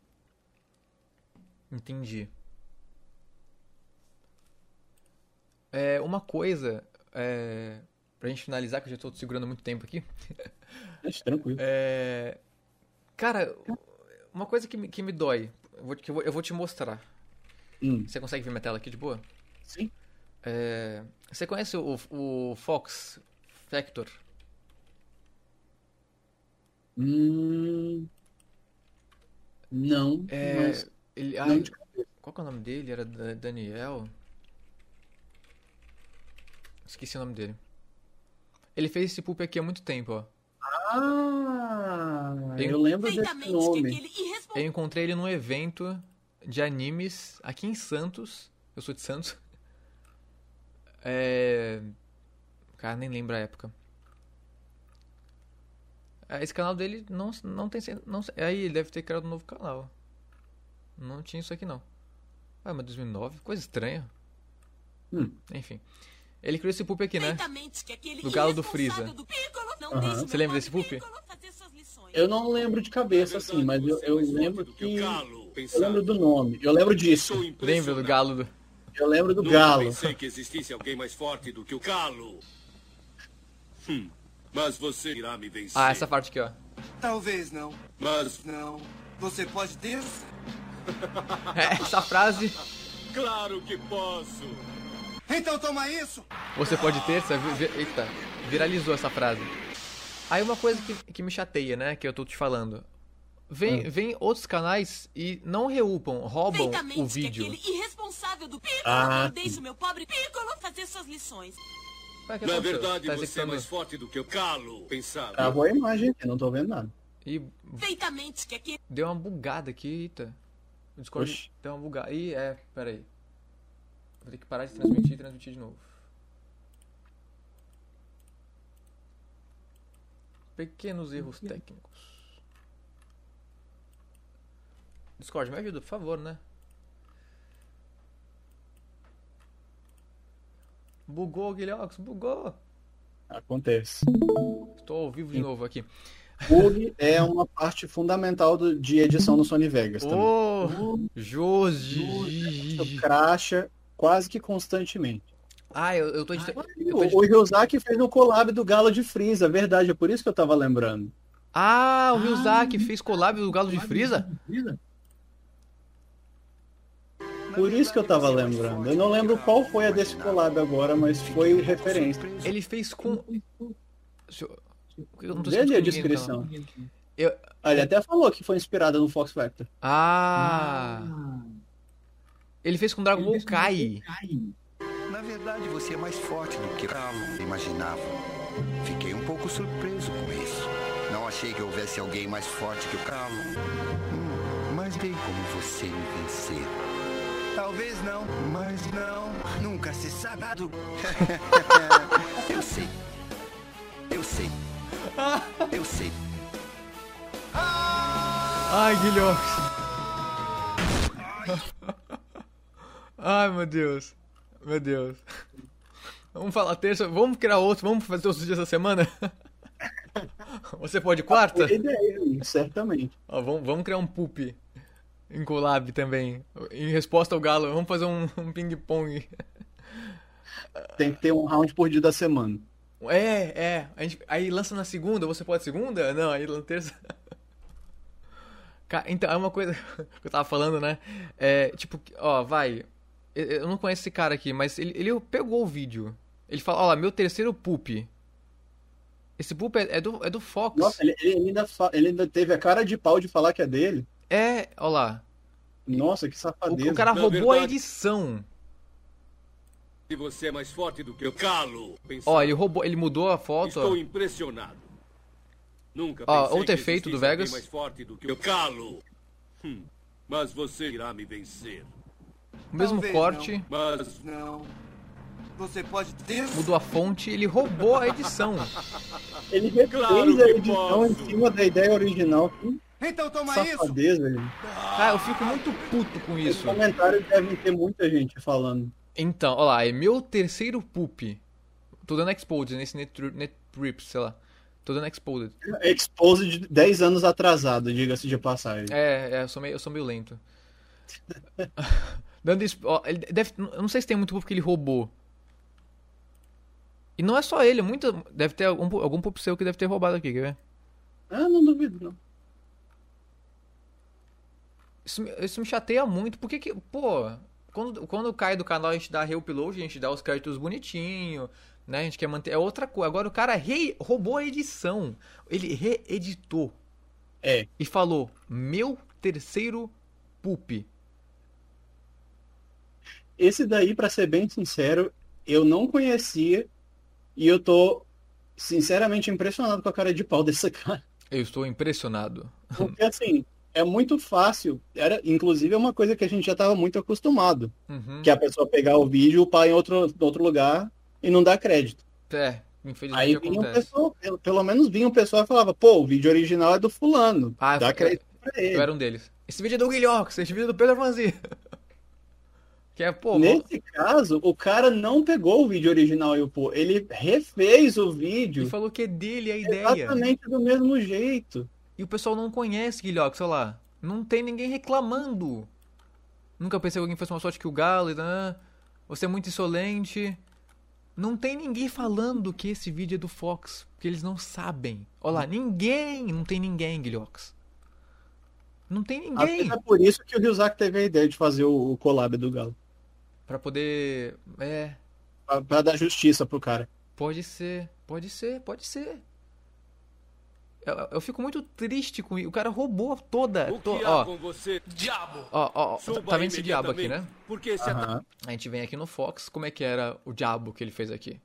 Speaker 1: Entendi. É, uma coisa, é, pra gente finalizar, que eu já tô segurando muito tempo aqui.
Speaker 2: Acho tranquilo.
Speaker 1: É, cara, uma coisa que me, que me dói, eu vou, que eu vou- eu vou te mostrar.
Speaker 2: Hum.
Speaker 1: Você consegue ver minha tela aqui de boa?
Speaker 2: Sim.
Speaker 1: É, Você conhece o, o Fox Factor?
Speaker 2: Hum... Não,
Speaker 1: É,
Speaker 2: mas
Speaker 1: ele-
Speaker 2: não
Speaker 1: ai,
Speaker 2: de
Speaker 1: qual que é o nome dele? Era Da- Daniel? Esqueci o nome dele. Ele fez esse pulp aqui há muito tempo, ó.
Speaker 2: Ah,
Speaker 1: Tem-
Speaker 2: eu lembro desse
Speaker 9: Perfeitamente que
Speaker 2: nome.
Speaker 9: aquele irresponsável
Speaker 1: Eu encontrei ele num evento de animes aqui em Santos. Eu sou de Santos. É... Cara, nem lembro a época. É, Esse canal dele não, não tem... sen- Não, é aí, ele deve ter criado um novo canal. Não tinha isso aqui, não. Ah, mas 2009? Coisa estranha.
Speaker 2: Hum.
Speaker 1: Enfim. Ele criou esse poop aqui, né?
Speaker 9: perfeitamente que aquele
Speaker 1: Do Galo do
Speaker 9: irresponsável
Speaker 1: Freeza.
Speaker 9: do Piccolo não
Speaker 2: Aham.
Speaker 9: deixe
Speaker 1: Você
Speaker 9: meu
Speaker 1: lembra
Speaker 9: pobre
Speaker 1: desse pupi?
Speaker 9: Piccolo fazer suas lições.
Speaker 2: Eu não lembro de cabeça, assim, mas eu, eu lembro que. Eu
Speaker 7: Galo.
Speaker 2: lembro do nome. Eu lembro disso.
Speaker 1: Lembra do galo do...
Speaker 2: Eu lembro do
Speaker 7: Nunca
Speaker 2: Galo.
Speaker 7: pensei que existisse alguém mais forte do que o Galo. Hum, Mas você irá me vencer.
Speaker 1: Ah, essa parte aqui, ó.
Speaker 3: Talvez não,
Speaker 7: Mas
Speaker 3: não. Você pode ter
Speaker 1: É, Essa frase
Speaker 10: Claro que posso.
Speaker 3: Então toma isso!
Speaker 1: Você pode ter, você vi- vi- eita, viralizou essa frase. Aí uma coisa que, que me chateia, né, que eu tô te falando. Vem, vem outros canais e não reupam, roubam
Speaker 11: Perfeitamente
Speaker 1: o vídeo.
Speaker 11: que aquele irresponsável do Piccolo
Speaker 2: Ah,
Speaker 11: não deixa o meu pobre Piccolo fazer suas lições.
Speaker 1: Ué, o que
Speaker 10: Na
Speaker 1: aconteceu?
Speaker 10: verdade,
Speaker 1: Tá
Speaker 10: você é
Speaker 1: executando-
Speaker 10: mais forte do que eu. Calo, pensava.
Speaker 2: Travou a imagem aqui, não tô vendo nada.
Speaker 1: E
Speaker 11: Perfeitamente que aquele
Speaker 1: deu uma bugada aqui, eita. O Discord
Speaker 2: Oxi.
Speaker 1: deu uma bugada. Ih, é, peraí. Vou ter que parar de transmitir e transmitir de novo. Pequenos erros técnicos. Discord, me ajuda, por favor, né? Bugou, Guilhox, bugou.
Speaker 2: Acontece.
Speaker 1: Estou ao vivo de novo aqui.
Speaker 2: Bug é uma parte fundamental do- de edição no Sony Vegas também.
Speaker 1: Ô,
Speaker 2: Isso
Speaker 1: Josi.
Speaker 2: cracha quase que constantemente.
Speaker 1: Ah, eu, eu tô editando. eu tô
Speaker 2: O, o Ryuzaki fez no collab do Galo de Freeza, é verdade, é por isso que eu tava lembrando.
Speaker 1: Ah, o Ryuzaki fez collab do Galo de Frieza?
Speaker 2: Por isso que eu tava lembrando. Eu não lembro qual foi a desse collab agora, mas foi referência.
Speaker 1: Ele fez com. Se Eu eu não tô
Speaker 2: Dele a
Speaker 1: escutando ninguém, então.
Speaker 2: descrição.
Speaker 1: Eu-
Speaker 2: Ah, Ele até falou que foi inspirada no Fox Factor.
Speaker 1: Ah! Ele fez com Dragon Ball Kai.
Speaker 3: Na verdade, você é mais forte do que eu imaginava. Fiquei um pouco surpreso com isso. Não achei que houvesse alguém mais forte que o Calo. Hum, mas bem como você me vencer. Talvez não, mas não. Nunca se sabe. eu sei. Eu sei. Eu sei.
Speaker 1: Ai, Guilhox. Ai, meu Deus. Meu Deus. Vamos falar terça. Vamos criar outro. Vamos fazer todos os dias da semana? Você pode quarta?
Speaker 2: Foi ideia, é certamente.
Speaker 1: Ó, vamos, vamos criar um poop em collab também. Em resposta ao galo, vamos fazer um, um ping-pong.
Speaker 2: Tem que ter um round por dia da semana.
Speaker 1: É, é. A gente- aí lança na segunda, você pode segunda? Não, aí na terça. Ca- Então, é uma coisa que eu tava falando, né? É, tipo, ó, vai. Eu- Eu não conheço esse cara aqui, mas ele, ele pegou o vídeo. Ele fala, ó lá, meu terceiro poop. Esse poop é, é do, é do Fox.
Speaker 2: Nossa, ele, ele ainda fa- ele ainda teve a cara de pau de falar que é dele.
Speaker 1: É, ó lá.
Speaker 2: Nossa, que
Speaker 1: O,
Speaker 2: safadeza.
Speaker 1: o cara
Speaker 10: Na
Speaker 1: roubou a
Speaker 10: verdade-
Speaker 1: edição.
Speaker 10: E você é mais forte do que eu. Calo, pensava.
Speaker 1: Ó, ele roubou, ele mudou a foto. ó.
Speaker 10: Estou impressionado. Nunca
Speaker 1: Ó,
Speaker 10: pensei
Speaker 1: outro
Speaker 10: que
Speaker 1: efeito do
Speaker 10: existisse alguém
Speaker 1: Vegas.
Speaker 10: mais forte do que eu. Calo. Hum, mas você irá me vencer.
Speaker 1: O mesmo
Speaker 3: Talvez
Speaker 1: corte,
Speaker 10: Mas
Speaker 3: Não. Você pode ter.
Speaker 1: mudou a fonte, ele roubou a edição.
Speaker 2: Ele refez
Speaker 10: Claro que
Speaker 2: a edição
Speaker 10: posso.
Speaker 2: em cima da ideia original. Que
Speaker 3: Então toma isso!
Speaker 2: safadeza. ele.
Speaker 1: Cara, eu fico muito puto com
Speaker 2: Os
Speaker 1: isso.
Speaker 2: comentários devem ter muita gente falando.
Speaker 1: Então, ó lá, é meu terceiro poop. Tô dando exposed nesse Netri- Netrips, sei lá. Tô dando exposed.
Speaker 2: Exposed É de 10 anos atrasado, diga-se de passagem.
Speaker 1: É, é, eu sou meio, eu sou meio lento. Dando exp- ó, ele deve, eu não sei se tem muito poop que ele roubou. E não é só ele, muito, deve ter algum, algum poop seu que deve ter roubado aqui, quer ver?
Speaker 2: Ah, não duvido, não.
Speaker 1: Isso, me- isso me chateia muito. Por que que, pô, quando, quando cai do canal a gente dá reupload, a gente dá os créditos bonitinho, né? A gente quer manter. É outra coisa. Agora o cara re, roubou a edição. Ele reeditou
Speaker 2: É,
Speaker 1: e falou: Meu terceiro poop.
Speaker 2: esse daí, pra ser bem sincero, eu não conhecia e eu tô sinceramente impressionado com a cara de pau dessa cara.
Speaker 1: Eu estou impressionado.
Speaker 2: Porque assim, é muito fácil. Era, inclusive, é uma coisa que a gente já tava muito acostumado.
Speaker 1: Uhum.
Speaker 2: Que é a pessoa pegar o vídeo, upar em outro, outro lugar e não dar crédito.
Speaker 1: É,
Speaker 2: Aí
Speaker 1: infelizmente
Speaker 2: vinha um
Speaker 1: acontece.
Speaker 2: pessoal, pelo, pelo menos vinha um pessoal e falava, pô, o vídeo original é do fulano.
Speaker 1: Ah,
Speaker 2: dá
Speaker 1: eu-
Speaker 2: crédito pra
Speaker 1: Eu
Speaker 2: ele.
Speaker 1: era um deles. Esse vídeo é do Guilhox, esse vídeo é do Pedro Avanzi. que é, pô, vou-
Speaker 2: Nesse caso, o cara não pegou o vídeo original e o pô, ele refez o
Speaker 1: e
Speaker 2: vídeo
Speaker 1: falou que é dele a ideia.
Speaker 2: exatamente do mesmo jeito.
Speaker 1: E o pessoal não conhece Guilhox, sei lá. Não tem ninguém reclamando. Nunca pensei que alguém fosse uma sorte que o Galo, e né? Você é muito insolente. Não tem ninguém falando que esse vídeo é do Fox, porque eles não sabem. Olha lá, ninguém, não tem ninguém, Guilhox. Não tem ninguém.
Speaker 2: Até por isso que o Ryuzak teve a ideia de fazer o, o collab do Galo.
Speaker 1: Pra poder. É.
Speaker 2: Pra, pra dar justiça pro cara.
Speaker 1: Pode ser, pode ser, pode ser. Eu, eu fico muito triste com isso. O cara roubou toda.
Speaker 10: O que
Speaker 1: to-
Speaker 10: há
Speaker 1: ó,
Speaker 10: com você? Diabo!
Speaker 1: Ó, ó, ó,
Speaker 10: Suba
Speaker 1: tá vendo esse
Speaker 10: imediatamente,
Speaker 1: diabo aqui, né?
Speaker 10: Porque esse é ata-
Speaker 1: A gente vem aqui no Fox, como é que era o diabo que ele fez aqui?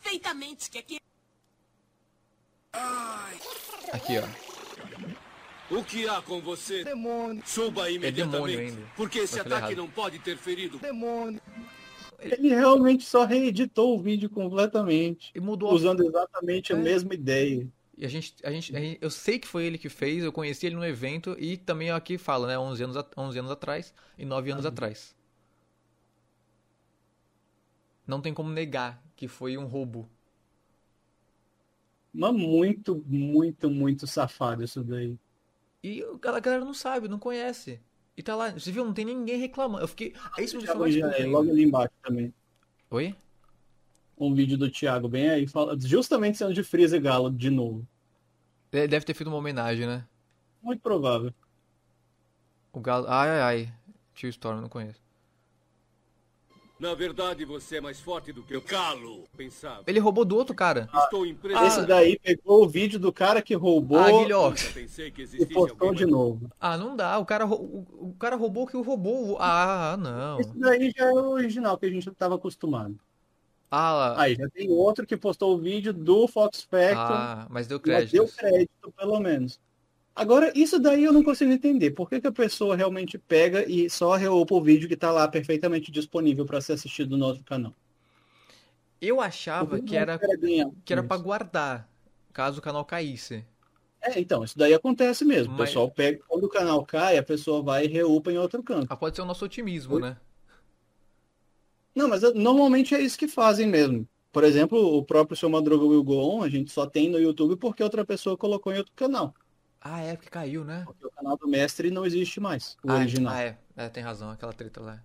Speaker 11: Perfeitamente que aqui. é
Speaker 1: Aqui, ó.
Speaker 10: O que há com você? Demônio. Suba imediatamente.
Speaker 1: É demônio ainda.
Speaker 10: Porque esse
Speaker 1: Eu falei
Speaker 10: ataque
Speaker 1: errado.
Speaker 10: não pode ter ferido.
Speaker 2: Demônio. Ele realmente só reeditou o vídeo completamente.
Speaker 1: E mudou a-
Speaker 2: Usando exatamente a
Speaker 1: É.
Speaker 2: mesma ideia.
Speaker 1: E a gente, a gente, a gente- eu sei que foi ele que fez, eu conheci ele no evento e também aqui fala, né, 11 anos, at- 11 anos atrás e 9
Speaker 2: Uhum.
Speaker 1: anos atrás. Não tem como negar que foi um roubo.
Speaker 2: Mas muito, muito, muito safado isso daí.
Speaker 1: E o- a galera não sabe, não conhece. E tá lá, você viu, não tem ninguém reclamando. Eu fiquei, aí isso me deixou mais
Speaker 2: Já é,
Speaker 1: puto
Speaker 2: logo
Speaker 1: ainda.
Speaker 2: ali embaixo também.
Speaker 1: Oi?
Speaker 2: Um vídeo do Thiago bem aí, fala, justamente sendo de Freeza e Galo de novo.
Speaker 1: De- É, Deve ter feito uma homenagem, né?
Speaker 2: Muito provável.
Speaker 1: O galo, ai, ai, ai. Tio Storm, não conheço.
Speaker 10: Na verdade, você é mais forte do que eu. Calo! Pensava.
Speaker 1: Ele roubou do outro cara.
Speaker 10: Estou impressionado.
Speaker 2: Ah, Esse daí pegou o vídeo do cara que roubou
Speaker 1: Ah, Guilhox.
Speaker 10: Nunca pensei que
Speaker 2: e
Speaker 1: é
Speaker 10: existisse
Speaker 2: postou de novo.
Speaker 1: Ah, não dá. O cara, rou- o, o cara roubou o que o roubou. o- Ah, não.
Speaker 2: Isso daí já é o original que a gente já estava acostumado.
Speaker 1: Ah,
Speaker 2: Aí já tem outro que postou o vídeo do Fox Factor.
Speaker 1: ah mas deu
Speaker 2: já deu
Speaker 1: crédito.
Speaker 2: crédito, pelo menos. Agora, isso daí eu não consigo entender. Por que, que a pessoa realmente pega e só reopa o vídeo que tá lá perfeitamente disponível para ser assistido no outro canal?
Speaker 1: Eu achava Ah,
Speaker 2: Todo
Speaker 1: que
Speaker 2: mundo
Speaker 1: era,
Speaker 2: quer ganhar
Speaker 1: que era
Speaker 2: com
Speaker 1: pra
Speaker 2: isso.
Speaker 1: guardar, caso o canal caísse.
Speaker 2: É, então, isso daí acontece mesmo. O
Speaker 1: Mas-
Speaker 2: pessoal pega, quando o canal cai, a pessoa vai e reupa em outro canto.
Speaker 1: Ah, pode ser o nosso otimismo, né?
Speaker 2: Não, mas eh, normalmente é isso que fazem mesmo. Por exemplo, o próprio Seu Madruga Will Go On, a gente só tem no YouTube porque outra pessoa colocou em outro canal.
Speaker 1: Ah, é, porque caiu, né?
Speaker 2: Porque o canal do mestre não existe mais, o
Speaker 1: ah, é-
Speaker 2: original.
Speaker 1: Ah, é. É, tem razão, aquela treta lá.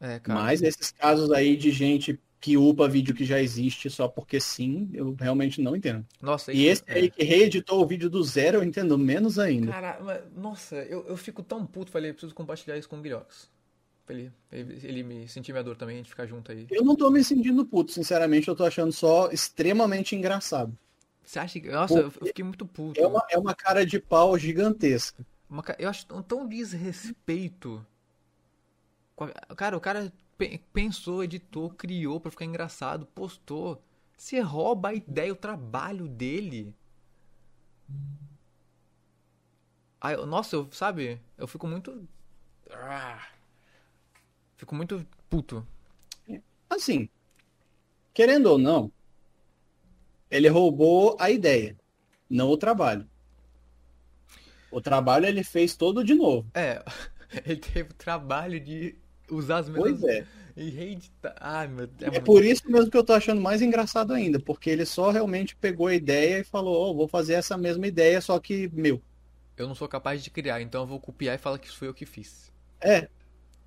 Speaker 1: É, cara.
Speaker 2: Mas esses casos aí de gente que upa vídeo que já existe só porque sim, eu realmente não entendo.
Speaker 1: Nossa, é.
Speaker 2: E
Speaker 1: isso-
Speaker 2: esse aí que é. reeditou o vídeo do zero, eu entendo menos ainda.
Speaker 1: Cara, mas- nossa, eu, eu fico tão puto. Falei, eu preciso compartilhar isso com o Guilhox. Pra ele, ele, ele me sentir minha dor também, a gente ficar junto aí.
Speaker 2: Eu não tô me sentindo puto, sinceramente, eu tô achando só extremamente engraçado.
Speaker 1: Você acha que. Nossa, eu eu fiquei muito puto.
Speaker 2: É uma, é uma cara de pau gigantesca.
Speaker 1: Uma ca- eu acho tão- tão desrespeito. com a- Cara, o cara pe- pensou, editou, criou pra ficar engraçado, postou. Você rouba a ideia, o trabalho dele. Ai, eu- nossa, eu, sabe? Eu fico muito. Ah. Fico muito puto.
Speaker 2: Assim, querendo ou não, ele roubou a ideia, não o trabalho. O trabalho ele fez todo de novo.
Speaker 1: É, ele teve o trabalho de usar as mesmas.
Speaker 2: Pois é.
Speaker 1: E reeditar. Ai, meu Deus.
Speaker 2: É por isso mesmo que eu tô achando mais engraçado ainda, porque ele só realmente pegou a ideia e falou, "Ó, vou fazer essa mesma ideia, só que meu.
Speaker 1: Eu não sou capaz de criar, então eu vou copiar e falar que isso foi eu que fiz.
Speaker 2: É,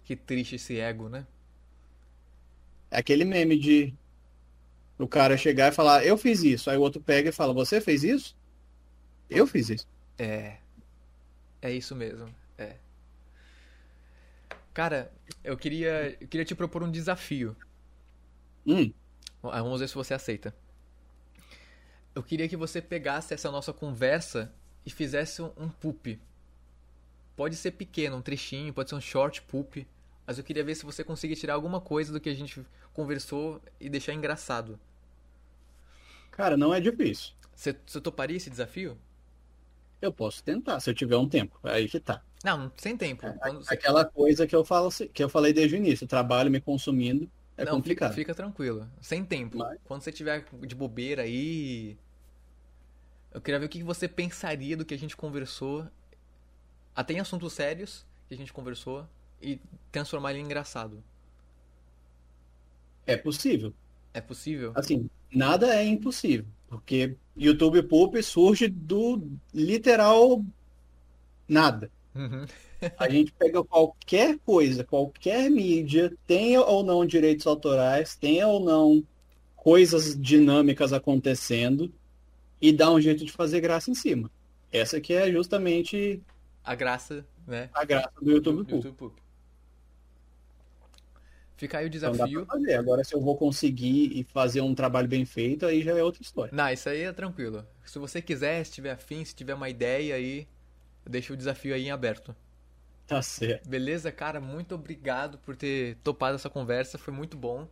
Speaker 1: Que triste esse ego, né?
Speaker 2: é aquele meme de o cara chegar e falar, eu fiz isso. Aí o outro pega e fala, você fez isso? Eu fiz isso.
Speaker 1: É. É isso mesmo. É. Cara, eu queria, eu queria te propor um desafio.
Speaker 2: Hum,
Speaker 1: Ah, Vamos ver se você aceita. Eu queria que você pegasse essa nossa conversa e fizesse um, um poop. Pode ser pequeno, um trechinho, pode ser um short poop, mas eu queria ver se você conseguia tirar alguma coisa do que a gente conversou e deixar engraçado.
Speaker 2: cara, não é difícil.
Speaker 1: Você, você toparia esse desafio?
Speaker 2: Eu posso tentar, se eu tiver um tempo. Aí que tá.
Speaker 1: Não, sem tempo. Quando você-
Speaker 2: Aquela coisa que eu falo, assim- que eu falei desde o início, trabalho me consumindo é
Speaker 1: Não, fica,
Speaker 2: complicado.
Speaker 1: fica tranquilo. Sem tempo.
Speaker 2: Mas-
Speaker 1: Quando você tiver de bobeira aí. Eu queria ver o que que você pensaria do que a gente conversou. Até em assuntos sérios que a gente conversou. E transformar ele em engraçado.
Speaker 2: É possível.
Speaker 1: É possível?
Speaker 2: Assim, nada é impossível, porque YouTube Poop surge do literal nada.
Speaker 1: Uhum.
Speaker 2: A gente pega qualquer coisa, qualquer mídia, tenha ou não direitos autorais, tenha ou não coisas dinâmicas acontecendo, e dá um jeito de fazer graça em cima. Essa que é justamente
Speaker 1: a graça, né?
Speaker 2: A graça do YouTube, YouTube, YouTube Poop.
Speaker 1: Fica aí o desafio.
Speaker 2: Então Agora, se eu vou conseguir e fazer um trabalho bem feito, aí já é outra história.
Speaker 1: Não, isso aí é tranquilo. Se você quiser, se tiver afim, se tiver uma ideia aí, deixa o desafio aí em aberto.
Speaker 2: Tá certo.
Speaker 1: Beleza, cara? Muito obrigado por ter topado essa conversa, foi muito bom.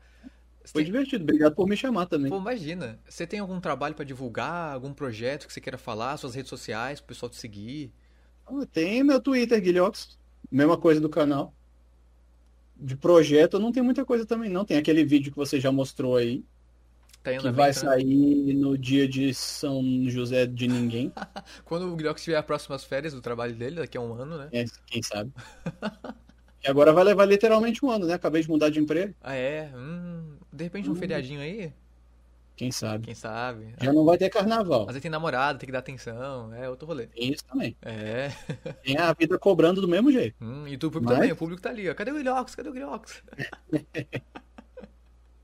Speaker 2: Você foi tem... divertido, obrigado por me chamar também.
Speaker 1: Pô, imagina. Você tem algum trabalho para divulgar, algum projeto que você queira falar, suas redes sociais, pro pessoal te seguir?
Speaker 2: Tem meu Twitter, Guilhox. Mesma coisa do canal. De projeto não tem muita coisa também, não. Tem aquele vídeo que você já mostrou aí. Tá que vai sair no dia de São José de Ninguém.
Speaker 1: Quando o Guilhox tiver as próximas férias do trabalho dele, daqui a um ano, né?
Speaker 2: É, quem sabe. e agora vai levar literalmente um ano, né? Acabei de mudar de emprego.
Speaker 1: Ah, é? Hum, de repente um hum. feriadinho aí?
Speaker 2: Quem sabe?
Speaker 1: Quem sabe?
Speaker 2: Já não vai ter carnaval.
Speaker 1: Mas aí tem namorado, tem que dar atenção, é outro rolê.
Speaker 2: Isso também.
Speaker 1: É.
Speaker 2: Tem a vida cobrando do mesmo jeito.
Speaker 1: Hum, e do público Mas... também, o público tá ali, ó. Cadê o Ilhox? Cadê o Ilhox?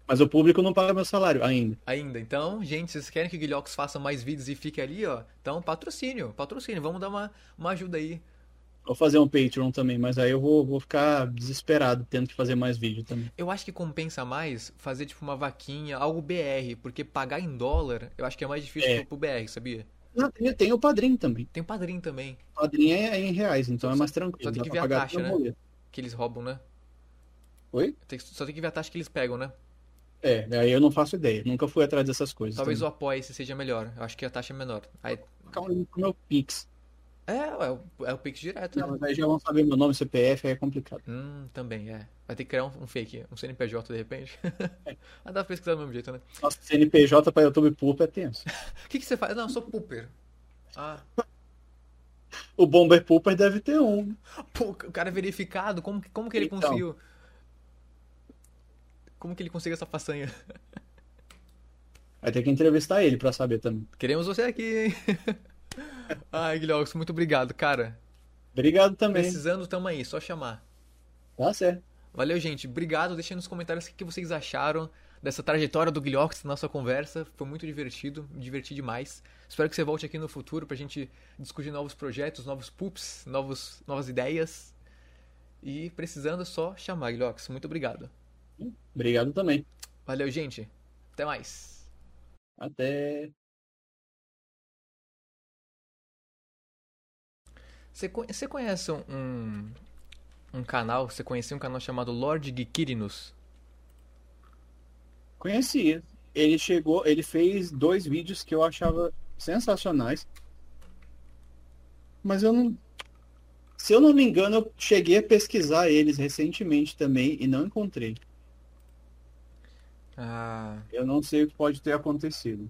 Speaker 2: Mas o público não paga meu salário ainda.
Speaker 1: Ainda. Então, gente, vocês querem que o Guilhox faça mais vídeos e fique ali, ó? Então, patrocínio, patrocínio. Vamos dar uma, uma ajuda aí.
Speaker 2: Vou fazer um Patreon também, mas aí eu vou, vou ficar desesperado tendo que fazer mais vídeo também.
Speaker 1: Eu acho que compensa mais fazer tipo uma vaquinha, algo BR, porque pagar em dólar eu acho que é mais difícil é. pro BR, sabia?
Speaker 2: Não, tem, Ah, tem o padrinho também.
Speaker 1: Tem o padrinho também.
Speaker 2: O padrinho é em reais, então só, é mais tranquilo.
Speaker 1: Só tem que ver a taxa, né? Boleto. Que eles roubam, né?
Speaker 2: Oi?
Speaker 1: Tem, só tem que ver a taxa que eles pegam, né?
Speaker 2: É, aí eu não faço ideia. Nunca fui atrás dessas coisas.
Speaker 1: Talvez também. o apoio seja melhor. Eu acho que a taxa é menor. Aí...
Speaker 2: Calma aí com o meu Pix.
Speaker 1: É, é o, é o Pix direto.
Speaker 2: Não, né? já vão saber meu nome, CPF, aí é complicado.
Speaker 1: Hum, também, é. Vai ter que criar um, um fake, um CNPJ de repente. É. ah, dá pra pesquisar do mesmo jeito, né?
Speaker 2: Nossa, CNPJ pra YouTube Poop é tenso.
Speaker 1: O que, que você faz? Não, eu sou Pooper. Ah.
Speaker 2: o Bomber Pooper deve ter um.
Speaker 1: Pô, o cara é verificado, como, como que ele então. conseguiu? Como que ele conseguiu essa façanha?
Speaker 2: Vai ter que entrevistar ele pra saber também.
Speaker 1: Queremos você aqui, hein? Ai, Guilherme, muito obrigado, cara.
Speaker 2: Obrigado também.
Speaker 1: Precisando, tamo aí, só chamar.
Speaker 2: Tá certo.
Speaker 1: Valeu, gente. Obrigado. Deixem nos comentários o que vocês acharam dessa trajetória do Guilherme, da nossa conversa. Foi muito divertido, me diverti demais. Espero que você volte aqui no futuro pra gente discutir novos projetos, novos pups, novos, novas ideias. E precisando, é só chamar, Guilherme. Muito obrigado.
Speaker 2: Obrigado também.
Speaker 1: Valeu, gente. Até mais.
Speaker 2: Até.
Speaker 1: Você, conhece um, um canal, você conhecia um canal chamado Lord Gikirinos?
Speaker 2: Conhecia. Ele chegou, ele fez dois vídeos que eu achava sensacionais. Mas eu não. Se eu não me engano, eu cheguei a pesquisar eles recentemente também e não encontrei.
Speaker 1: Ah.
Speaker 2: Eu não sei o que pode ter acontecido.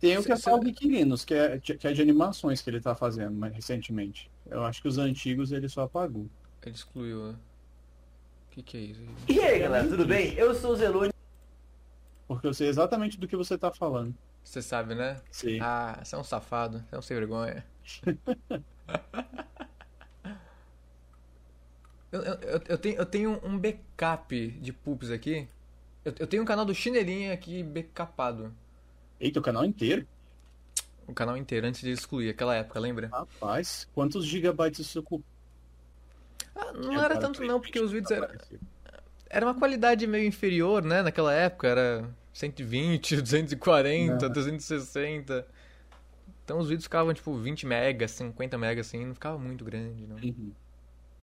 Speaker 2: Tem o que é só o Viquilinos, que é, que é de animações que ele tá fazendo mas, recentemente. Eu acho que os antigos ele só apagou.
Speaker 1: Ele excluiu, né? O que, que é isso?
Speaker 12: E aí, galera, tudo bem? Eu sou o Zelone.
Speaker 2: Porque eu sei exatamente do que você tá falando.
Speaker 1: Você sabe, né?
Speaker 2: Sim.
Speaker 1: Ah, você é um safado, você é um sem vergonha. eu, eu, eu, tenho, eu tenho um backup de pups aqui. Eu, eu tenho um canal do Chinelinha aqui backupado.
Speaker 2: Eita, o canal inteiro?
Speaker 1: O canal inteiro, antes de excluir, aquela época, lembra?
Speaker 2: Rapaz, quantos gigabytes isso ocupa?
Speaker 1: Ah, não é, era tanto não, porque os vídeos eram... Era uma qualidade meio inferior, né, naquela época, era 120, 240, não. 260... Então os vídeos ficavam tipo 20 mega, 50 mega assim, não ficava muito grande, não. Uhum.